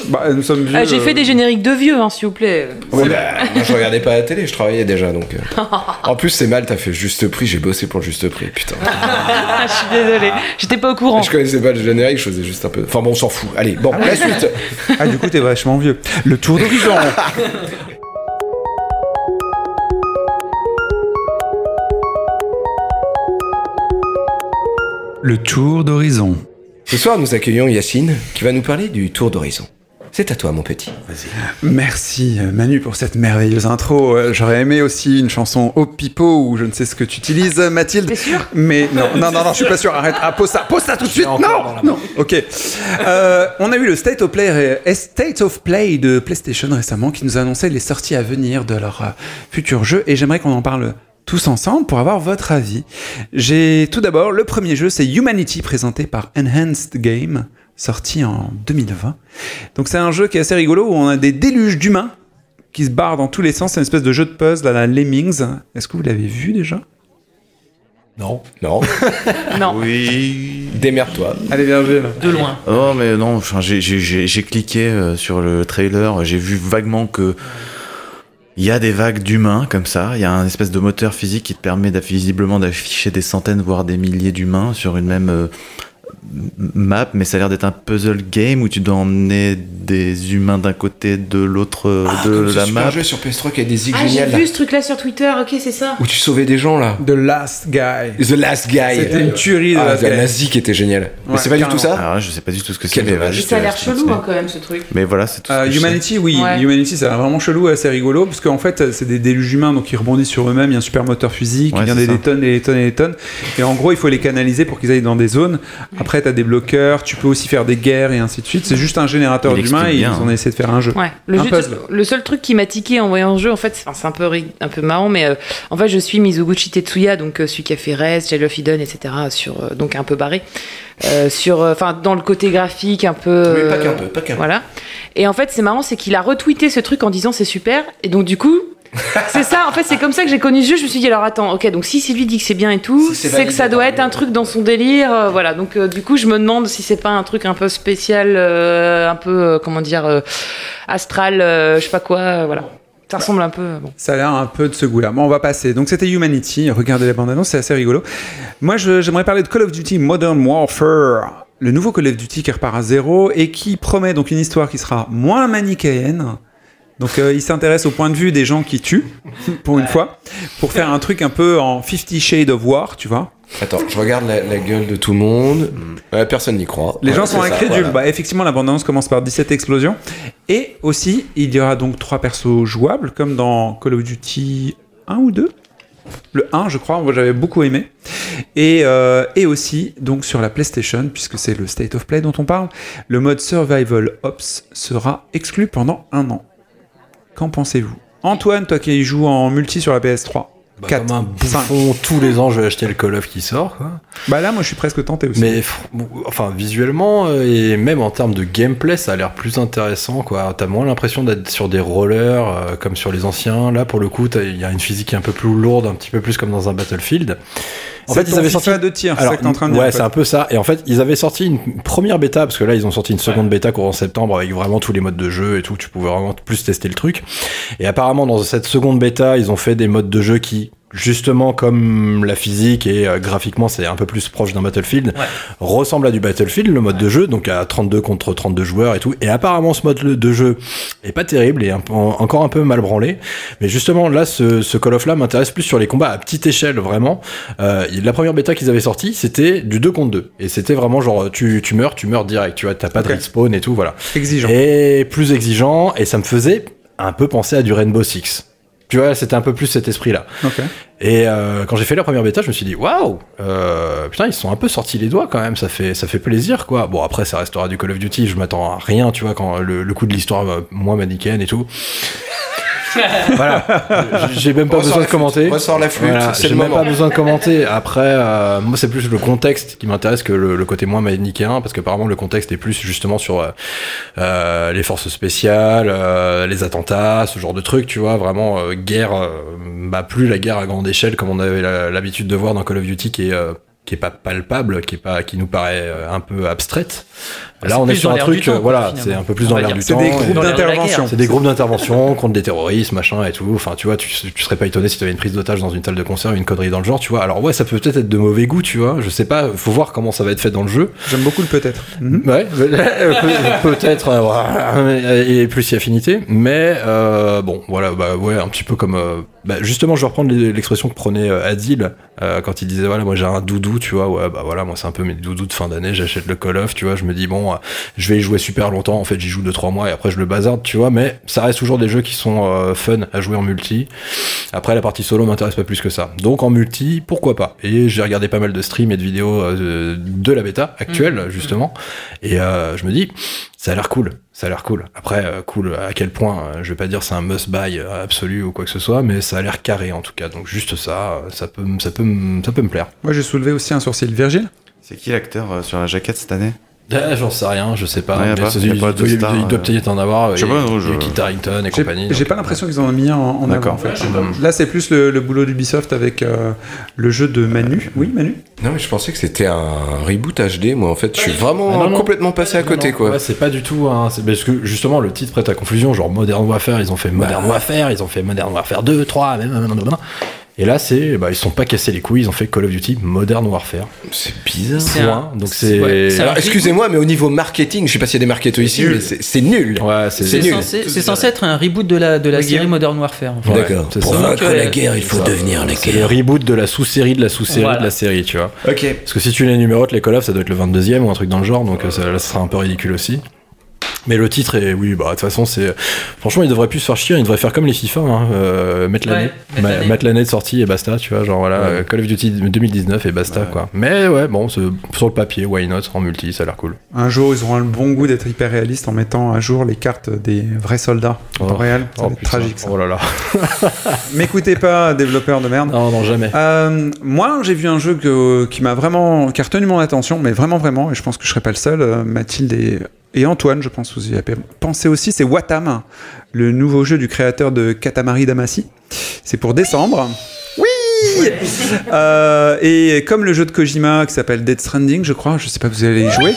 Bah nous sommes vieux.
Ah,
Euh, J'ai fait des génériques de vieux, hein, s'il vous plaît.
Ouais, bah, moi, je regardais pas la télé, je travaillais déjà donc.
<laughs>
euh. En plus, c'est mal, t'as fait juste prix, j'ai bossé pour le juste prix, putain.
Ah, je suis désolée, j'étais pas au courant.
Je connaissais pas le générique, je faisais juste un peu. Enfin bon, on s'en fout. Allez, bon, la suite.
Ah, du coup, t'es vachement vieux. Le tour d'horizon. Le tour d'horizon.
Ce soir, nous accueillons Yacine qui va nous parler du tour d'horizon. C'est à toi, mon petit.
Merci euh, Manu pour cette merveilleuse intro. Euh, J'aurais aimé aussi une chanson au pipeau ou je ne sais ce que tu utilises, euh, Mathilde.
T'es sûr
Mais non, non, non, non, je suis pas sûr. Arrête, ah, pose ça, pose ça tout de suite. Non, non. Ok. Euh, on a eu le State of Play, euh, State of Play de PlayStation récemment qui nous annonçait les sorties à venir de leur euh, futur jeu et j'aimerais qu'on en parle tous ensemble pour avoir votre avis. J'ai tout d'abord le premier jeu, c'est Humanity présenté par Enhanced Game, sorti en 2020. Donc c'est un jeu qui est assez rigolo où on a des déluges d'humains qui se barrent dans tous les sens. C'est une espèce de jeu de puzzle à la Lemmings. Est-ce que vous l'avez vu déjà
Non.
Non,
Non.
Oui.
démerde-toi.
Allez, bien joué.
De loin.
Oh, mais non, enfin, j'ai- j'ai- j'ai j'ai cliqué euh, sur le trailer, j'ai vu vaguement que. Il y a des vagues d'humains comme ça, il y a un espèce de moteur physique qui te permet d'aff- visiblement d'afficher des centaines, voire des milliers d'humains sur une même euh, m- map, mais ça a l'air d'être un puzzle game où tu dois emmener des humains d'un côté, de l'autre euh,
Ah,
de la map.
jeu sur PS3 qui a des zigs
Ah, j'ai vu ce truc-là sur Twitter, ok, c'est ça.
Où tu sauvais des gens là.
The Last Guy.
The Last Guy.
C'était une tuerie de
Ah,
Last
la
Guy.
nazi qui était génial.
Ouais,
Mais c'est pas du tout ça
Alors là, Ah, je sais pas du tout ce que c'est.
Quelle
mais
vache.
Mais
je te
ça a l'air
laisse
chelou
continuer.
hein, quand même ce truc.
Mais voilà, c'est tout. ce
Euh,
que je sais.
Humanity, oui.
Ouais.
Humanity, c'est vraiment chelou, assez rigolo, parce qu'en fait, c'est des déluges humains, donc ils rebondissent sur eux-mêmes. Il y a un super moteur physique,
Ouais,
il y en a
c'est
des
ça.
tonnes et des tonnes et des tonnes. Et en gros, il faut les canaliser pour qu'ils aillent dans des zones. Après, t'as des bloqueurs, tu peux aussi faire des guerres et ainsi de suite. C'est juste un générateur
Il
d'humains main et
bien,
ils ont
hein.
essayé de faire un jeu.
Ouais. Le,
un
jeu-
puzzle.
le seul truc qui m'a tiqué en voyant le jeu, en fait, c'est enfin, c'est un peu ri- un peu marrant, mais euh, en fait, je suis Mizoguchi Tetsuya, donc euh, celui qui a fait Rez, Jail of Eden, etc. Sur euh, donc un peu barré, euh, sur euh, enfin dans le côté graphique un peu.
Ah.
Mais pas
euh,
qu'un peu, pas qu'un peu.
Voilà. Et en fait, c'est marrant, c'est qu'il a retweeté ce truc en disant c'est super, et donc du coup. c'est ça, en fait, c'est comme ça que j'ai connu ce jeu. Je me suis dit, alors attends, ok, donc si Sylvie dit que c'est bien et tout,
c'est
c'est que ça
valide,
doit être un truc dans son délire. euh, voilà, donc euh, du coup, je me demande si c'est pas un truc un peu spécial, euh, un peu, euh, comment dire, euh, astral, euh, je sais pas quoi, euh, voilà. Ça ressemble un peu. euh, Bon.
Ça a l'air un peu de ce goût-là. Bon, on va passer. Donc, c'était Humanity. Regardez la bande-annonce, c'est assez rigolo. Moi, je- j'aimerais parler de Call of Duty Modern Warfare, le nouveau Call of Duty qui repart à zéro et qui promet donc une histoire qui sera moins manichéenne. Donc, euh, il s'intéresse au point de vue des gens qui tuent, <laughs> pour une fois, pour faire un truc un peu en 50 Shades of War, tu vois.
Attends, je regarde la, la gueule de tout le monde. Ouais, personne n'y croit.
Hmm. Les
Ouais,
gens
c'est
sont
ça,
incrédules.
voilà.
Bah, effectivement, l'abondance commence par 17 explosions. Et aussi, il y aura donc trois persos jouables, comme dans Call of Duty 1 ou 2. Le 1, je crois, moi, j'avais beaucoup aimé. Et, euh, et aussi, donc sur la PlayStation, puisque c'est le State of Play dont on parle, le mode Survival Ops sera exclu pendant un an. Qu'en pensez-vous Antoine, toi qui joue en multi sur la PS3.
Bah,
4,
comme un
5.
bouffon, tous les ans, je vais acheter le Call of qui sort. Quoi.
Bah là, moi, je suis presque tenté aussi.
Mais fr- enfin, visuellement euh, et même en termes de gameplay, ça a l'air plus intéressant. Quoi, t'as moins l'impression d'être sur des rollers euh, comme sur les anciens. Là, pour le coup, t'as- il y a une physique un peu plus lourde, un petit peu plus comme dans un Battlefield. En
C'est
fait,
ton
ils avaient
FIFA
sorti
de tir, c'est
Alors,
ça que t'es en train de dire, en
ouais,
fait.
c'est un peu ça. Et en fait, ils avaient sorti une première bêta parce que là, ils ont sorti une seconde bêta courant septembre avec vraiment tous les modes de jeu et tout. Tu pouvais vraiment plus tester le truc. Et apparemment, dans cette seconde bêta, ils ont fait des modes de jeu qui, justement, comme la physique et euh, graphiquement, c'est un peu plus proche d'un Battlefield, ressemble à du Battlefield, le mode de jeu, donc à 32 contre 32 joueurs et tout. Et apparemment, ce mode de jeu est pas terrible et un peu- en- encore un peu mal branlé. Mais justement, là, ce, ce Call of là m'intéresse plus sur les combats à petite échelle, vraiment. Euh, la première bêta qu'ils avaient sortie, c'était du 2 contre 2. Et c'était vraiment genre, tu, tu meurs, tu meurs direct, tu vois, t'as pas de respawn et tout, voilà.
Exigeant.
Et plus exigeant, et ça me faisait un peu penser à du Rainbow Six. Tu vois, c'était un peu plus cet esprit-là.
Ok.
Et euh, quand j'ai fait la première bêta, je me suis dit waouh, euh, putain ils se sont un peu sortis les doigts quand même, ça fait ça fait plaisir quoi. Bon après ça restera du Call of Duty, je m'attends à rien, tu vois quand le, le coup de l'histoire euh, moins manichéenne et tout. <laughs> voilà, J- j'ai même pas
Ressors
besoin
la
de commenter.
flûte, ressors la flûte, c'est
j'ai
le
même
moment.
pas besoin de commenter. Après, euh, moi c'est plus le contexte qui m'intéresse que le, le côté moins manichéen, parce que apparemment le contexte est plus justement sur euh, euh, les forces spéciales, euh, les attentats, ce genre de trucs, tu vois, vraiment euh, guerre, euh, bah plus la guerre à grande échelle comme on avait la- l'habitude de voir dans Call of Duty qui est euh, qui est pas palpable, qui est pas, qui nous paraît euh, un peu abstraite.
Bah,
Là,
C'est
on est
plus
sur
dans
un
l'air
truc,
du temps,
euh,
quoi,
voilà,
finalement.
c'est un peu plus
On
dans
va
l'air
dire.
du
C'est
temps.
des groupes
Dans l'air de la
d'intervention.
guerre. C'est des groupes d'intervention <laughs> contre des terroristes, machin et tout. Enfin, tu vois, tu, tu serais pas étonné si t'avais une prise d'otage dans une salle de concert, une connerie dans le genre, tu vois. Alors ouais, ça peut peut-être être de mauvais goût, tu vois. Je sais pas, faut voir comment ça va être fait dans le jeu.
J'aime beaucoup le peut-être.
Ouais, <laughs> peut- peut-être euh, voilà, et plus si affinité, mais euh, bon, voilà, bah ouais, un petit peu comme euh, bah, justement, je vais reprendre les- l'expression que prenait euh, Adil euh, quand il disait voilà, moi j'ai un doudou, tu vois, ouais, bah voilà, moi c'est un peu mes doudous de fin d'année, j'achète le Call of, tu vois, je me dis bon, euh, je vais y jouer super longtemps, en fait j'y joue 2-3 mois et après je le bazarde, tu vois, mais ça reste toujours des jeux qui sont euh, fun à jouer en multi. Après la partie solo m'intéresse pas plus que ça, donc en multi, pourquoi pas Et j'ai regardé pas mal de streams et de vidéos euh, de- de la bêta actuelle
Mhm.
justement. Et euh, je me dis, ça a l'air cool, ça a l'air cool. Après, euh, cool, à quel point, euh, je vais pas dire c'est un must-buy euh, absolu ou quoi que ce soit, mais ça a l'air carré en tout cas. Donc juste ça, euh, ça peut, m- ça peut, m- ça peut me plaire.
Moi, j'ai soulevé aussi un sourcil. Virgile
C'est qui l'acteur euh, sur la jaquette cette année
Euh, J'en sais rien, je sais pas.
Ouais, y a
Mais
pas-
c'est-
y a
il
pas
doit,
de star,
il doit
euh,
peut-être en avoir.
je sais
et-
pas, non,
et
je-
Kit Harington et
J'ai
compagnie.
j'ai
donc- euh,
pas l'impression qu'ils en ont mis en, en
D'accord.
avant. en fait. Là, c'est plus le, le boulot d'Ubisoft avec euh, le jeu de Manu. Oui, Manu
Non, mais je pensais que c'était un reboot HD. Moi, en fait, je suis
Ah,
vraiment
non, non.
complètement passé à
Non,
côté,
non.
quoi.
Ouais, c'est pas du tout. Hein, c'est- parce que justement, le titre prête à confusion. Genre Modern Warfare, ils ont fait Modern Warfare, ils ont fait Modern Warfare 2, 3, même. même, même, même. Et là, c'est, bah, ils se sont pas cassés les couilles, ils ont fait Call of Duty Modern Warfare.
C'est bizarre.
C'est un-
Donc
c'est-
c'est.
ouais, c'est un
Alors,
reboot.
excusez-moi, mais au niveau marketing, je sais pas s'il y a des marketeurs ici, mais c'est c'est nul.
Ouais,
C'est censé, c'est censé être un reboot de la, de la série Modern Warfare. en fait.
D'accord.
c'est
Pour
ça.
vaincre
Donc,
la
euh,
guerre, il faut
ça.
devenir la
C'est
guerre.
le reboot de la sous-série de la sous-série
Voilà.
de la série, tu vois.
Ok.
Parce que si tu les numérotes, les Call of, ça doit être le 22 e ou un truc dans le genre, donc euh, ça, là, ça sera un peu ridicule aussi. Mais le titre est, oui, bah, de toute façon, c'est. Franchement, il devrait plus se faire chier, il devrait faire comme les FIFA, hein, euh, mettre
Ouais,
l'année.
mettre
Ma-
l'année.
mettre l'année de sortie et basta, tu vois, genre voilà,
Ouais.
euh, Call of Duty 2019 et basta, quoi. Mais ouais, bon, c'est- sur le papier, why not, en multi, ça a l'air cool.
Un jour, ils auront le bon goût d'être hyper réalistes en mettant à jour les cartes des vrais soldats en temps réel. Ça va
Oh,
être
putain.
tragique. ça.
Oh là là.
Oh. M'écoutez pas, développeur de merde.
Non, non, jamais.
Euh, moi, j'ai vu un jeu que- qui m'a vraiment, qui a retenu mon attention, mais vraiment, vraiment, et je pense que je serai pas le seul. euh, Mathilde et, et Antoine, je pense, vous y avez pensé aussi, c'est Watam, le nouveau jeu du créateur de Katamari Damacy. C'est pour décembre. Oui Euh, Et comme le jeu de Kojima qui s'appelle Dead Stranding, je crois, je sais pas, vous allez y jouer,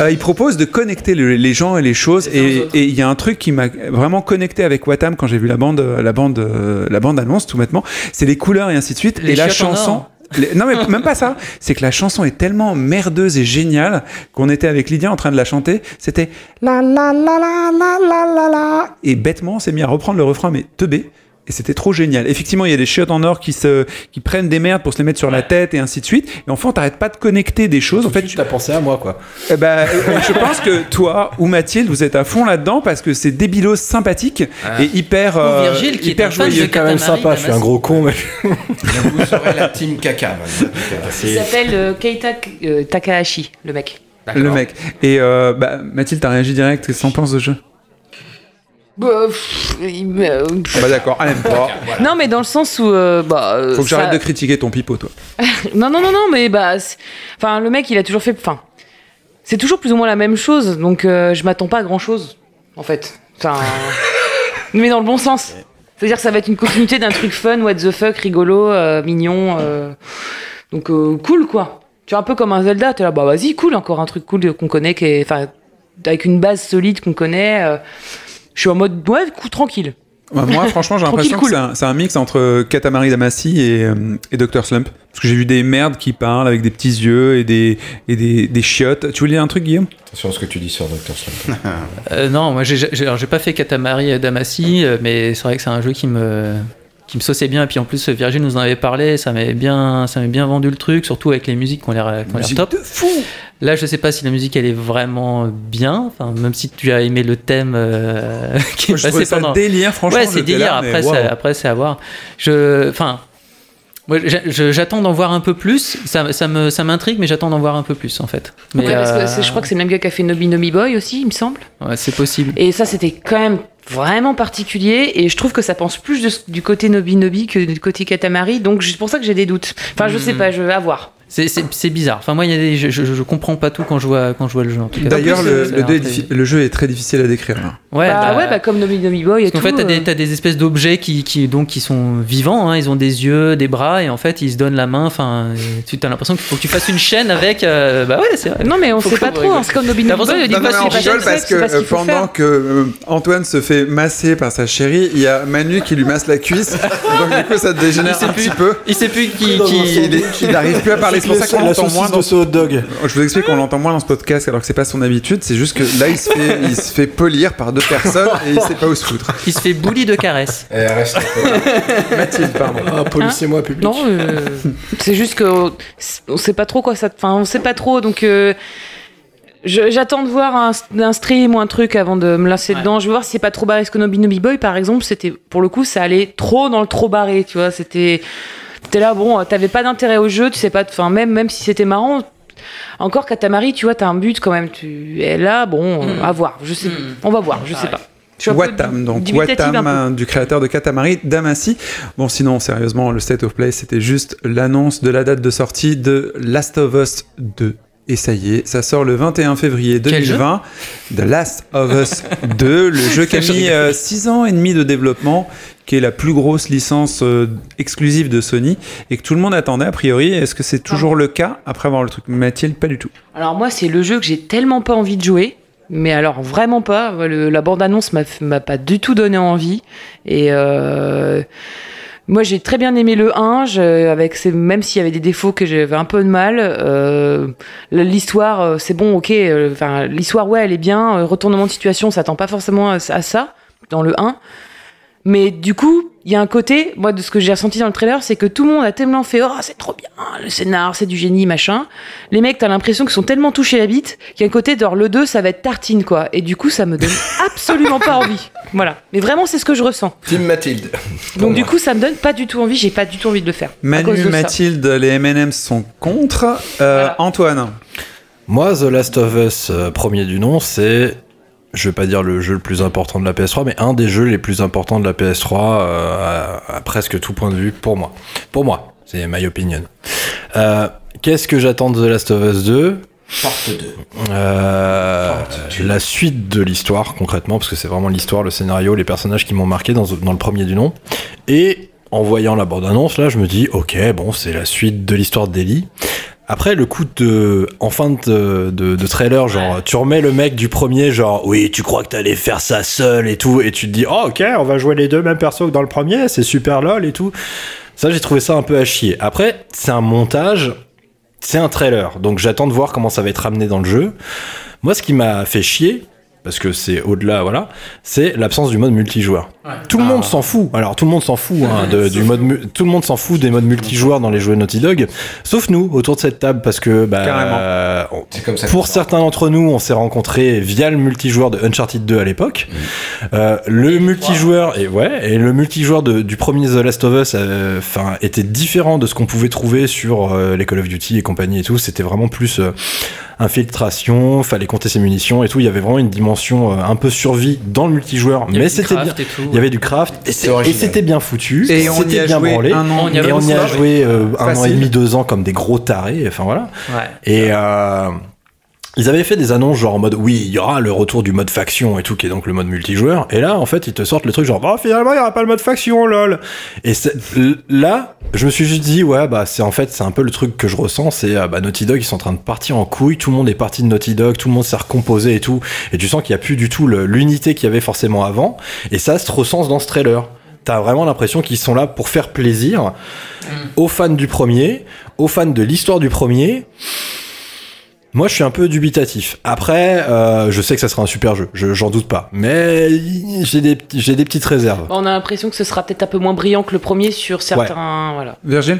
euh, il propose de connecter le- les gens et les choses. Et et il y a un truc qui m'a vraiment connecté avec Watam quand j'ai vu la bande, la bande, euh, la bande annonce, tout bêtement, c'est les couleurs et ainsi de suite.
Les
et la
chiottes en
chanson.
or.
les-
<laughs>
non mais même pas ça, c'est que la chanson est tellement merdeuse et géniale qu'on était avec Lydia en train de la chanter, c'était la la la la la la la la et bêtement on s'est mis à reprendre le refrain mais teubé et c'était trop génial. Effectivement, il y a des chiottes en or qui se qui prennent des merdes pour se les mettre sur la tête et ainsi de suite. Et enfin, t'arrêtes pas de connecter des choses. En fait,
tu t'as pensé à moi, quoi.
eh ben, euh, je pense que toi ou Mathilde, vous êtes à fond là-dedans parce que c'est débilos sympathique et hyper, euh,
Ou Ah. Virgile, qui est
hyper
un fan
Il
joyeux.
est quand même
Katamari,
sympa, je suis un
Damacy.
gros con, mais.
Vous serez la team caca. maintenant.
<laughs>
Il s'appelle euh, Keita euh, Takahashi, le mec.
D'accord.
Le mec. Et euh, bah, Mathilde, t'as réagi direct. Qu'est-ce que t'en penses de jeu
Bah, pff, il me- euh, pff.
Bah d'accord, elle aime pas.
Non, mais dans le sens où. euh, bah, euh,
Faut que
ça-
j'arrête de critiquer ton pipeau, toi.
Non, non, non, non, mais bah. c'est- Enfin, le mec, il a toujours fait. Enfin, c'est toujours plus ou moins la même chose, donc euh, je m'attends pas à grand chose, en fait. Enfin. mais dans le bon sens. C'est-à-dire que ça va être une continuité d'un truc fun, what the fuck, rigolo, euh, mignon. euh, donc, euh, cool, quoi. Tu es un peu comme un Zelda, t'es là, bah vas-y, cool, encore un truc cool qu'on connaît, qui est- enfin, avec une base solide qu'on connaît. euh, je suis en mode, ouais, coup, tranquille.
Bah, moi, franchement, j'ai l'impression que
Tranquille,
c'est un, c'est un mix entre euh, Katamari Damacy et, euh, et Dr. Slump. Parce que j'ai vu des merdes qui parlent avec des petits yeux et des, et des, des chiottes. Tu voulais dire un truc, Guillaume
Attention à ce que tu dis sur Dr. Slump.
Euh, non, moi j'ai- j'ai alors, j'ai pas fait Katamari euh, Damacy, euh, mais c'est vrai que c'est un jeu qui me qui me saussait bien. Et puis en plus, euh, Virgile nous en avait parlé, ça m'avait bien, ça m'avait bien vendu le truc, surtout avec les musiques qui ont l'air euh, qui ont l'air
Musique
top. fou. Là, je sais pas si la musique elle est vraiment bien. Enfin, même si tu as aimé le thème euh, <laughs> qui
Moi,
est
Je
passé
trouvais ça
pendant.
délire, franchement.
ouais, c'est
j'étais
délire.
là, mais
après,
waouh.
c'est, après, c'est à voir. Je, enfin, moi, j'a- je- j'attends d'en voir un peu plus. Ça, ça me, ça m'intrigue, mais j'attends d'en voir un peu plus en fait. Mais,
Ouais, parce que
euh,
c'est- je crois que c'est le même gars qui a fait Nobi Nobi Boy aussi, il me semble.
ouais, c'est possible.
Et ça, c'était quand même vraiment particulier. Et je trouve que ça pense plus de- du côté Nobi Nobi que du côté Katamari. Donc, c'est pour ça que j'ai des doutes. Enfin, je
Hmm.
sais pas, je vais à voir.
C'est- C'est c'est bizarre. Enfin, moi, il y a des, je, je, je comprends pas tout quand je vois, quand je vois le jeu. en tout cas.
D'ailleurs,
En plus,
le,
euh,
le
ça a
dé-
l'air très-
le jeu est très difficile à décrire. hein.
Ouais,
bah,
bah,
ouais, bah, comme Nobi Nobi Boy et
Parce
tout.
qu'en fait, t'as
euh,
des, t'as des espèces d'objets qui, qui, donc, qui sont vivants. hein. Ils ont des yeux, des bras, et en fait, ils se donnent la main. Enfin, euh, tu as l'impression qu'il faut que tu fasses une chaîne avec. euh, bah ouais, c'est vrai.
Non, mais on
Faut
sait
que-
pas trop. hein. C'est comme Nobi Nobi
T'as
Boy.
raison,
au
non,
début,
mais
c'est
on
pas
rigole
chaîne sexe, c'est pas ce
euh,
qu'il faut
pendant
faire.
que euh, Antoine se fait masser par sa chérie, il y a Manu qui lui masse la cuisse. donc du coup, ça dégénère un petit peu.
Il sait plus qui.
Dans un
qui-
sandwich.
Il est- il n'arrive plus à parler. C'est pour ça qu'on
la
l'entend
saucisse
moins.
de ce hot dog.
dans- Je vous explique qu'on l'entend moins dans ce podcast alors que c'est pas son habitude. C'est juste que là, il se fait, il se fait polir par deux personnes et il sait pas où se foutre.
Il se fait bouli de caresses.
Eh, reste.
Mathilde, pardon.
Ah,
Hein
polissez-moi, public.
Non, euh, c'est juste que c'est- on sait pas trop quoi ça. Enfin, on sait pas trop, donc euh, je- j'attends de voir un, un stream ou un truc avant de me lancer
Ouais.
dedans. Je veux voir si c'est pas trop barré. Parce que Nobi Nobi Boy, par exemple, c'était pour le coup, ça allait trop dans le trop barré. Tu vois, c'était t'es là, bon, euh, t'avais pas d'intérêt au jeu, tu sais pas. Enfin, même même si c'était marrant. Encore Katamari, tu vois, t'as un but quand même. Tu es là, bon, euh, à voir. Je sais, on va voir. Je sais pas. Je suis un peu
Watam, donc
dubitative
Watam,
un peu.
euh, du créateur de Katamari Damacy. Bon, sinon, sérieusement, le State of Play, c'était juste l'annonce de la date de sortie de Last of Us 2. Et ça y est, ça sort le 21 février
Quel jeu
2020. The Last of
<laughs>
Us 2, le jeu qui a
Je
mis
rigole.
6 ans et demi de développement, qui est la plus grosse licence euh, exclusive de Sony et que tout le monde attendait a priori. Est-ce que c'est
Ah.
toujours le cas après avoir le truc Mathilde, pas du tout.
Alors moi, c'est le jeu que j'ai tellement pas envie de jouer. Mais alors vraiment pas. Le- la bande-annonce m'a- m'a pas du tout donné envie. Et euh, moi, j'ai très bien aimé le 1, je- avec ses- même s'il y avait des défauts que j'avais un peu de mal. euh, l'histoire, euh, c'est bon, ok. euh, Enfin, l'histoire, ouais, elle est bien. euh, retournement de situation, ça s'attend pas forcément à, à ça dans le 1. Mais du coup, il y a un côté, moi, de ce que j'ai ressenti dans le trailer, c'est que tout le monde a tellement fait Oh, c'est trop bien, le scénar, c'est du génie, machin. Les mecs, t'as l'impression qu'ils sont tellement touchés la bite qu'il y a un côté, genre, le 2, ça va être tartine, quoi. Et du coup, ça <laughs> me donne absolument pas envie. Voilà. Mais vraiment, c'est ce que je ressens.
Team Mathilde.
Donc, du coup, ça me donne pas du tout envie, j'ai pas du tout envie de le faire. à
Manu,
cause de ça.
Mathilde, les M&M sont contre. Euh, Antoine.
Moi, The Last of Us, euh, premier du nom, c'est, je vais pas dire le jeu le plus important de la PS3, mais un des jeux les plus importants de la PS3 euh, à, à presque tout point de vue pour moi. Pour moi, c'est my opinion. Euh, Qu'est-ce que j'attends de The Last of Us 2
Porte 2.
Euh, la suite de l'histoire concrètement parce que c'est vraiment l'histoire le scénario les personnages qui m'ont marqué dans, dans le premier du nom et en voyant la bande annonce là je me dis ok bon c'est la suite de l'histoire d'Ellie après le coup de en fin de, de- de trailer genre tu remets le mec du premier genre oui tu crois que t'allais faire ça seul et tout et tu te dis oh ok on va jouer les deux mêmes persos que dans le premier c'est super lol et tout ça j'ai trouvé ça un peu à chier après c'est un montage c'est un trailer, donc j'attends de voir comment ça va être amené dans le jeu. Moi, ce qui m'a fait chier, parce que c'est au-delà, voilà, c'est l'absence du mode multijoueur. Tout le monde s'en fout. Alors, tout le monde s'en fout hein, de- du mode, mu- tout le monde s'en fout des modes multijoueurs dans les jeux Naughty Dog, sauf nous autour de cette table, parce que bah,
Carrément.
euh, on-
C'est comme ça.
pour certains d'entre nous, on s'est rencontrés via le multijoueur de Uncharted 2 à l'époque.
Mm.
Euh, le multijoueur et ouais, et le multijoueur de- du premier The Last of Us, euh, enfin, était différent de ce qu'on pouvait trouver sur euh, les Call of Duty et compagnie et tout. C'était vraiment plus euh, infiltration, fallait compter ses munitions et tout. Il y avait vraiment une dimension euh, un peu survie dans le multijoueur,
Il y avait
mais
du
c'était bien.
craft et tout.
Il y avait du craft et
C'est
c'est- et
original.
c'était bien foutu.
Et on y
c'était
a
bien
joué
branlé.
un an.
On y a
Et on y a
Facile.
joué euh, un an et
Facile.
demi, deux ans comme des gros tarés. Enfin voilà.
Ouais.
Et euh, ils avaient fait des annonces genre en mode oui, il y aura le retour du mode faction et tout, qui est donc le mode multijoueur. Et là, en fait, ils te sortent le truc genre bah finalement, il n'y aura pas le mode faction, lol. Et c'est- l- là, je me suis juste dit ouais, bah c'est en fait, c'est un peu le truc que je ressens, c'est euh, bah, Naughty Dog, ils sont en train de partir en couille, tout le monde est parti de Naughty Dog, tout le monde s'est recomposé et tout. Et tu sens qu'il n'y a plus du tout le- l'unité qu'il y avait forcément avant. Et ça se recense dans ce trailer. T'as vraiment l'impression qu'ils sont là pour faire plaisir aux fans du premier, aux fans de l'histoire du premier. Moi, je suis un peu dubitatif. Après, euh, je sais que ça sera un super jeu, je- j'en doute pas. Mais j'ai des, petits- j'ai des petites réserves.
On a l'impression que ce sera peut-être un peu moins brillant que le premier sur certains. Voilà.
Virgile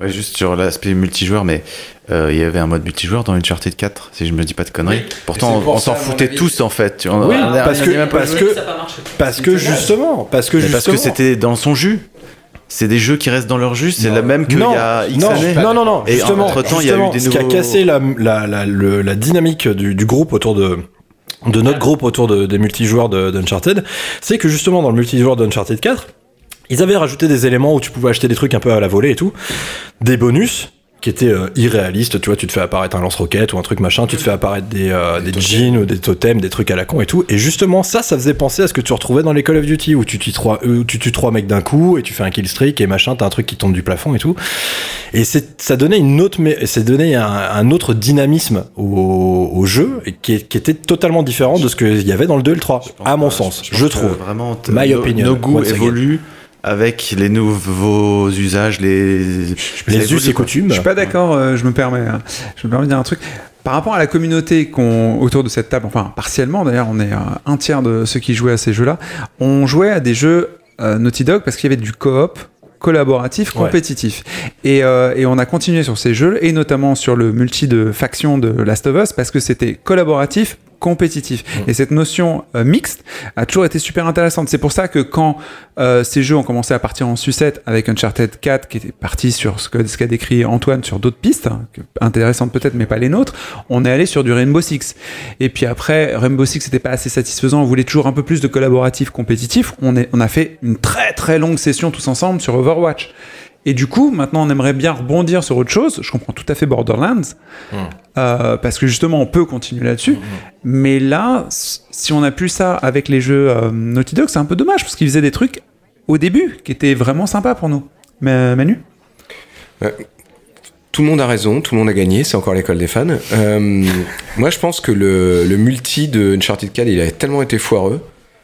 Ouais, juste sur l'aspect multijoueur, mais euh, il y avait un mode multijoueur dans Uncharted 4, si je me dis pas de conneries. Pourtant,
Et c'est
on,
pour
on
ça,
s'en
à mon
foutait
avis.
tous en fait. On-
Oui,
on-
parce
on-
que-
on- on-
parce que- Parce que justement, parce que
Mais parce que
justement.
c'était dans son jus. C'est des jeux qui restent dans leur jus, c'est la même qu'il y
non,
a X
non,
années.
non, non, non,
Et
justement,
entre-temps, il y a eu
justement,
des
ce qui a
nouveaux-
cassé la, la, la, le- la dynamique du, du groupe autour de de notre groupe autour de- des multijoueurs de- d'Uncharted, c'est que justement dans le multijoueur d'Uncharted 4, ils avaient rajouté des éléments où tu pouvais acheter des trucs un peu à la volée et tout, des bonus qui étaient euh, irréalistes, tu vois, tu te fais apparaître un lance-roquette ou un truc machin, tu te fais apparaître des, euh, des jeans ou des totems, des trucs à la con et tout. Et justement, ça, ça faisait penser à ce que tu retrouvais dans les Call of Duty, où tu tues trois, euh, où tu tues trois mecs d'un coup et tu fais un kill streak et machin, t'as un truc qui tombe du plafond et tout. Et c'est, ça donnait une autre, mais ça donnait un, un autre dynamisme au, au jeu et qui, est- qui était totalement différent de ce qu'il y avait dans le 2 et le 3,
Je pense
à mon
que-
sens, je,
pense que
trouve.
Vraiment, t-
My
nos-
opinion,
Nos goûts
once again.
évoluent avec les nouveaux usages, les,
Les us et coutumes.
Je suis pas d'accord, euh, je me permets. hein. Je me permets de dire un truc. Par rapport à la communauté qu'on autour de cette table, enfin partiellement d'ailleurs, on est euh, un tiers de ceux qui jouaient à ces jeux-là. On jouait à des jeux euh, Naughty Dog parce qu'il y avait du coop collaboratif,
Ouais.
compétitif. Et, euh, et on a continué sur ces jeux, et notamment sur le multi de faction de Last of Us, parce que c'était collaboratif, compétitif.
Mm.
Et cette notion euh, mixte a toujours été super intéressante. C'est pour ça que quand euh, ces jeux ont commencé à partir en sucette avec Uncharted 4, qui était parti sur ce que- ce qu'a décrit Antoine sur d'autres pistes, hein, que- intéressantes peut-être, mais pas les nôtres, on est allé sur du Rainbow Six. Et puis après, Rainbow Six n'était pas assez satisfaisant, on voulait toujours un peu plus de collaboratif, compétitif. On, est, on a fait une très très longue session tous ensemble sur Overwatch. Et du coup, maintenant, on aimerait bien rebondir sur autre chose. Je comprends tout à fait Borderlands, euh, parce que justement, on peut continuer là-dessus. Mais là, s- si on a plus ça avec les jeux euh, Naughty Dog, c'est un peu dommage, parce qu'ils faisaient des trucs au début qui étaient vraiment sympas pour nous. Mais euh, Manu
Tout le monde a raison, tout le monde a gagné, c'est encore l'école des fans. Euh, <laughs> moi, je pense que le, le multi de Uncharted 4, il a tellement été foireux.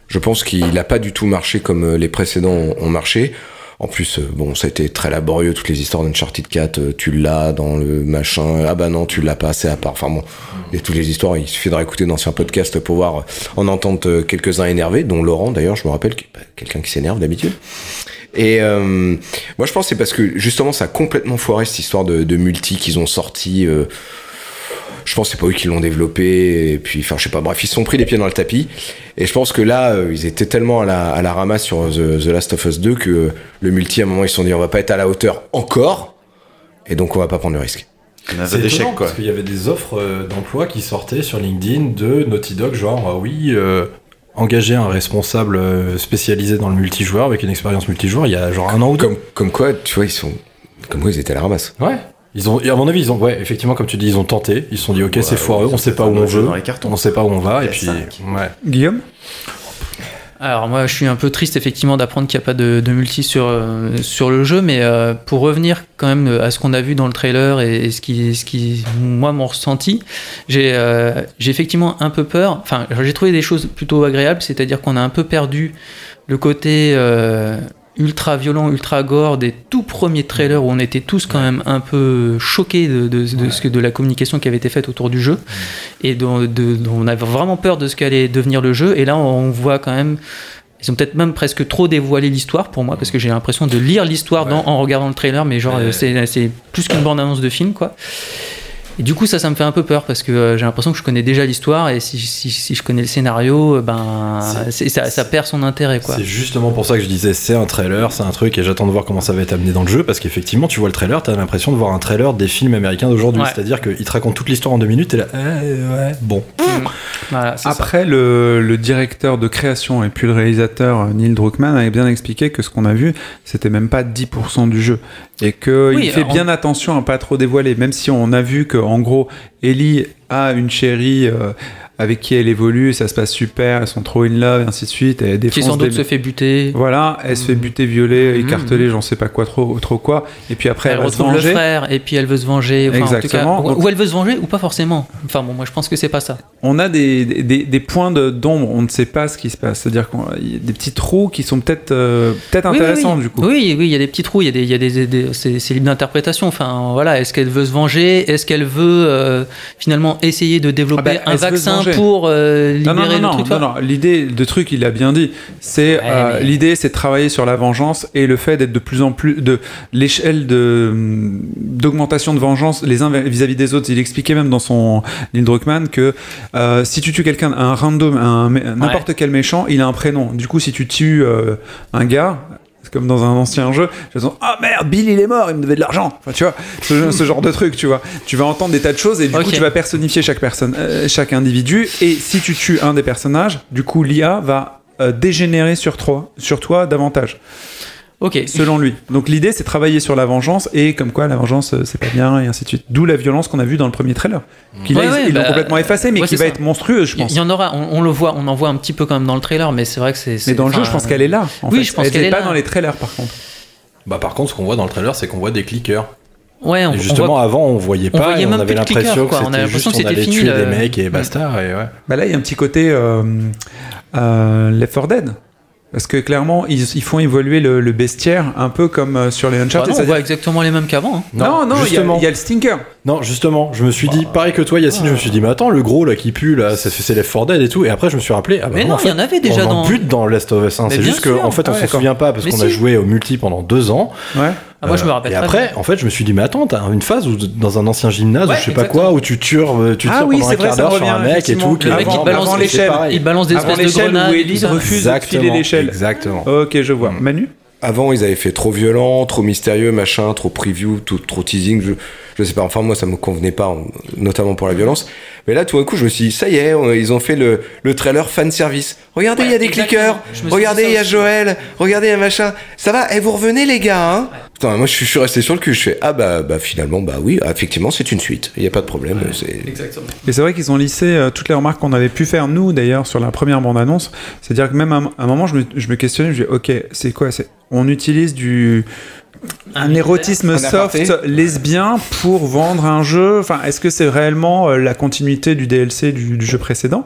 Je pense qu'il n'a pas du tout marché comme euh, les précédents ont- ont marché. En plus, euh, bon, ça a été très laborieux, toutes les histoires d'Uncharted 4, euh, tu l'as dans le machin, ah bah non, tu l'as pas, c'est à part. Enfin bon, il y a toutes les histoires, il suffit de réécouter d'anciens podcasts pour voir, euh, en entendre euh, quelques-uns énervés, dont Laurent d'ailleurs, je me rappelle, qui est pas quelqu'un qui s'énerve d'habitude. Et euh, moi je pense que c'est parce que justement ça a complètement foiré cette histoire de, de multi qu'ils ont sorti. euh, je pense que c'est pas eux qui l'ont développé et puis enfin je sais pas bref ils se sont pris les pieds dans le tapis et je pense que là euh, ils étaient tellement à la, à la ramasse sur The, The Last of Us 2 que euh, le multi à un moment ils se sont dit on va pas être à la hauteur encore et donc on va pas prendre le risque
C'est étonnant, Parce qu'il y avait des offres euh, d'emploi qui sortaient sur LinkedIn de Naughty Dog, genre euh, oui, euh, engager un responsable euh, spécialisé dans le multijoueur avec une expérience multijoueur il y a genre un an ou deux.
Comme, comme quoi, tu vois, ils sont. Comme quoi, ils étaient à la ramasse.
Ouais. Ils ont, et à mon avis, ils ont, ouais, effectivement, comme tu dis, ils ont tenté. Ils se sont dit, ok, c'est foireux, on sait pas où on veut, on sait pas où on va, et puis, ouais.
Guillaume
Alors moi, je suis un peu triste effectivement d'apprendre qu'il n'y a pas de, de multi sur, euh, sur le jeu, mais euh, pour revenir quand même euh, à ce qu'on a vu dans le trailer et, et ce, qui, ce qui, moi, m'ont ressenti, j'ai euh, j'ai effectivement un peu peur. Enfin, j'ai trouvé des choses plutôt agréables, c'est-à-dire qu'on a un peu perdu le côté euh, ultra violent, ultra gore des tout premiers trailers où on était tous quand même un peu choqués de, de, de ce que, de la communication qui avait été faite autour du jeu. Et dont- de, dont on avait vraiment peur de ce qu'allait devenir le jeu. Et là, on voit quand même. Ils ont peut-être même presque trop dévoilé l'histoire pour moi, parce que j'ai l'impression de lire l'histoire dans- en regardant le trailer, mais genre, euh, c'est c'est plus qu'une bande-annonce de film, quoi. Et du coup, ça, ça me fait un peu peur parce que euh, j'ai l'impression que je connais déjà l'histoire et si, si- si je connais le scénario, euh, ben, c'est- ça, ça perd son intérêt. Quoi.
C'est justement pour ça que je disais c'est un trailer, c'est un truc et j'attends de voir comment ça va être amené dans le jeu parce qu'effectivement tu vois le trailer, t'as l'impression de voir un trailer des films américains d'aujourd'hui,
Ouais.
c'est-à-dire qu'ils te racontent toute l'histoire en deux minutes et là euh, ouais bon.
Voilà, c'est ça.
Après, le, le directeur de création et puis le réalisateur euh, Neil Druckmann avait bien expliqué que ce qu'on a vu, c'était même pas 10% du jeu. Et qu'il
Oui,
fait
alors,
bien attention à pas trop dévoiler, même si on a vu que en gros, Ellie a une chérie euh, avec qui elle évolue, ça se passe super, elles sont trop in love, et ainsi de suite. Et
qui sans doute se Mmh. fait buter.
Voilà, elle se fait buter, violer, écarteler, j'en sais pas quoi, trop, trop quoi. Et puis après,
elle,
elle, va se
retrouve le
venger.
frère et puis elle veut se venger. Enfin, en tout cas,
Exactement.
ou-
Donc-
ou elle veut se venger ou pas forcément. Enfin bon, moi je pense que c'est pas ça.
on a des, des- des, des points de- d'ombre, on ne sait pas ce qui se passe. C'est-à-dire qu'il y a des petits trous qui sont peut-être euh, peut-être
Oui, oui,
intéressants
oui.
du coup.
Oui, oui, il y a des petits trous, il y a des, il y a des, des- c'est, c'est libre d'interprétation. Enfin, voilà, est-ce qu'elle veut se venger Est-ce qu'elle veut euh, finalement essayer de développer
Ah bah,
un
elle veut se
vaccin
venger.
pour euh,
Non,
libérer
non, non,
le
non,
truc
non, non. L'idée, de truc, il l'a bien dit. C'est euh,
mais-
l'idée, c'est de travailler sur la vengeance et le fait d'être de plus en plus de l'échelle de hum, d'augmentation de vengeance les uns vis-à-vis des autres. Il expliquait même dans son Neil Druckmann que euh, si tu tues quelqu'un, un random, un mé- n'importe quel méchant, il a un prénom. Du coup, si tu tues euh, un gars. C'est comme dans un ancien jeu, tu vas dire, ah merde, Bill il est mort, il me devait de l'argent. Enfin, tu vois, ce, ce genre de truc, tu vois. Tu vas entendre des tas de choses et du coup,
Ok.
tu vas personnifier chaque personne, euh, chaque individu. Et si tu tues un des personnages, du coup, l'IA va euh, dégénérer sur toi, sur toi davantage,
Ok.
selon lui. Donc l'idée, c'est travailler sur la vengeance et comme quoi la vengeance, euh, c'est pas bien et ainsi de suite. D'où la violence qu'on a vue dans le premier trailer. Qui, là,
Ouais,
ils-
ouais,
ils l'ont
bah,
complètement effacé, mais
ouais,
qui
c'est
va
ça.
être monstrueuse, je
Il
pense.
y en aura, on, on le voit, on en voit un petit peu quand même dans le trailer, mais c'est vrai que c'est.
mais
c'est-
dans le jeu,
enfin,
je pense qu'elle est là. en
oui,
fait.
je pense
Elle
qu'elle
est
est
pas
là.
dans les trailers, par contre.
Bah par contre ce qu'on voit dans le trailer c'est qu'on voit des clickers.
Ouais, on,
et
on
justement
voit-
avant on voyait
on
pas
voyait
et on
même
avait
plus de clickers,
l'impression que
quoi. On a
c'était
l'impression
juste
que
on
c'était
allait
fini,
tuer
le-
des mecs et basta et ouais.
Bah là, il y a un petit côté euh, euh, Left 4 Dead. Parce que clairement, ils, ils font évoluer le, le bestiaire un peu comme euh, sur les
Bah non,
Uncharted.
on
c'est-à-dire-
voit exactement les mêmes qu'avant. hein.
non, non, il y a- il
justement.
y, a Bah. le stinker.
Non, justement, je me suis dit, pareil que toi, Yacine, je me suis dit, mais attends, le gros là qui pue, là, ça fait c'est Left 4 Dead et tout. Et après, je me suis rappelé, ah bah
Mais non,
en fait,
il y en avait déjà
on en
dans-
bute dans Last of Us 1.
Mais
C'est
bien
juste qu'en
sûr.
en fait, on
Ah,
s'en
d'accord.
souvient pas parce
Mais
qu'on a
si.
joué au multi pendant deux ans.
Ouais.
Ah, moi je me rappelle.
Et
très
après,
bien.
en fait, je me suis dit, mais attends, t'as une phase où, dans un ancien gymnase,
Ouais,
ou je sais pas quoi, où tu tures, euh, tu tires
Ah oui,
pendant
c'est
un
vrai,
quart
ça
d'heure sur
revient,
un mec et
effectivement.
tout. qui-
Le
mec, il
avant,
balance
avant,
des
c'est
chaînes,
pareil.
il balance des
Avant
espèces de
l'échelle
grenades.
où
et
Elise
tout ça.
refuse de filer
Exactement,
l'échelle.
Exactement.
Ok, je vois. Manu
Avant, ils avaient fait trop violent, trop mystérieux, machin, trop preview, tout, trop teasing, je, je sais pas. Enfin, moi, ça me convenait pas, en- notamment pour la violence. Mais là, tout d'un coup, je me suis dit, ça y est, on- ils ont fait le, le trailer fan service. Regardez, il y a des
exactement.
clickers.
Je me suis
Regardez,
dit ça
il y a
aussi.
Joël. Regardez, il y a machin. Ça va, et vous revenez, les gars, hein Putain, moi, je suis, je suis resté sur le cul. Je fais, ah bah, bah, finalement, bah oui, ah, effectivement, c'est une suite. Il y a pas de problème. c'est...
Et c'est vrai qu'ils ont lissé euh, toutes les remarques qu'on avait pu faire, nous d'ailleurs, sur la première bande-annonce. C'est-à-dire que même à un, à un moment, je me, je me questionnais, je me disais, ok, c'est quoi c'est- On utilise du. Un érotisme soft lesbien pour vendre un jeu. Enfin, est-ce que c'est réellement euh, la continuité du DLC du, du jeu précédent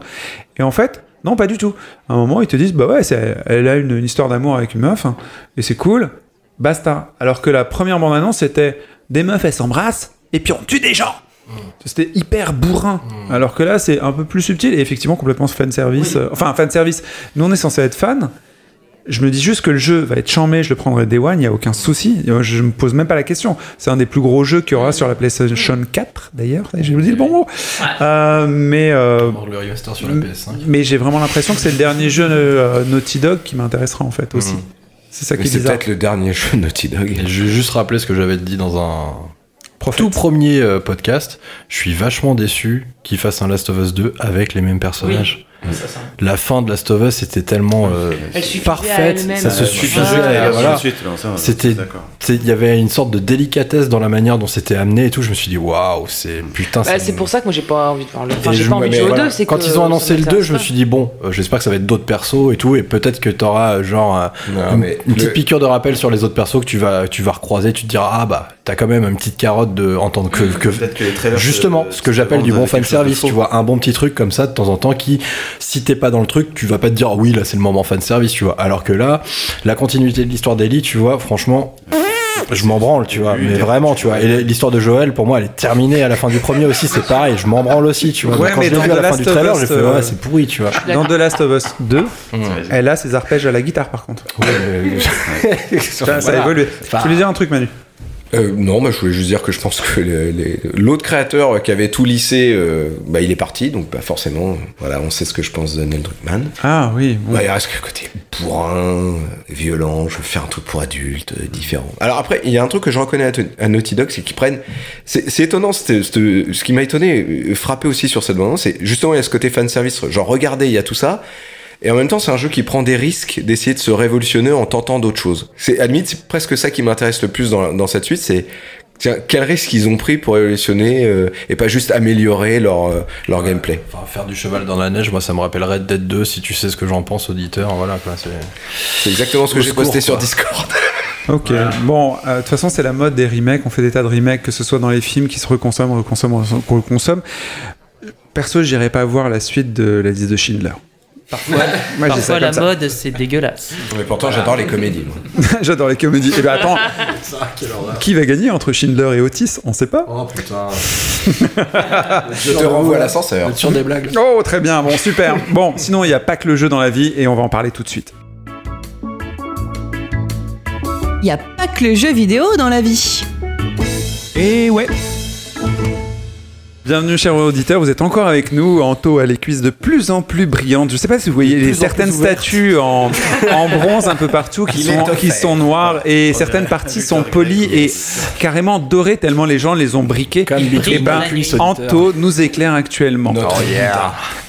Et en fait, non, pas du tout. À un moment, ils te disent, bah ouais, c'est- elle a une, une histoire d'amour avec une meuf, hein, et c'est cool. basta. Alors que la première bande-annonce, c'était des meufs, elles s'embrassent, et puis on tue des gens
Hmm.
C'était hyper bourrin. Alors que là, c'est un peu plus subtil et effectivement complètement fan service. euh, Enfin, fan service. Nous, on est censé être fan. Je me dis juste que le jeu va être chambé, je le prendrai Day One, il n'y a aucun souci. Je me pose même pas la question. C'est un des plus gros jeux qu'il y aura sur la PlayStation 4, d'ailleurs. J'ai vous dit le bon mot. Euh, mais euh,
Le remaster sur la PS5.
mais j'ai vraiment l'impression que c'est le dernier jeu euh, Naughty Dog qui m'intéressera en fait aussi. C'est ça
Hmm. Mais
qui est
c'est
bizarre.
peut-être le dernier jeu de Naughty Dog.
Et Je vais juste rappeler ce que j'avais dit dans un
Prophète.
tout premier euh, podcast. Je suis vachement déçu qu'ils fassent un Last of Us 2 avec les mêmes personnages. La fin de Last of Us était tellement euh,
Mm. Elle suffisait à
parfaite,
elle-même.
ça se
Ouais,
suffisait.
voilà.
à- voilà. C'était-
C'était.
C'est- Il y avait une sorte de délicatesse dans la manière dont c'était amené et tout. Je me suis dit waouh, c'est putain.
Bah, c'est pour ça que moi j'ai pas envie de voir le. Enfin,
Et
j'ai
je-
pas envie de
mais
jouer au
voilà.
2. c'est
Quand
que
ils ont annoncé
ça
le 2, je me
m'intéresse
suis dit, bon, euh, j'espère que ça va être d'autres persos et tout, et peut-être que t'auras euh, genre un-
Non,
une,
mais
une petite
le-
piqûre de rappel sur les autres persos que tu vas, que tu vas recroiser, tu te diras, ah bah, t'as quand même une petite carotte de, en tant que, que-
Peut-être que les
Euh,
trailers
justement,
se-
ce que
se
j'appelle du
vendent
bon
quelque chose
fan
de
service,
faux.
tu vois, un bon petit truc comme ça de temps en temps qui, si t'es pas dans le truc, tu vas pas te dire, oui, là c'est le moment fan service, tu vois. Alors que là, la continuité de l'histoire d'Ellie, tu vois, franchement, je m'en branle, tu vois, mais vraiment, tu vois. Et l'histoire de Joël, pour moi, elle est terminée à la fin du premier aussi, c'est pareil, je m'en branle aussi, tu vois.
Ouais,
Donc, quand
mais
je l'ai
dans
vu à
The
la fin
Last
du
of
trailer,
Us,
j'ai fait,
euh,
ouais, c'est pourri, tu vois.
Dans The Last of Us 2,
Mmh.
elle a ses arpèges à la guitare par contre. <laughs> Ça, ça a
Voilà.
évolué.
Enfin-
Tu voulais dire un truc, Manu
Euh, non, bah, je voulais juste dire que je pense que le- les- l'autre créateur qui avait tout lissé, euh, bah, il est parti, donc bah, forcément, voilà, on sait ce que je pense de Neil Druckmann.
Ah oui. bon.
Bah, il reste que le côté bourrin, violent, je veux faire un truc pour adultes, euh, différent. Alors après, il y a un truc que je reconnais à, Te- à Naughty Dog, c'est qu'ils prennent... C'est c'est étonnant, c'était- c'était- ce qui m'a étonné, euh, frappé aussi sur cette bande c'est justement il y a ce côté fanservice, genre regardez, il y a tout ça, et en même temps, c'est un jeu qui prend des risques d'essayer de se révolutionner en tentant d'autres choses. C'est, à la limite, c'est presque ça qui m'intéresse le plus dans, dans cette suite, c'est tiens, quel risque ils ont pris pour révolutionner euh, et pas juste améliorer leur, euh, leur gameplay.
Enfin, faire du cheval dans la neige, moi, ça me rappelle Red Dead 2, si tu sais ce que j'en pense, auditeur, voilà, quoi, c'est...
C'est exactement ce que
Au
j'ai
secours,
posté sur
quoi.
Discord.
Ok. Bon, euh, de toute façon, c'est la mode des remakes. On fait des tas de remakes, que ce soit dans les films qui se reconsomment, reconsomment, reconsomment. Perso, j'irai pas voir la suite de la liste de Schindler. Parfois, Moi, j'ai ça
Parfois,
comme
la
ça.
mode, c'est dégueulasse.
Mais pourtant, j'adore les comédies.
<laughs> J'adore les comédies. Et ben attends, qui va gagner entre Schindler et Otis On sait pas.
Oh putain.
Je te renvoie à l'ascenseur.
Sur des blagues.
Oh, très bien, bon, super. Bon, sinon, il n'y a pas que le jeu dans la vie et on va en parler tout de suite.
Il n'y a pas que le jeu vidéo dans la vie.
Et ouais. Bienvenue, chers auditeurs. Vous êtes encore avec nous. Anto a les cuisses de plus en plus brillantes. Je sais pas si vous voyez les
plus en
certaines
plus ouvertes.
statues en, en bronze un peu partout qui,
Il est
sont,
offert.
qui sont noires et certaines parties sont polies et carrément dorées tellement les gens les ont briquées.
Comme
Et
Bitrip,
ben,
hein, cuisse
Anto nous éclaire actuellement.
Notre-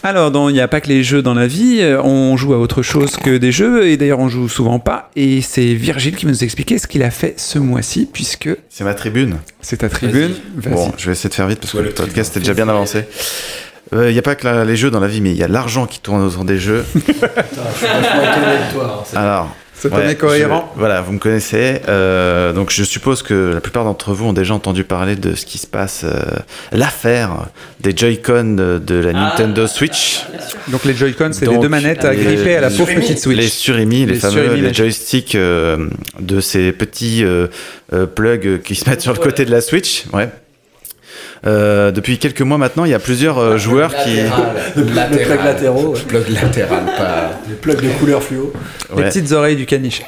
Alors, dans- il n'y a pas que les jeux dans la vie, euh, on joue à autre chose que des jeux, et d'ailleurs on joue souvent pas, et c'est Virgile qui va nous expliquer ce qu'il a fait ce mois-ci, puisque
C'est ma tribune.
c'est ta tribune. Vas-y.
Bon, je vais essayer de faire vite parce
Soit
que le
le tribun.
podcast est déjà bien avancé. Il n'y a pas que la- les jeux dans la vie, mais il y a l'argent qui tourne autour
<laughs>
des jeux.
hein,
Alors,
Cet
ouais,
homme est cohérent.
je- voilà, vous me connaissez. euh, donc, je suppose que la plupart d'entre vous ont déjà entendu parler de ce qui se passe, euh, l'affaire des Joy-Con de, de la Nintendo Switch.
Donc les Joy-Con, c'est les
Donc,
deux manettes à
les-
gripper à la
les-
pauvre petite
Les
Switch.
surémis, les,
Les
fameux
surémis,
les
les-
joysticks euh, de ces petits euh, euh, plugs qui se mettent sur le côté de la Switch. Ouais. Euh, depuis quelques mois maintenant, il y a plusieurs euh, joueurs qui.
Le plug
Le plug latéraux, ouais.
plug latéral, pas.
les plugs de couleur fluo.
Les
Ouais.
petites oreilles du caniche.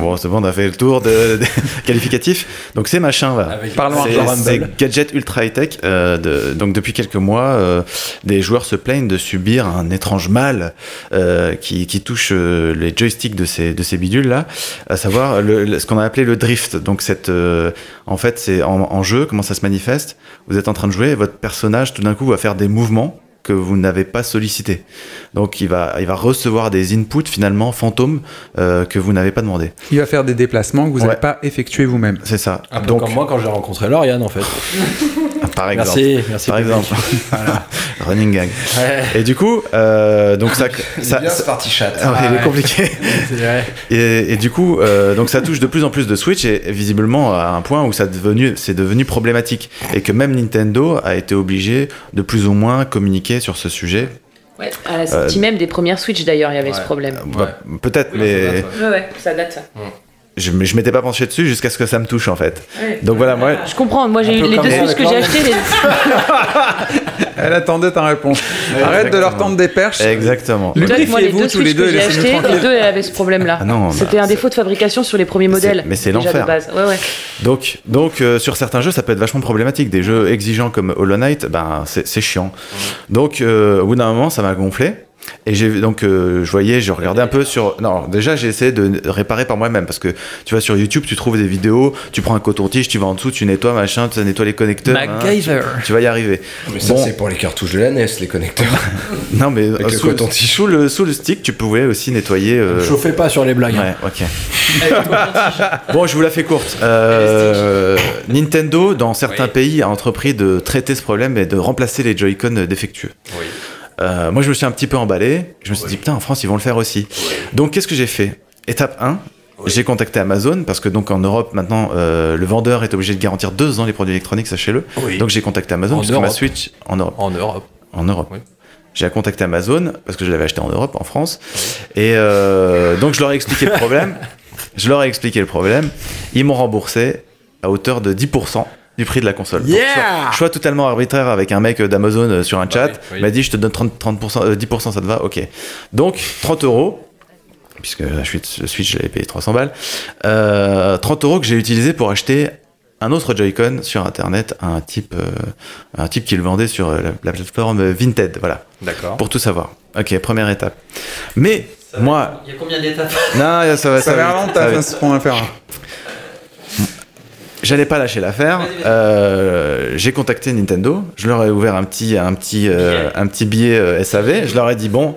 Bon, c'est bon, on a fait le tour de, <laughs> de- qualificatif. Donc ces machins là.
Parlons
Ces,
argent
ces
rumble.
gadgets ultra high tech. euh, de- donc depuis quelques mois, euh, des joueurs se plaignent de subir un étrange mal euh, qui, qui touche euh, les joysticks de ces de ces bidules là, à savoir le- le- ce qu'on a appelé le drift. Donc cette, euh, en fait, c'est en, en jeu comment ça se manifeste. Vous êtes en train de jouer, et votre personnage tout d'un coup va faire des mouvements que vous n'avez pas sollicités. Donc il va, il va recevoir des inputs finalement fantômes euh, que vous n'avez pas demandé.
Il va faire des déplacements que vous
Ouais.
n'avez pas effectués vous-même.
C'est ça.
Un peu
Donc,
comme moi bah, quand j'ai rencontré Lauriane, en fait.
par exemple.
Merci, merci.
Par exemple. <laughs> Voilà. Running gag. Et du coup, euh, donc <laughs> ça, ça,
Bien
ça-
ce party chat.
Ah <laughs> ouais, il est compliqué. Et, et du coup, euh, donc ça touche de plus en plus de Switch et visiblement à un point où ça devenu, c'est devenu problématique et que même Nintendo a été obligé de plus ou moins communiquer sur ce sujet.
Ouais, à la sortie même des premières Switch d'ailleurs, il y avait ce problème.
Bah, Peut-être, mais
Ouais, ouais, ça date ça.
je, m- je m'étais pas penché dessus jusqu'à ce que ça me touche en fait.
Ouais.
Donc voilà, moi.
Je comprends, moi j'ai
Un
eu
peu
les
comme
deux
moi,
Switch que j'ai
d'accord.
acheté.
Elle attendait ta réponse. Arrête de leur tendre des perches.
Exactement.
moi les deux
Lubrifiez-vous tous les
Switch
deux
que
et
j'ai
laissez-nous
acheté, les
tranquille.
deux elles avaient ce problème-là.
Ah non, bah,
C'était un défaut de fabrication sur les premiers modèles.
mais c'est
déjà de
l'enfer.
base. Ouais, ouais.
Donc, donc euh, sur certains jeux, ça peut être vachement problématique. Des jeux exigeants comme Hollow Knight, ben, c'est c'est chiant. Donc, euh, au bout d'un moment, ça m'a gonflé. Et j'ai donc euh, je voyais, je regardais un peu sur. Non, déjà j'ai essayé de réparer par moi-même parce que tu vas sur YouTube, tu trouves des vidéos, tu prends un coton-tige, tu vas en dessous, tu nettoies machin, tu nettoies les connecteurs. hein,
MacGyver.
tu, tu vas y arriver.
Mais ça, c'est pour les cartouches de la NES, les connecteurs.
<laughs>
Non, mais
Avec
euh,
le
sous, le,
coton-tige.
sous le- sous le stick, tu pouvais aussi nettoyer. euh,
Chauffez pas sur les blagues.
Ouais, ok. bon, je vous la fais courte. Euh, Nintendo, dans certains pays, a entrepris de traiter ce problème et de remplacer les Joy-Con défectueux. Euh, moi, je me suis un petit peu emballé. Je me suis dit, putain, en France, ils vont le faire aussi. Donc, qu'est-ce que j'ai fait Étape 1. J'ai contacté Amazon parce que donc en Europe maintenant euh, le vendeur est obligé de garantir deux ans les produits électroniques sachez-le.
Oui.
Donc j'ai contacté Amazon
En
parce que ma
Europe.
Switch en Europe.
En Europe.
En Europe. J'ai contacté Amazon parce que je l'avais acheté en Europe, en France. Et euh, donc je leur ai expliqué le problème.
<laughs>
je leur ai expliqué le problème. Ils m'ont remboursé à hauteur de 10% du prix de la console. Donc,
Yeah Bah
choix, choix totalement arbitraire avec un mec d'Amazon euh, sur un chat.
oui.
Il m'a dit je te donne 30, 30%, euh, 10%, ça te va Ok. Donc 30 euros puisque la Switch, la Switch, je l'avais payé 300 balles. Euh, 30 euros que j'ai utilisé pour acheter un autre Joy-Con sur internet à un type, euh, un type qui le vendait sur euh, la, la plateforme Vinted. Voilà.
D'accord.
Pour tout savoir. Ok, première étape. Mais moi.
Il y a combien d'étapes
Non,
Ça
ça va, ça
va
va.
vraiment
vite,
ta
ça va
fin,
vite.
ce qu'on va faire.
J'allais pas lâcher l'affaire. Euh, j'ai contacté Nintendo. Je leur ai ouvert un petit, un petit, euh, un petit billet euh, SAV. Je leur ai dit bon,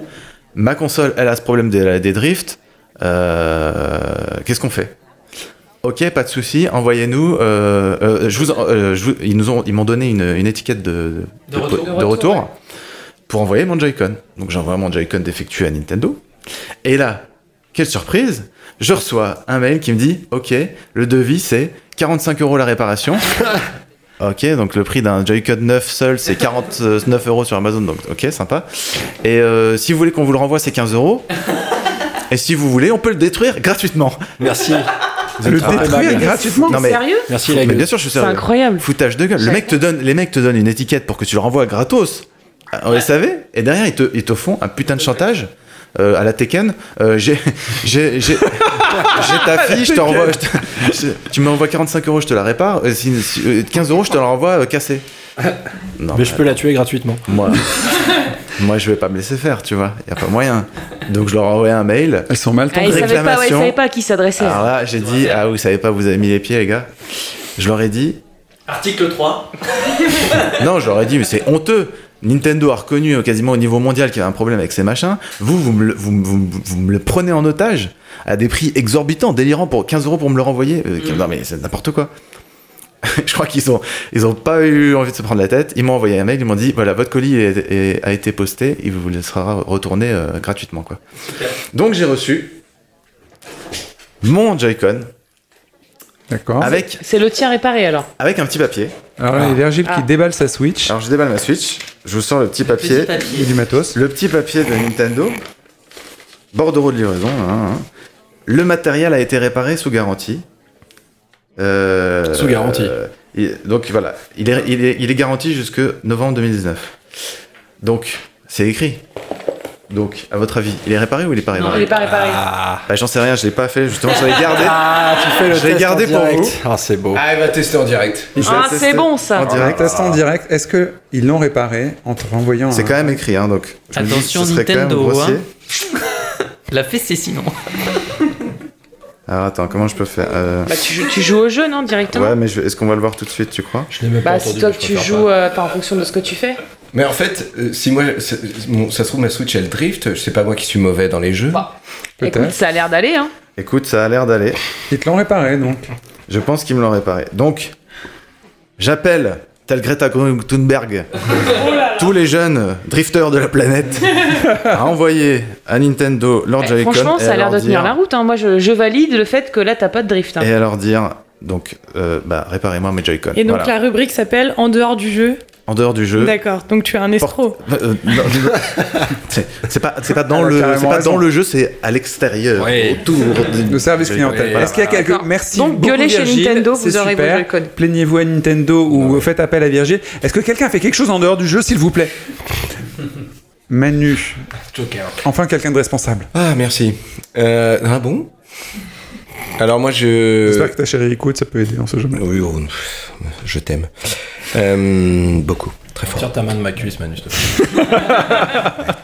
ma console, elle a ce problème des, des drifts. Euh, Qu'est-ce qu'on fait Ok, pas de souci. Envoyez-nous. euh, euh, je vous, en- euh, je vous- ils nous ont, ils m'ont donné une, une étiquette de,
De retour.
de retour pour envoyer mon Joy-Con. Donc j'envoie mon Joy-Con défectueux à Nintendo. Et là, quelle surprise Je reçois un mail qui me dit Ok, le devis c'est 45 euros la réparation. ok, donc le prix d'un Joy-Con neuf seul c'est 49 euros sur Amazon, donc ok, sympa. Et euh, si vous voulez qu'on vous le renvoie, c'est 15 euros. Et si vous voulez, on peut le détruire gratuitement.
Merci. Vous êtes
Le
très
détruire
aimable.
gratuitement
T'es sérieux
Merci, la
Mais
gueule.
bien sûr, je suis
C'est
sérieux.
incroyable.
Foutage de gueule. Le mec te donne, les mecs te donnent une étiquette pour que tu le renvoies gratos. Ah, Vous savez Et derrière, ils te, ils te font un putain de chantage. euh, à la Tekken, euh, j'ai, j'ai,
<laughs>
j'ai, j'ai ta fille, je te renvoie, je te- je- tu m'envoies 45 euros, je te la répare, euh, si- si- euh, 15 euros, je te la renvoie euh, cassée. Non,
Mais je peux la tuer gratuitement.
moi, moi, je vais pas me laisser faire, tu vois, y a pas moyen. Donc je leur ai envoyé un mail.
Elles sont mal
Ah,
tombées.
ils savaient pas, ouais, ils
réclamation.
savaient pas à qui s'adresser.
Alors là, j'ai dit, ah vous savez pas, vous avez mis les pieds, les gars. Je leur ai dit,
Article 3.
<laughs> non, j'aurais dit, mais c'est honteux. Nintendo a reconnu euh, quasiment au niveau mondial qu'il y avait un problème avec ces machins. Vous, vous me, le, vous, me- vous me- vous me le prenez en otage à des prix exorbitants, délirants pour 15 euros pour me le renvoyer. Euh, Non, mais c'est n'importe quoi. <laughs> Je crois qu'ils ont, ils ont pas eu envie de se prendre la tête. Ils m'ont envoyé un mail, ils m'ont dit voilà, votre colis est- est- a été posté, il vous le sera retourné euh, gratuitement. Quoi. Donc j'ai reçu mon Joy-Con
D'accord.
avec,
C'est le tien réparé alors.
avec un petit papier.
Alors là, il y a Virgile
Ah.
qui déballe sa Switch.
Alors je déballe ma Switch, je vous sors le petit papier.
Petit papier.
Et du matos.
Le petit papier de Nintendo, bordereau de livraison. hein, hein. Le matériel a été réparé sous garantie. Euh,
Sous garantie.
euh, il- donc voilà, il est, il est- il est garanti jusque novembre 2019. Donc c'est écrit. Donc à votre avis, il est réparé ou il est pas
Non,
réparé
il est pas réparé.
Ah.
Bah, J'en sais rien, je l'ai pas fait. Justement, je l'ai gardé.
<laughs> Ah, tu fais le
Je l'ai
test
gardé
en
pour
direct.
vous.
Ah, c'est beau.
Ah, elle va tester en direct.
Je l'ai
Ah,
testé
c'est bon, ça.
En
Direct,
direct.
test en direct. Est-ce que ils l'ont réparé en te renvoyant
C'est
un-
quand même écrit, hein, donc. je me dis,
Attention,
ce serait quand même
Nintendo,
grossier.
hein. La fesse, c'est sinon.
Alors attends, comment je peux faire Euh,
Bah, tu, joues- tu joues au jeu, non, directement
Ouais, mais je- est-ce qu'on va le voir tout de suite, tu crois
Je l'ai même pas
Bah,
entendu,
c'est toi
mais
que
je
tu
préfère
joues
pas.
euh, par- en fonction de ce que tu fais.
Mais en fait, euh, si moi, c'est- mon- ça se trouve, ma Switch, elle drift. C'est pas moi qui suis mauvais dans les jeux.
Peut-être.
Écoute, ça a l'air d'aller, hein.
Écoute, ça a l'air d'aller.
Ils te l'ont réparé donc.
Je pense qu'ils me l'ont réparé. Donc, j'appelle, tel
<laughs>
Greta Thunberg,
Oh
tous les jeunes drifters de la planète,
<laughs>
à envoyer à Nintendo leur
Eh,
Joy-Con.
franchement,
et
ça
à
a l'air
leur
de tenir
dire-
la route. Hein. Moi, je, je valide le fait que là, t'as pas de drift. hein.
Et à leur dire, donc, euh, bah, réparez-moi mes Joy-Con.
Et donc
Voilà.
la rubrique s'appelle En dehors du jeu.
En dehors du jeu.
D'accord, donc tu es un escroc.
Euh, non, non.
<laughs>
c'est c'est pas, c'est pas dans,
Elle a
le,
Ah, carrément
c'est pas
raison.
dans le jeu, c'est à l'extérieur. Autour.
Le service clientèle.
Voilà.
Est-ce qu'il y a quelque...
D'accord.
Merci
Donc,
beaucoup,
gueulez chez
Virgile,
Nintendo, vous
c'est
aurez vos
super.
jeux codes.
Plaignez-vous à Nintendo ou faites appel à Virgile. Est-ce que quelqu'un fait quelque chose en dehors du jeu, s'il vous plaît Manu,
hein.
Joker.
enfin quelqu'un de responsable.
Ah, merci. Euh, ah bon Alors moi, je...
J'espère que ta chérie écoute, ça peut aider dans ce jeu.
Oui, oh, je t'aime. Euh, beaucoup. Très fort.
Tire ta main de ma cuisse, Manu. s'il te plaît.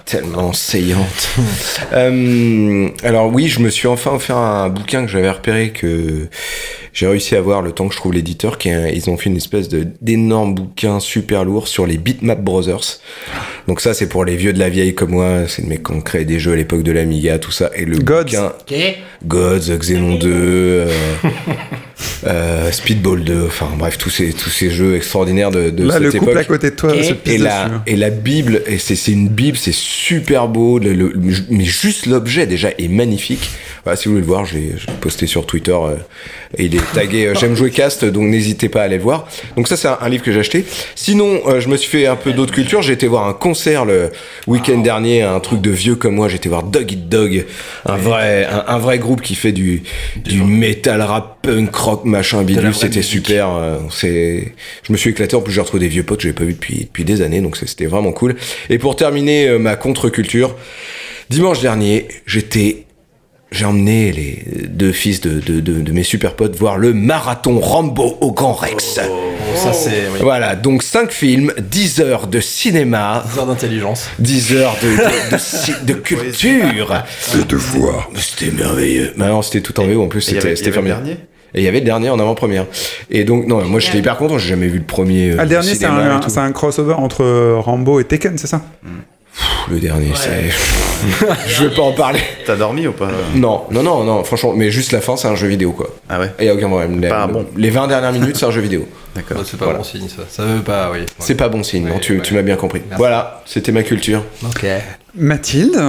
tellement saillante. <laughs> Euh, alors oui, je me suis enfin offert un bouquin que j'avais repéré que j'ai réussi à voir le temps que je trouve l'éditeur. Qui est un- ils ont fait une espèce de d'énorme bouquin super lourd sur les Bitmap Brothers. Donc ça, c'est pour les vieux de la vieille comme moi. C'est les mecs qui ont créé des jeux à l'époque de l'Amiga, tout ça. Et le bouquin Gods, Xenon 2, euh, <laughs> euh, Speedball 2, enfin bref, tous ces, tous ces jeux extraordinaires de, de
Là,
cette
le couple
époque.
à côté de toi se pisse
et, la,
dessus. hein.
et la Bible, et c'est c'est une Bible, c'est super beau, le- le- mais juste l'objet déjà est magnifique. Voilà, si vous voulez le voir, je l'ai je l'ai posté sur Twitter euh, et il est tagué euh, J'aime jouer cast, donc n'hésitez pas à aller le voir. Donc ça, c'est un, un livre que j'ai acheté. Sinon, euh, je me suis fait un peu d'autres cultures. J'ai été voir un concert le week-end dernier, un truc de vieux comme moi. J'ai été voir Dog Eat Dog, un vrai, un, un vrai groupe qui fait du, du metal rap, punk rock, machin, bidule. C'était super. euh, c'est, je me suis éclaté. En plus, j'ai retrouvé des vieux potes que j'avais pas vu depuis, depuis des années. Donc c'est- c'était vraiment cool. Et pour terminer euh, ma contre-culture, dimanche dernier, j'étais j'ai emmené les deux fils de, de, de- de mes super potes voir le marathon Rambo au Grand Rex.
ça, c'est- <laughs> oui.
Voilà, donc 5 films, 10 heures de cinéma. 10 heures d'intelligence. 10 heures de, de- de ci- de culture. De voir. C'était merveilleux. Mais non, c'était tout en VO en plus,
Et il y avait-
c'était c'était
il y avait le
formidable. Et il y avait le dernier en avant-première. Et donc, non, moi j'étais hyper content, j'ai jamais vu le premier. euh,
Ah, le
au
dernier, c'est
cinéma et
un,
tout.
c'est un crossover entre euh, Rambo et Tekken, c'est ça
Pff, Le dernier, c'est. <laughs> je vais pas en parler. T'as dormi ou pas Non, non, non, non, franchement, mais juste la fin, c'est un jeu vidéo quoi. Ah ouais Et y a aucun problème. Les, les 20 dernières minutes, c'est un jeu vidéo. D'accord.
Euh, C'est pas bon signe, ça. Ça veut pas, oui.
C'est pas bon signe, non, tu, tu m'as bien compris.
Merci.
Voilà, c'était ma culture.
Ok.
Mathilde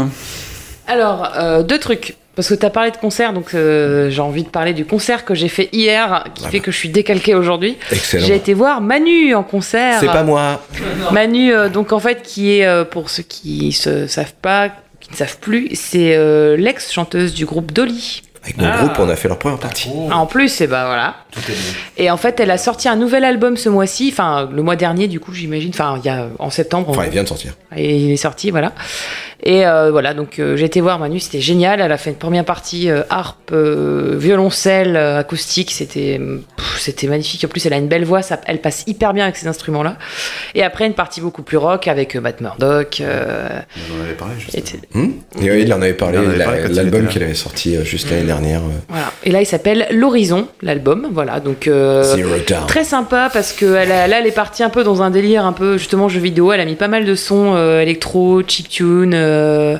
Alors, euh, deux trucs. Parce que tu as parlé de concert, donc euh, j'ai envie de parler du concert que j'ai fait hier, qui fait que je suis décalquée aujourd'hui.
Excellent.
J'ai été voir Manu en concert.
C'est pas moi.
Manu, euh, donc en fait, qui est, euh, pour ceux qui ne savent pas, qui ne savent plus, c'est euh, l'ex-chanteuse du groupe Dolly.
Avec mon groupe, on a fait leur première partie.
Ah, En plus, et bah voilà. Et en fait, elle a sorti un nouvel album ce mois-ci, enfin le mois dernier du coup, j'imagine, enfin il y a en septembre.
Enfin, il vient de sortir.
Et il est sorti, voilà. Et euh, voilà, donc euh, j'ai été voir Manu, c'était génial. Elle a fait une première partie euh, harpe, euh, violoncelle, euh, acoustique, c'était pff, c'était magnifique. En plus, elle a une belle voix, ça- elle passe hyper bien avec ces instruments-là. Et après, une partie beaucoup plus rock avec euh, Matt Murdock. euh,
On en avait parlé juste.
et-
Hmm Et oui, il en avait parlé,
Il en avait
la-
parlé quand il était
l'album
là.
qu'il avait sorti euh, juste l'année dernière. euh,
Voilà. Et là, il s'appelle L'Horizon, l'album. Voilà, donc euh,
Zero Down.
très sympa parce que elle a- là, elle est partie un peu dans un délire un peu justement jeu vidéo. Elle a mis pas mal de sons euh, électro, chiptune. euh,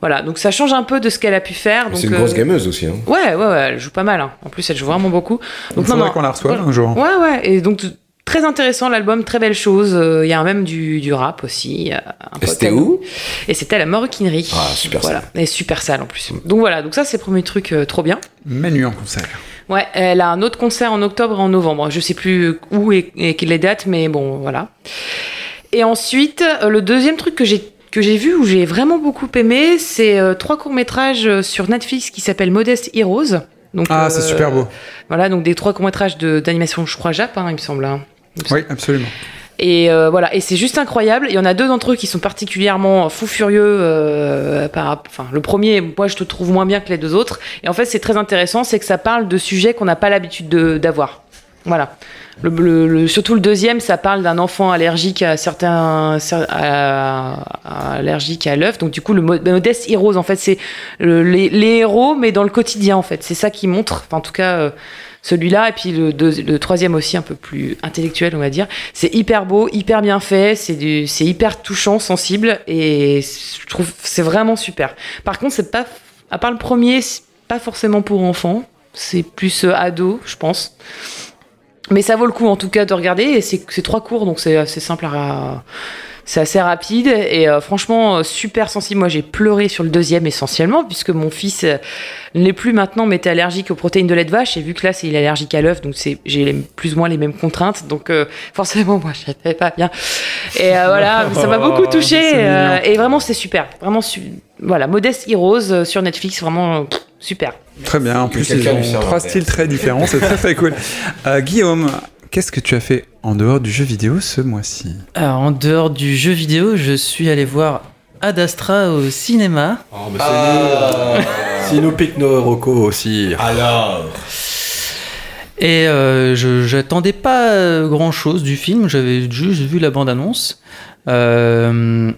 voilà, donc ça change un peu de ce qu'elle a pu faire.
C'est
donc,
une grosse
euh,
gameuse aussi. hein.
Ouais, ouais, ouais, elle joue pas mal. hein. En plus, elle joue vraiment beaucoup.
Il
Donc, non,
faudrait
non,
qu'on la reçoive
voilà.
un jour.
Ouais, ouais. Et donc, t- très intéressant l'album, très belle chose. Euh, Il y a même du, du rap aussi. euh, un peu
c'était
tel-
où
Et c'était à la Maroquinerie.
Ah, super Mm.
voilà. Et super sale en plus. Donc voilà, donc ça, c'est le premier truc euh, trop bien.
Manu en concert.
Ouais, elle a un autre concert en octobre et en novembre. Je sais plus où et, et les dates, mais bon, voilà. Et ensuite, euh, le deuxième truc que j'ai que j'ai vu où j'ai vraiment beaucoup aimé, c'est euh, trois courts métrages euh, sur Netflix qui s'appellent Modest Heroes. Donc, euh,
Ah, c'est super beau.
Voilà, donc des trois courts métrages de- d'animation, je crois Jap, hein, il me semble. hein.
Oui, absolument.
Et euh, voilà, et c'est juste incroyable. Il y en a deux d'entre eux qui sont particulièrement fous furieux. euh, par, enfin, le premier, moi, je te trouve moins bien que les deux autres. Et en fait, c'est très intéressant, c'est que ça parle de sujets qu'on n'a pas l'habitude de- d'avoir. Voilà. Le, le- le- surtout le deuxième, ça parle d'un enfant allergique à certains, cer- à- à- allergique à l'œuf. Donc du coup, le mo- ben, modeste heroes, en fait, c'est le- les, les héros, mais dans le quotidien, en fait. C'est ça qui montre. Enfin, en tout cas. euh, celui-là et puis le, deux- le troisième aussi un peu plus intellectuel on va dire c'est hyper beau hyper bien fait c'est du- c'est hyper touchant sensible et je trouve c'est vraiment super par contre c'est pas à part le premier c'est pas forcément pour enfants c'est plus euh, ado je pense mais ça vaut le coup en tout cas de regarder et c'est c'est trois cours donc c'est assez simple à C'est assez rapide et euh, franchement euh, super sensible. Moi j'ai pleuré sur le deuxième essentiellement puisque mon fils euh, n'est plus maintenant mais était allergique aux protéines de lait de vache et vu que là c'est il est allergique à l'œuf donc c'est j'ai les- plus ou moins les mêmes contraintes donc euh, forcément moi je savais pas bien. Et euh,
<laughs>
voilà ça m'a beaucoup touché
Oh, C'est mignon.
et vraiment c'est super vraiment su- voilà modeste Heroes euh, sur Netflix vraiment euh, pff, super.
Très bien, en plus
Mais
ils
quelqu'un
ont
lui sert
trois
un
styles
verre.
très différents, c'est très très
<laughs>
cool. Euh, Guillaume, qu'est-ce que tu as fait en dehors du jeu vidéo ce mois-ci
Alors, en dehors du jeu vidéo, je suis allé voir Ad Astra au cinéma.
Oh, mais c'est Ah. nul. S'ils nous piquent nos rocos aussi. Alors
Et euh, je j'attendais pas euh, grand-chose du film, j'avais juste vu la bande-annonce. Euh,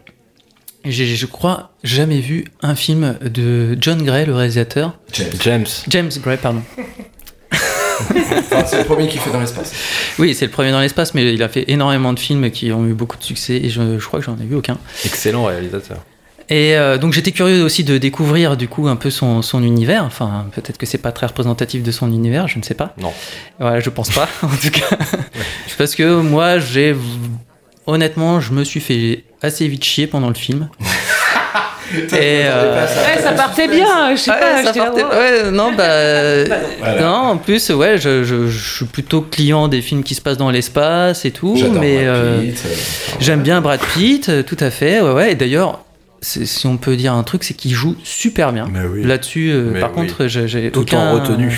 J'ai, je crois, jamais vu un film de John Gray, le réalisateur.
James.
James Gray, pardon.
Enfin, c'est le premier qui fait dans l'espace.
Oui, c'est le premier dans l'espace, mais il a fait énormément de films qui ont eu beaucoup de succès et je, je crois que j'en ai vu aucun.
Excellent réalisateur.
Et euh, donc j'étais curieux aussi de découvrir du coup un peu son, son univers. Enfin, peut-être que c'est pas très représentatif de son univers, je ne sais pas.
Non.
Voilà, je pense pas, <laughs> en tout cas. Parce que moi, j'ai. Honnêtement, je me suis fait assez vite chier pendant le film. et. euh,
Ouais, ça partait bien, je sais
Ouais,
pas.
ça
j'étais là,
partait-
wow.
ouais, non, bah. euh,
Voilà.
Non, en plus, ouais, je, je- je suis plutôt client des films qui se passent dans l'espace et tout.
J'adore
mais
Brad
euh,
Pitt, euh,
j'aime bien Brad Pitt, euh, tout à fait. Ouais, ouais. Et d'ailleurs, c'est- si on peut dire un truc, c'est qu'il joue super bien. Là-dessus, euh,
Mais
par
oui.
contre, j'ai j'ai
Tout en
aucun-
retenue.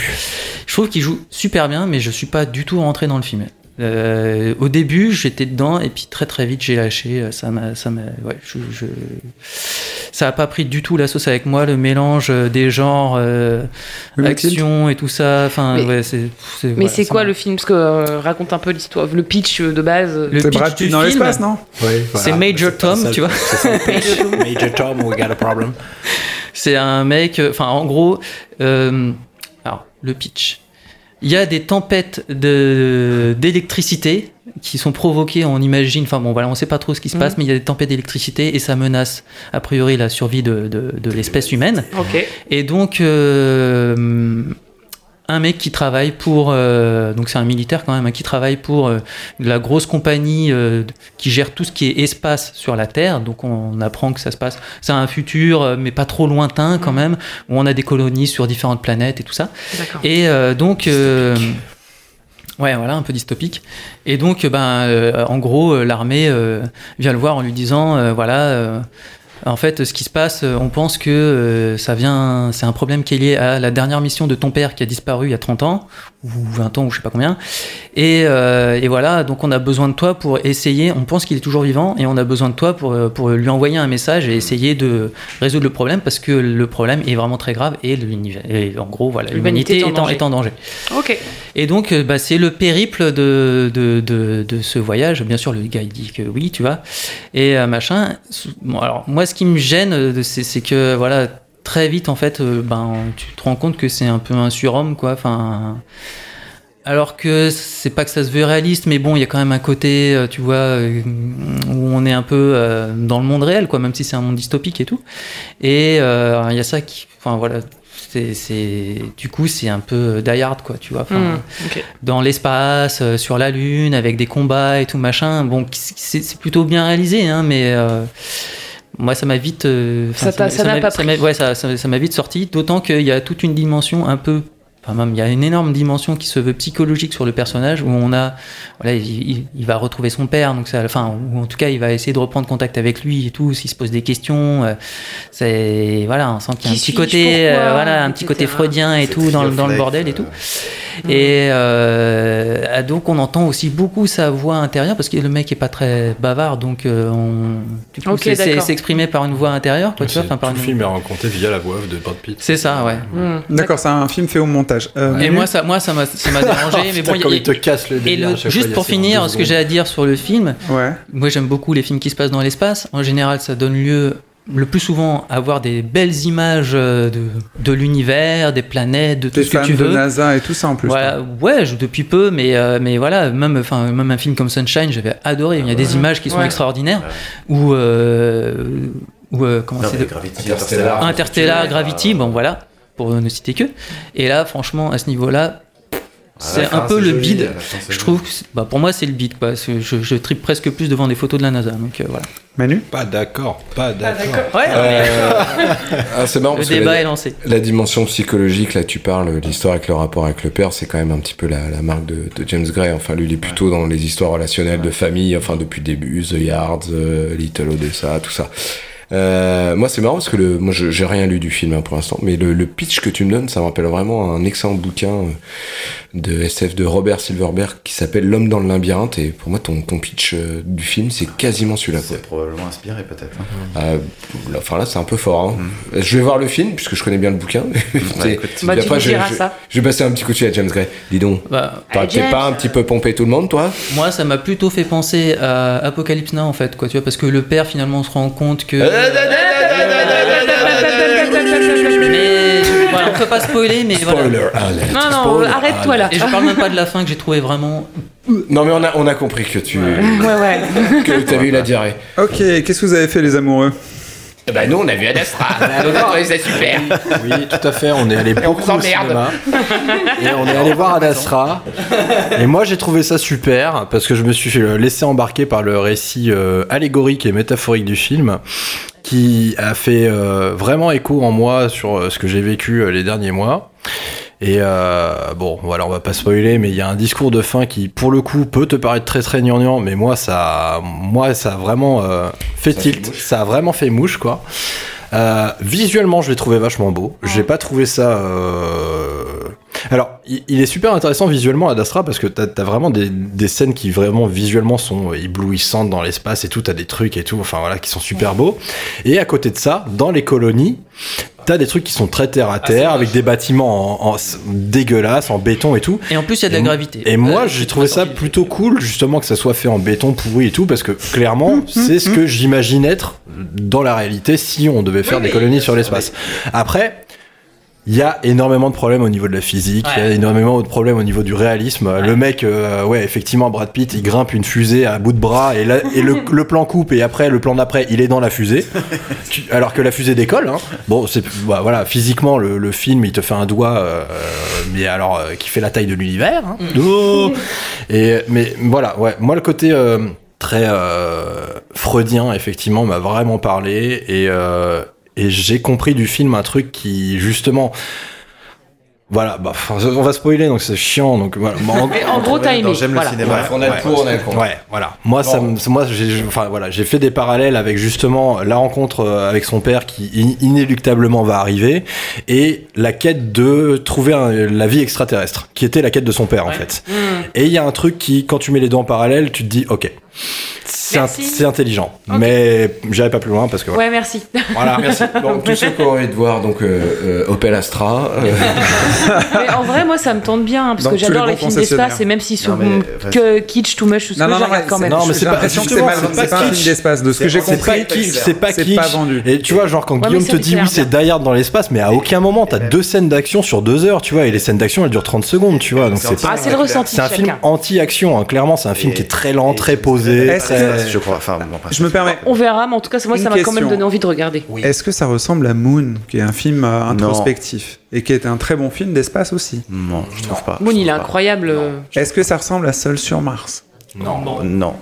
Je trouve qu'il joue super bien, mais je suis pas du tout rentré dans le film. Euh, au début, j'étais dedans et puis très très vite j'ai lâché. Euh, Ça m'a, ça m'a, ouais, je, je- ça a pas pris du tout la sauce avec moi. Le mélange euh, des genres, euh,
Oui, Mathilde
action et tout ça. Enfin,
Mais-
ouais, c'est. c'est-
Mais
voilà,
c'est
ça
quoi
m'a-
le film Parce que euh, raconte un peu l'histoire, le pitch euh, de base.
le pitch du film C'est Major Tom, tu vois.
Major Tom, we got a problem.
C'est un mec, euh, enfin en gros, euh, alors le pitch. Il y a des tempêtes de- d'électricité qui sont provoquées, on imagine, enfin bon voilà, on sait pas trop ce qui se passe,
Mhm.
mais il y a des tempêtes d'électricité et ça menace a priori la survie de, de- de l'espèce humaine.
Ok.
Et donc, euh, un mec qui travaille pour. euh, donc, c'est un militaire quand même, hein, qui travaille pour euh, la grosse compagnie euh, qui gère tout ce qui est espace sur la Terre. Donc, on apprend que ça se passe. C'est un futur, euh, mais pas trop lointain quand même, où on a des colonies sur différentes planètes et tout ça.
D'accord.
Et euh, donc. euh, Ouais, voilà, un peu dystopique. Et donc, euh, ben, euh, en gros, euh, l'armée euh, vient le voir en lui disant, euh, voilà, euh, en fait, ce qui se passe, euh, on pense que euh, ça vient, c'est un problème qui est lié à la dernière mission de ton père qui a disparu il y a 30 ans, ou 20 ans, ou je sais pas combien. Et, euh, et voilà, donc on a besoin de toi pour essayer, on pense qu'il est toujours vivant, et on a besoin de toi pour, euh, pour lui envoyer un message et essayer de résoudre le problème, parce que le problème est vraiment très grave, et, l'univers- et en gros, voilà, l'humanité est, en- est en danger.
Ok.
Et donc, euh, bah, c'est le périple de, de, de, de ce voyage. Bien sûr, le gars, il dit que oui, tu vois. Et euh, machin. Bon, alors, moi, ce qui me gêne, euh, de- c'est c'est que, voilà, très vite, en fait, euh, ben, tu te rends compte que c'est un peu un surhomme, quoi. Enfin. Alors que c'est pas que ça se veut réaliste, mais bon, il y a quand même un côté, euh, tu vois, euh, où on est un peu euh, dans le monde réel, quoi, même si c'est un monde dystopique et tout. Et euh, il y a ça qui, enfin voilà, c'est, c'est- du coup, c'est un peu euh, die hard, quoi, tu vois.
Ah.
Enfin,
Hmm, ok.
Dans l'espace, euh, sur la lune, avec des combats et tout machin. Bon, c'est, c'est plutôt bien réalisé, hein, mais. euh, moi, ça m'a vite. euh, enfin,
Ça t'a-
m'a-
ça n'a
m'a-
pas
m'a- ouais, ça, ça- ça m'a vite sorti. D'autant qu'il y a toute une dimension un peu. Enfin, même, il y a une énorme dimension qui se veut psychologique sur le personnage où on a. Voilà, il, il- il va retrouver son père, donc ça, enfin, ou en tout cas, il va essayer de reprendre contact avec lui et tout, s'il se pose des questions. euh, c'est. Voilà, on sent qu'il y a un
Qui
petit
suis-je,
côté. euh,
pourquoi,
voilà, un petit côté
etc.
freudien et tout dans, le- dans le
life,
bordel et tout. Et euh, ah, donc, on entend aussi beaucoup sa voix intérieure parce que le mec est pas très bavard, donc euh, on. du coup,
Ok,
c'est- c'est-
d'accord.
c'est exprimé par une voix intérieure, quoi, tu vois, enfin, par
Tout
une-
le film est raconté via la voix off de Brad Pitt. <laughs>
C'est ça, ouais.
D'accord, c'est un film fait au montage. Euh,
Et
Manu
moi, ça, moi, ça
<laughs>
m'a, ça m'a dérangé. mais
Putain,
bon, y a-
comme il te casse le
et
délire à chaque fois, il y
juste
a
pour
ces deux
finir, ce que
secondes.
j'ai à dire sur le film. Moi, j'aime beaucoup les films qui se passent dans l'espace. En général, ça donne lieu le plus souvent à voir des belles images euh, de, de l'univers, des planètes, de tout
Des
ce que
fans
tu
de
veux.
NASA et tout ça en plus.
Voilà, ouais, je- depuis peu, mais, euh, mais voilà, même, enfin, même un film comme Sunshine, j'avais adoré. Il y a des images qui sont
Ouais.
extraordinaires. Ou. euh, ou, euh, comment
Non,
c'est
mais
de-
Gravity, Interstellar.
ah,
Interstellar, Gravity, bon voilà, pour ne citer que. Et là, franchement, à ce niveau-là, C'est un peu le bid. Je trouve, que c'est- bah, pour moi, c'est le bid. Quoi. C'est- Je, je tripe presque plus devant des photos de la NASA. Donc, euh, voilà.
Manu
Pas d'accord, pas
d'accord. Ouais, mais-
ah, c'est marrant
Le
parce
débat
que la,
est lancé.
La dimension psychologique, là, tu parles l'histoire avec le rapport avec le père, c'est quand même un petit peu la, la marque de, de James Gray. Enfin, lui, il est plutôt dans les histoires relationnelles de famille, enfin, depuis le début, The Yards, euh, Little Odessa, tout ça. Euh, moi, c'est marrant parce que le, moi, je- j'ai rien lu du film hein, pour l'instant, mais le, le pitch que tu me donnes, ça me rappelle vraiment un excellent bouquin euh, de SF de Robert Silverberg qui s'appelle L'homme dans le labyrinthe. Et pour moi, ton, ton pitch euh, du film, c'est quasiment celui-là. quoi.
C'est probablement inspiré peut-être. hein.
Euh, là, Enfin là, c'est un peu fort. hein. Je vais voir le film puisque je connais bien le bouquin. Et-
écoute.
puis
Bah, tu
après,
nous
je,
diras
je-
ça.
je vais passer un petit coup de fil à James Gray. Dis donc,
Bah,
t'aurais
Hey,
peut-être
James.
pas un petit peu pompé tout le monde, toi
Moi, ça m'a plutôt fait penser à Apocalypse Now, en fait. Quoi, tu vois, parce que le père, finalement, on se rend compte que. Mais voilà, on peut pas spoiler, mais
Spoiler
voilà.
alert.
Non, non, Spoiler arrête-toi alert. là.
Et je parle même pas de la fin que j'ai trouvé vraiment.
Non, mais on a, on a compris que tu
Ouais, ouais.
<laughs> que t'avais eu la diarrhée.
Ok, qu'est-ce que vous avez fait, les amoureux
Bah, nous, on a vu Adastra.
Donc, on a trouvé
ça super.
Oui, tout à fait, on est allé
Et on
beaucoup
vous
au
emmerde.
cinéma. Et on est allé voir Adastra. Et moi, j'ai trouvé ça super parce que je me suis euh, laissé embarquer par le récit euh, allégorique et métaphorique du film qui a fait euh, vraiment écho en moi sur euh, ce que j'ai vécu euh, les derniers mois. Et euh, bon, voilà, on va pas spoiler, mais il y a un discours de fin qui, pour le coup, peut te paraître très très gnangnan, mais moi, ça, moi, ça a vraiment euh, fait tilt, ça a vraiment fait mouche, quoi. Euh, visuellement, je l'ai trouvé vachement beau. J'ai pas trouvé ça. euh, Alors, il, il est super intéressant visuellement à Dastra parce que t'as as vraiment des, des scènes qui vraiment visuellement sont éblouissantes dans l'espace et tout. T'as des trucs et tout, enfin voilà, qui sont super beaux. Et à côté de ça, dans les colonies, t'as des trucs qui sont très terre à terre avec des bâtiments en, en- dégueulasses, en béton et tout.
Et en plus, il y a de la gravité. Euh,
Et moi, j'ai trouvé ça plutôt cool, justement, que ça soit fait en béton pourri et tout, parce que clairement, c'est ce que j'imagine être dans la réalité si on devait faire des colonies sur l'espace. Après, il y a énormément de problèmes au niveau de la physique, il y a énormément de problèmes au niveau du réalisme. Le mec, euh, ouais, effectivement, Brad Pitt, il grimpe une fusée à bout de bras et, là, et <laughs> le, le plan coupe et après, le plan d'après, il est dans la fusée. Tu- alors que la fusée décolle. hein. Bon, c'est bah, voilà, physiquement, le, le film, il te fait un doigt, euh, mais alors, euh, qui fait la taille de l'univers. hein. Oh et, mais voilà, ouais, moi, le côté. euh, Très euh, freudien, effectivement, m'a vraiment parlé et, euh, et j'ai compris du film un truc qui, justement, voilà, bah, enfin, on va spoiler, donc c'est chiant. Donc voilà. Bah,
Mais
Ah,
en gros, t'as aimé. Voilà.
Ouais,
on a le
ouais,
pour, on a le contre.
Ouais, voilà. Moi, ça, me- c'est- moi, j'ai, je- enfin voilà, j'ai fait des parallèles avec justement la rencontre euh, avec son père qui in- inéluctablement va arriver et la quête de trouver un- la vie extraterrestre, qui était la quête de son père en fait. Et il y a un truc qui, quand tu mets les deux en parallèle, tu te dis, ok, c'est, int- c'est intelligent, mais j'irai pas plus loin parce que.
Ouais, merci.
Voilà, merci. Donc, tous ceux qui ont envie de voir, donc, euh, euh, Opel Astra. euh,
Mais en vrai, moi, ça me tente bien, hein, parce
Dans
que
tous
j'adore les,
les bons
films d'espace,
concessionnaires.
et même s'ils sont
Non, mais,
euh,
que kitsch, too much, tout ce
Non,
que
non,
je
non,
regarde quand même.
non, mais c'est pas,
Justement,
c'est mal-
c'est
c'est
pas
pas un
kitsch.
film d'espace. De ce que j'ai
C'est
compris,
pas kitsch, c'est pas
c'est
kitsch.
pas vendu.
Et tu vois, genre quand
Ouais,
Guillaume
mais
te
ça
dit
sert
oui, c'est Die Hard dans l'espace, mais à aucun moment t'as deux scènes d'action sur deux heures, tu vois, et les scènes d'action elles durent 30 secondes, tu vois, donc
C'est
c'est
anti-
pas.
Ah, c'est le ressenti
C'est un
de
film
chacun.
anti-action, hein, clairement, c'est un film qui est très lent, très posé.
Est-ce
très-
que- Je
crois, enfin,
Je me permets.
On verra, mais en tout cas, moi,
Une
ça m'a quand même
question.
donné envie de regarder.
Est-ce que ça ressemble à Moon, qui est un film euh, introspectif et qui est un très bon film d'espace aussi
Non, je trouve pas.
Moon, il est incroyable. euh,
Est-ce que ça ressemble à Seul sur Mars
Non.
Non.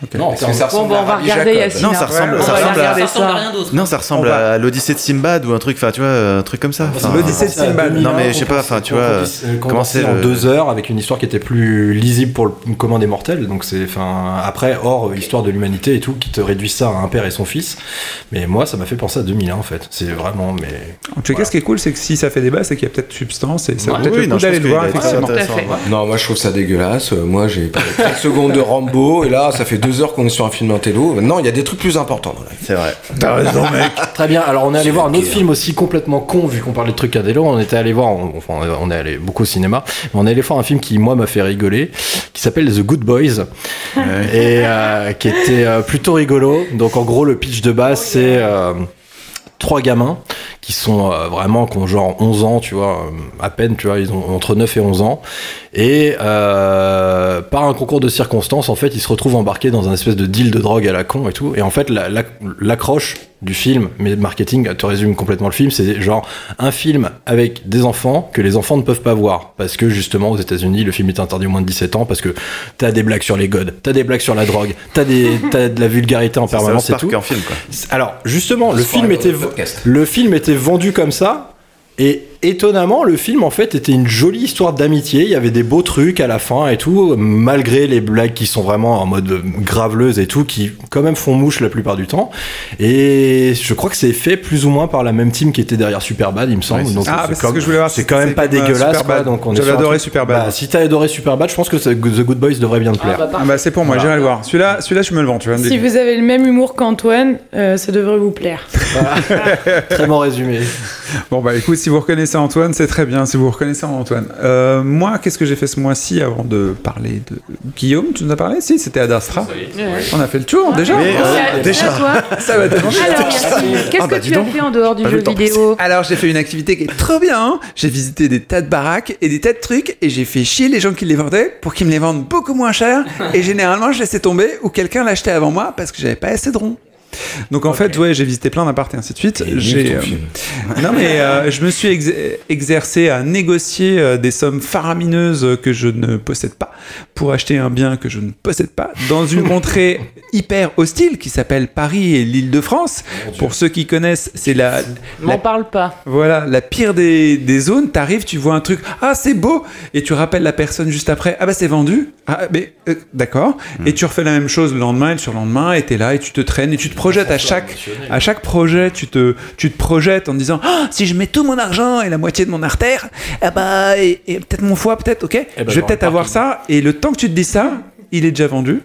Ok.
Non,
Est-ce que ça
Bon,
ressemble
bon, on
à
va
Rabbi
regarder
Jacob
Yacine.
Non, ça
hein.
ressemble,
On
ça
va
ressemble
regarder
à.
ça. ressemble à
<laughs>
rien d'autre.
Non, ça ressemble
On va-
à l'Odyssée de Simbad ou un truc, enfin, tu vois, un truc comme ça. Enfin,
L'Odyssée de Simbad.
Non, mais je sais pas, enfin, tu vois,
euh,
comment c'est. euh,
en
le-
deux heures avec une histoire qui était plus lisible pour le commun des mortels. Donc c'est, enfin, après, hors euh, histoire de l'humanité et tout, qui te réduit ça à un père et son fils. Mais moi, ça m'a fait penser à 2001 en fait. C'est vraiment, mais.
En tout cas, ce qui est cool, c'est que si ça fait débat, c'est qu'il y a peut-être substance et ça
Ouais.
vaut peut-être
Oui,
le
non,
coup
je
d'aller
pense
le voir,
qu'il est
effectivement.
très intéressant, ouais.
Non, moi je trouve ça dégueulasse. Euh, Moi j'ai parlé 30 secondes de Rambo et là ça fait deux heures qu'on est sur un film en télo. Non, il y a des trucs plus importants dans la vie.
C'est vrai.
T'as raison, mec.
Très bien. Alors on est allé voir un autre film aussi complètement con vu qu'on parlait de trucs à vélo. On était allé voir, on- enfin on est allé beaucoup au cinéma, mais on est allé voir un film qui moi m'a fait rigoler, qui s'appelle The Good Boys et euh, qui était euh, plutôt rigolo. Donc en gros le pitch de base c'est euh, trois gamins qui sont euh, vraiment qui ont genre 11 ans, tu vois, euh, à peine, tu vois, ils ont entre 9 et 11 ans. Et euh, par un concours de circonstances, en fait, ils se retrouvent embarqués dans un espèce de deal de drogue à la con et tout. Et en fait, la- la- l'accroche du film, mais le marketing te résume complètement le film. C'est genre un film avec des enfants que les enfants ne peuvent pas voir. Parce que justement, aux États-Unis, le film est interdit aux moins de 17 ans parce que t'as des blagues sur les godes, t'as des blagues sur la drogue, t'as des- t'as de la vulgarité en
C'est
permanence et
South
tout.
Park en film, quoi.
Alors, justement, Oh, le
Soirée
film,
au
était,
euh,
podcast.
le film était vendu comme ça. Et étonnamment, le film en fait était une jolie histoire d'amitié. Il y avait des beaux trucs à la fin et tout, malgré les blagues qui sont vraiment en mode euh, graveleuse et tout, qui quand même font mouche la plupart du temps. Et je crois que c'est fait plus ou moins par la même team qui était derrière Superbad, il me semble.
Ouais, c'est
Donc,
ça. Ah, bah, c'est
quand-
ce que je voulais voir,
C'est
c'est-
quand même
c'est
pas
comme, euh,
dégueulasse.
Superbad.
quoi. donc on est
J'avais
sur un
adoré
truc-
Superbad.
Bah, si t'as adoré Superbad, je pense que The Good Boys devrait bien te plaire.
Ah bah c'est pour moi, j'irai le voir. Celui-là, celui-là, je me le vends, tu vois.
Si vous avez le même humour qu'Antoine, euh, ça devrait vous plaire.
bah.
Très bon résumé.
Bon bah écoute, si vous reconnaissez Antoine, c'est très bien. Si vous reconnaissez Antoine, Euh, moi, qu'est-ce que j'ai fait ce mois-ci avant de parler de Guillaume Tu nous as parlé Si, c'était à Dastra. On a fait le tour déjà.
Oui, euh, C'est à- déjà. c'est à toi.
Ça va tellement vite.
Alors, Yacine, qu'est-ce que tu as fait en dehors du
Pas
jeu
le temps
vidéo
passé. Alors j'ai fait une activité qui est trop bien. hein. J'ai visité des tas de baraques et des tas de trucs et j'ai fait chier les gens qui les vendaient pour qu'ils me les vendent beaucoup moins cher. et généralement je laissais tomber ou quelqu'un l'achetait avant moi parce que j'avais pas assez de ronds. Donc en fait, ouais, j'ai visité plein d'appart et ainsi de suite. J'ai
ton
euh, non mais euh, je me suis ex- exercé à négocier euh, des sommes faramineuses que je ne possède pas pour acheter un bien que je ne possède pas dans une contrée hyper hostile qui s'appelle Paris et l'Île-de-France. Pour ceux qui connaissent, c'est la, la
M'en parle pas.
voilà, la pire des, des zones, t'arrives, tu vois un truc, ah c'est beau, et tu rappelles la personne juste après, ah bah c'est vendu, ah mais euh, d'accord,
Hmm.
et tu refais la même chose le lendemain et le surlendemain, et t'es là et tu te traînes et tu te
Ah,
projettes à chaque, à chaque projet, tu te, tu te projettes en disant, ah si je mets tout mon argent et la moitié de mon artère, ah bah et, et peut-être mon foie, peut-être, ok,
bah,
je vais
dans
peut-être
le
avoir ça, et le temps que tu te dis ça, il est déjà vendu.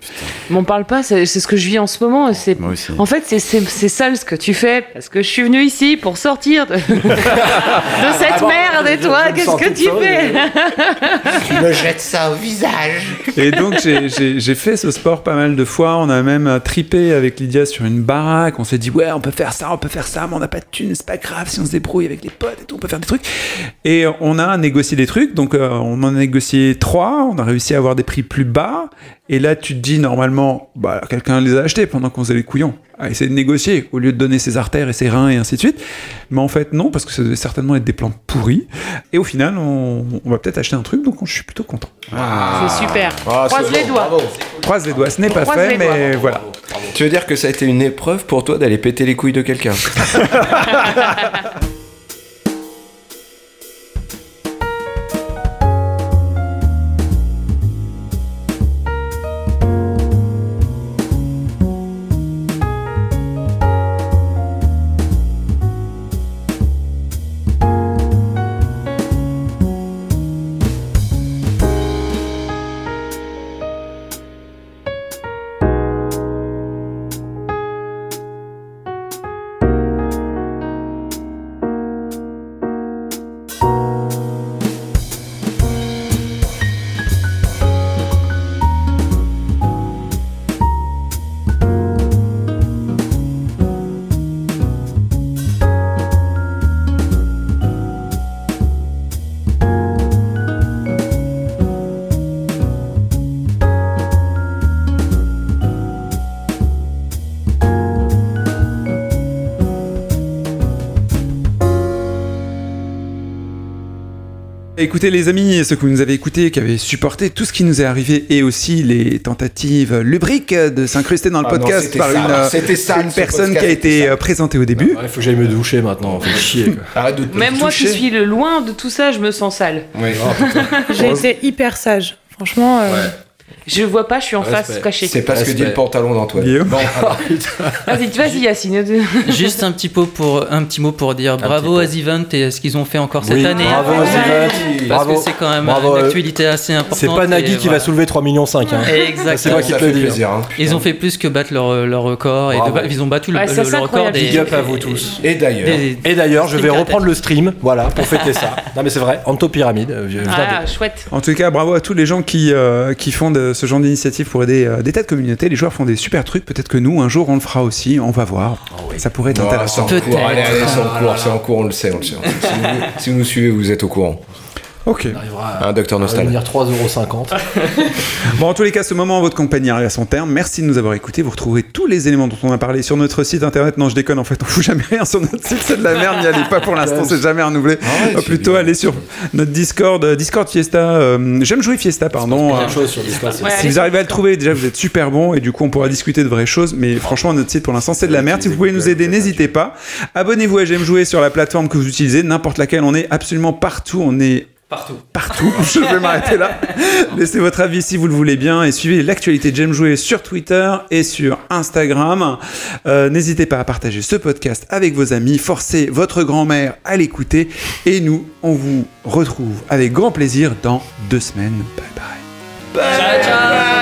M'en parle pas, c'est c'est ce que je vis en ce moment. et c'est- En fait, c'est- c'est c'est sale ce que tu fais, parce que je suis venue ici pour sortir de, <laughs> de cette
bon,
merde,
je- Ah,
et
je
toi,
me
qu'est-ce
sens
que
toute
tu
seule,
<laughs> fais
Tu me jettes ça au visage.
Et donc j'ai- j'ai j'ai fait ce sport pas mal de fois. On a même euh, tripé avec Lydia sur une baraque. On s'est dit ouais on peut faire ça, on peut faire ça, mais on n'a pas de thunes, c'est pas grave si on se débrouille avec les potes et tout, on peut faire des trucs. Et on a négocié des trucs. Donc euh, on en a négocié trois. On a réussi à avoir des prix plus bas. Et là tu te dis normalement bah quelqu'un les a achetés pendant qu'on faisait les couillons. À essayer de négocier au lieu de donner ses artères et ses reins et ainsi de suite. Mais en fait non parce que ça devait certainement être des plans pourris. Et au final on, on va peut-être acheter un truc. Donc je suis plutôt content.
C'est super.
Ah, c'est
Croise les
bon,
doigts.
Croise les doigts, ce n'est pas
Croise les
fait,
doigts.
mais voilà.
Tu veux dire que ça a été une épreuve pour toi d'aller péter les couilles de quelqu'un
Écoutez les amis, ceux que vous nous avez écoutés, qui avez supporté tout ce qui nous est arrivé et aussi les tentatives lubriques de s'incruster dans le
Ah non,
podcast
c'était
par
ça,
une, euh,
c'était ça,
une
ce
personne
podcast,
qui a été euh, présentée au début.
Il faut que j'aille me doucher maintenant, fait chier. Quoi.
Arrête de te
Même moi qui
toucher.
suis le loin de tout ça, je me sens sale.
Ouais.
J'ai été hyper sage. Franchement, euh,
Je vois pas, je suis en face cachée.
C'est pas ce que dit
Respect.
le pantalon d'Antoine.
Guillaume
Bon,
Vas-y, vas-y, Yacine.
Juste un petit, peu pour, un petit mot pour dire bravo à Zivant et à ce qu'ils ont fait encore cette
Oui,
année.
bravo à Zivant.
Parce
Bravo.
que c'est quand même
Bravo à
une
eux.
actualité assez importante.
C'est pas Nagui
et
qui va
voilà.
soulever 3,5 millions. hein.
Exactement.
C'est moi qui te le dis. hein.
hein.
Ils ont fait plus que battre leur, leur record. Et
Bravo.
de- ils ont battu le,
Ouais, ça,
le
c'est
record
incroyable.
des.
Big up à vous tous.
Et d'ailleurs.
des-
Et d'ailleurs, je vais
Stream
reprendre le stream, voilà, pour fêter <laughs> ça. Non mais c'est vrai, Antopyramide. euh, je- je viens de-
Ah, chouette.
En tout cas, bravo à tous les gens qui, euh, qui font de- ce genre d'initiative pour aider euh, des tas de communautés. Les joueurs font des super trucs. Peut-être que nous, un jour, on le fera aussi. On va voir.
Ah
Ça pourrait être
Non, c'est
intéressant.
en cours, allez, allez, c'est en cours, c'est en cours, on le sait, on le sait. Si vous, si vous nous suivez, vous êtes au courant.
Ok.
On arrivera
Un Dr Nostal.
à revenir 3,50€.
Bon, en tous les cas, ce moment en votre compagnie arrive à son terme. Merci de nous avoir écoutés. Vous retrouverez tous les éléments dont on a parlé sur notre site internet. Non, je déconne, en fait, on fout jamais rien sur notre site. C'est de la merde, n'y allez pas pour l'instant, c'est jamais renouvelé.
Ah ouais,
Ah,
Euh,
c'est
Plutôt,
bien.
allez sur notre Discord, euh, Discord Fiesta. euh, J'aime jouer Fiesta, pardon.
Quelque
Euh,
chose sur Discord, c'est-
si vous arrivez à le trouver, déjà vous êtes super bon et du coup on pourra discuter de vraies choses. Mais franchement, notre site pour l'instant c'est de la merde. Si vous pouvez nous aider, n'hésitez pas. Abonnez-vous à J'aime jouer sur la plateforme que vous utilisez, n'importe laquelle. On est absolument partout. On est
Partout.
partout. <laughs> Je vais m'arrêter là. Laissez votre avis si vous le voulez bien et suivez l'actualité de J'aime jouer sur Twitter et sur Instagram. Euh, N'hésitez pas à partager ce podcast avec vos amis, forcez votre grand-mère à l'écouter et nous, on vous retrouve avec grand plaisir dans deux semaines. Bye bye.
Ciao, ciao.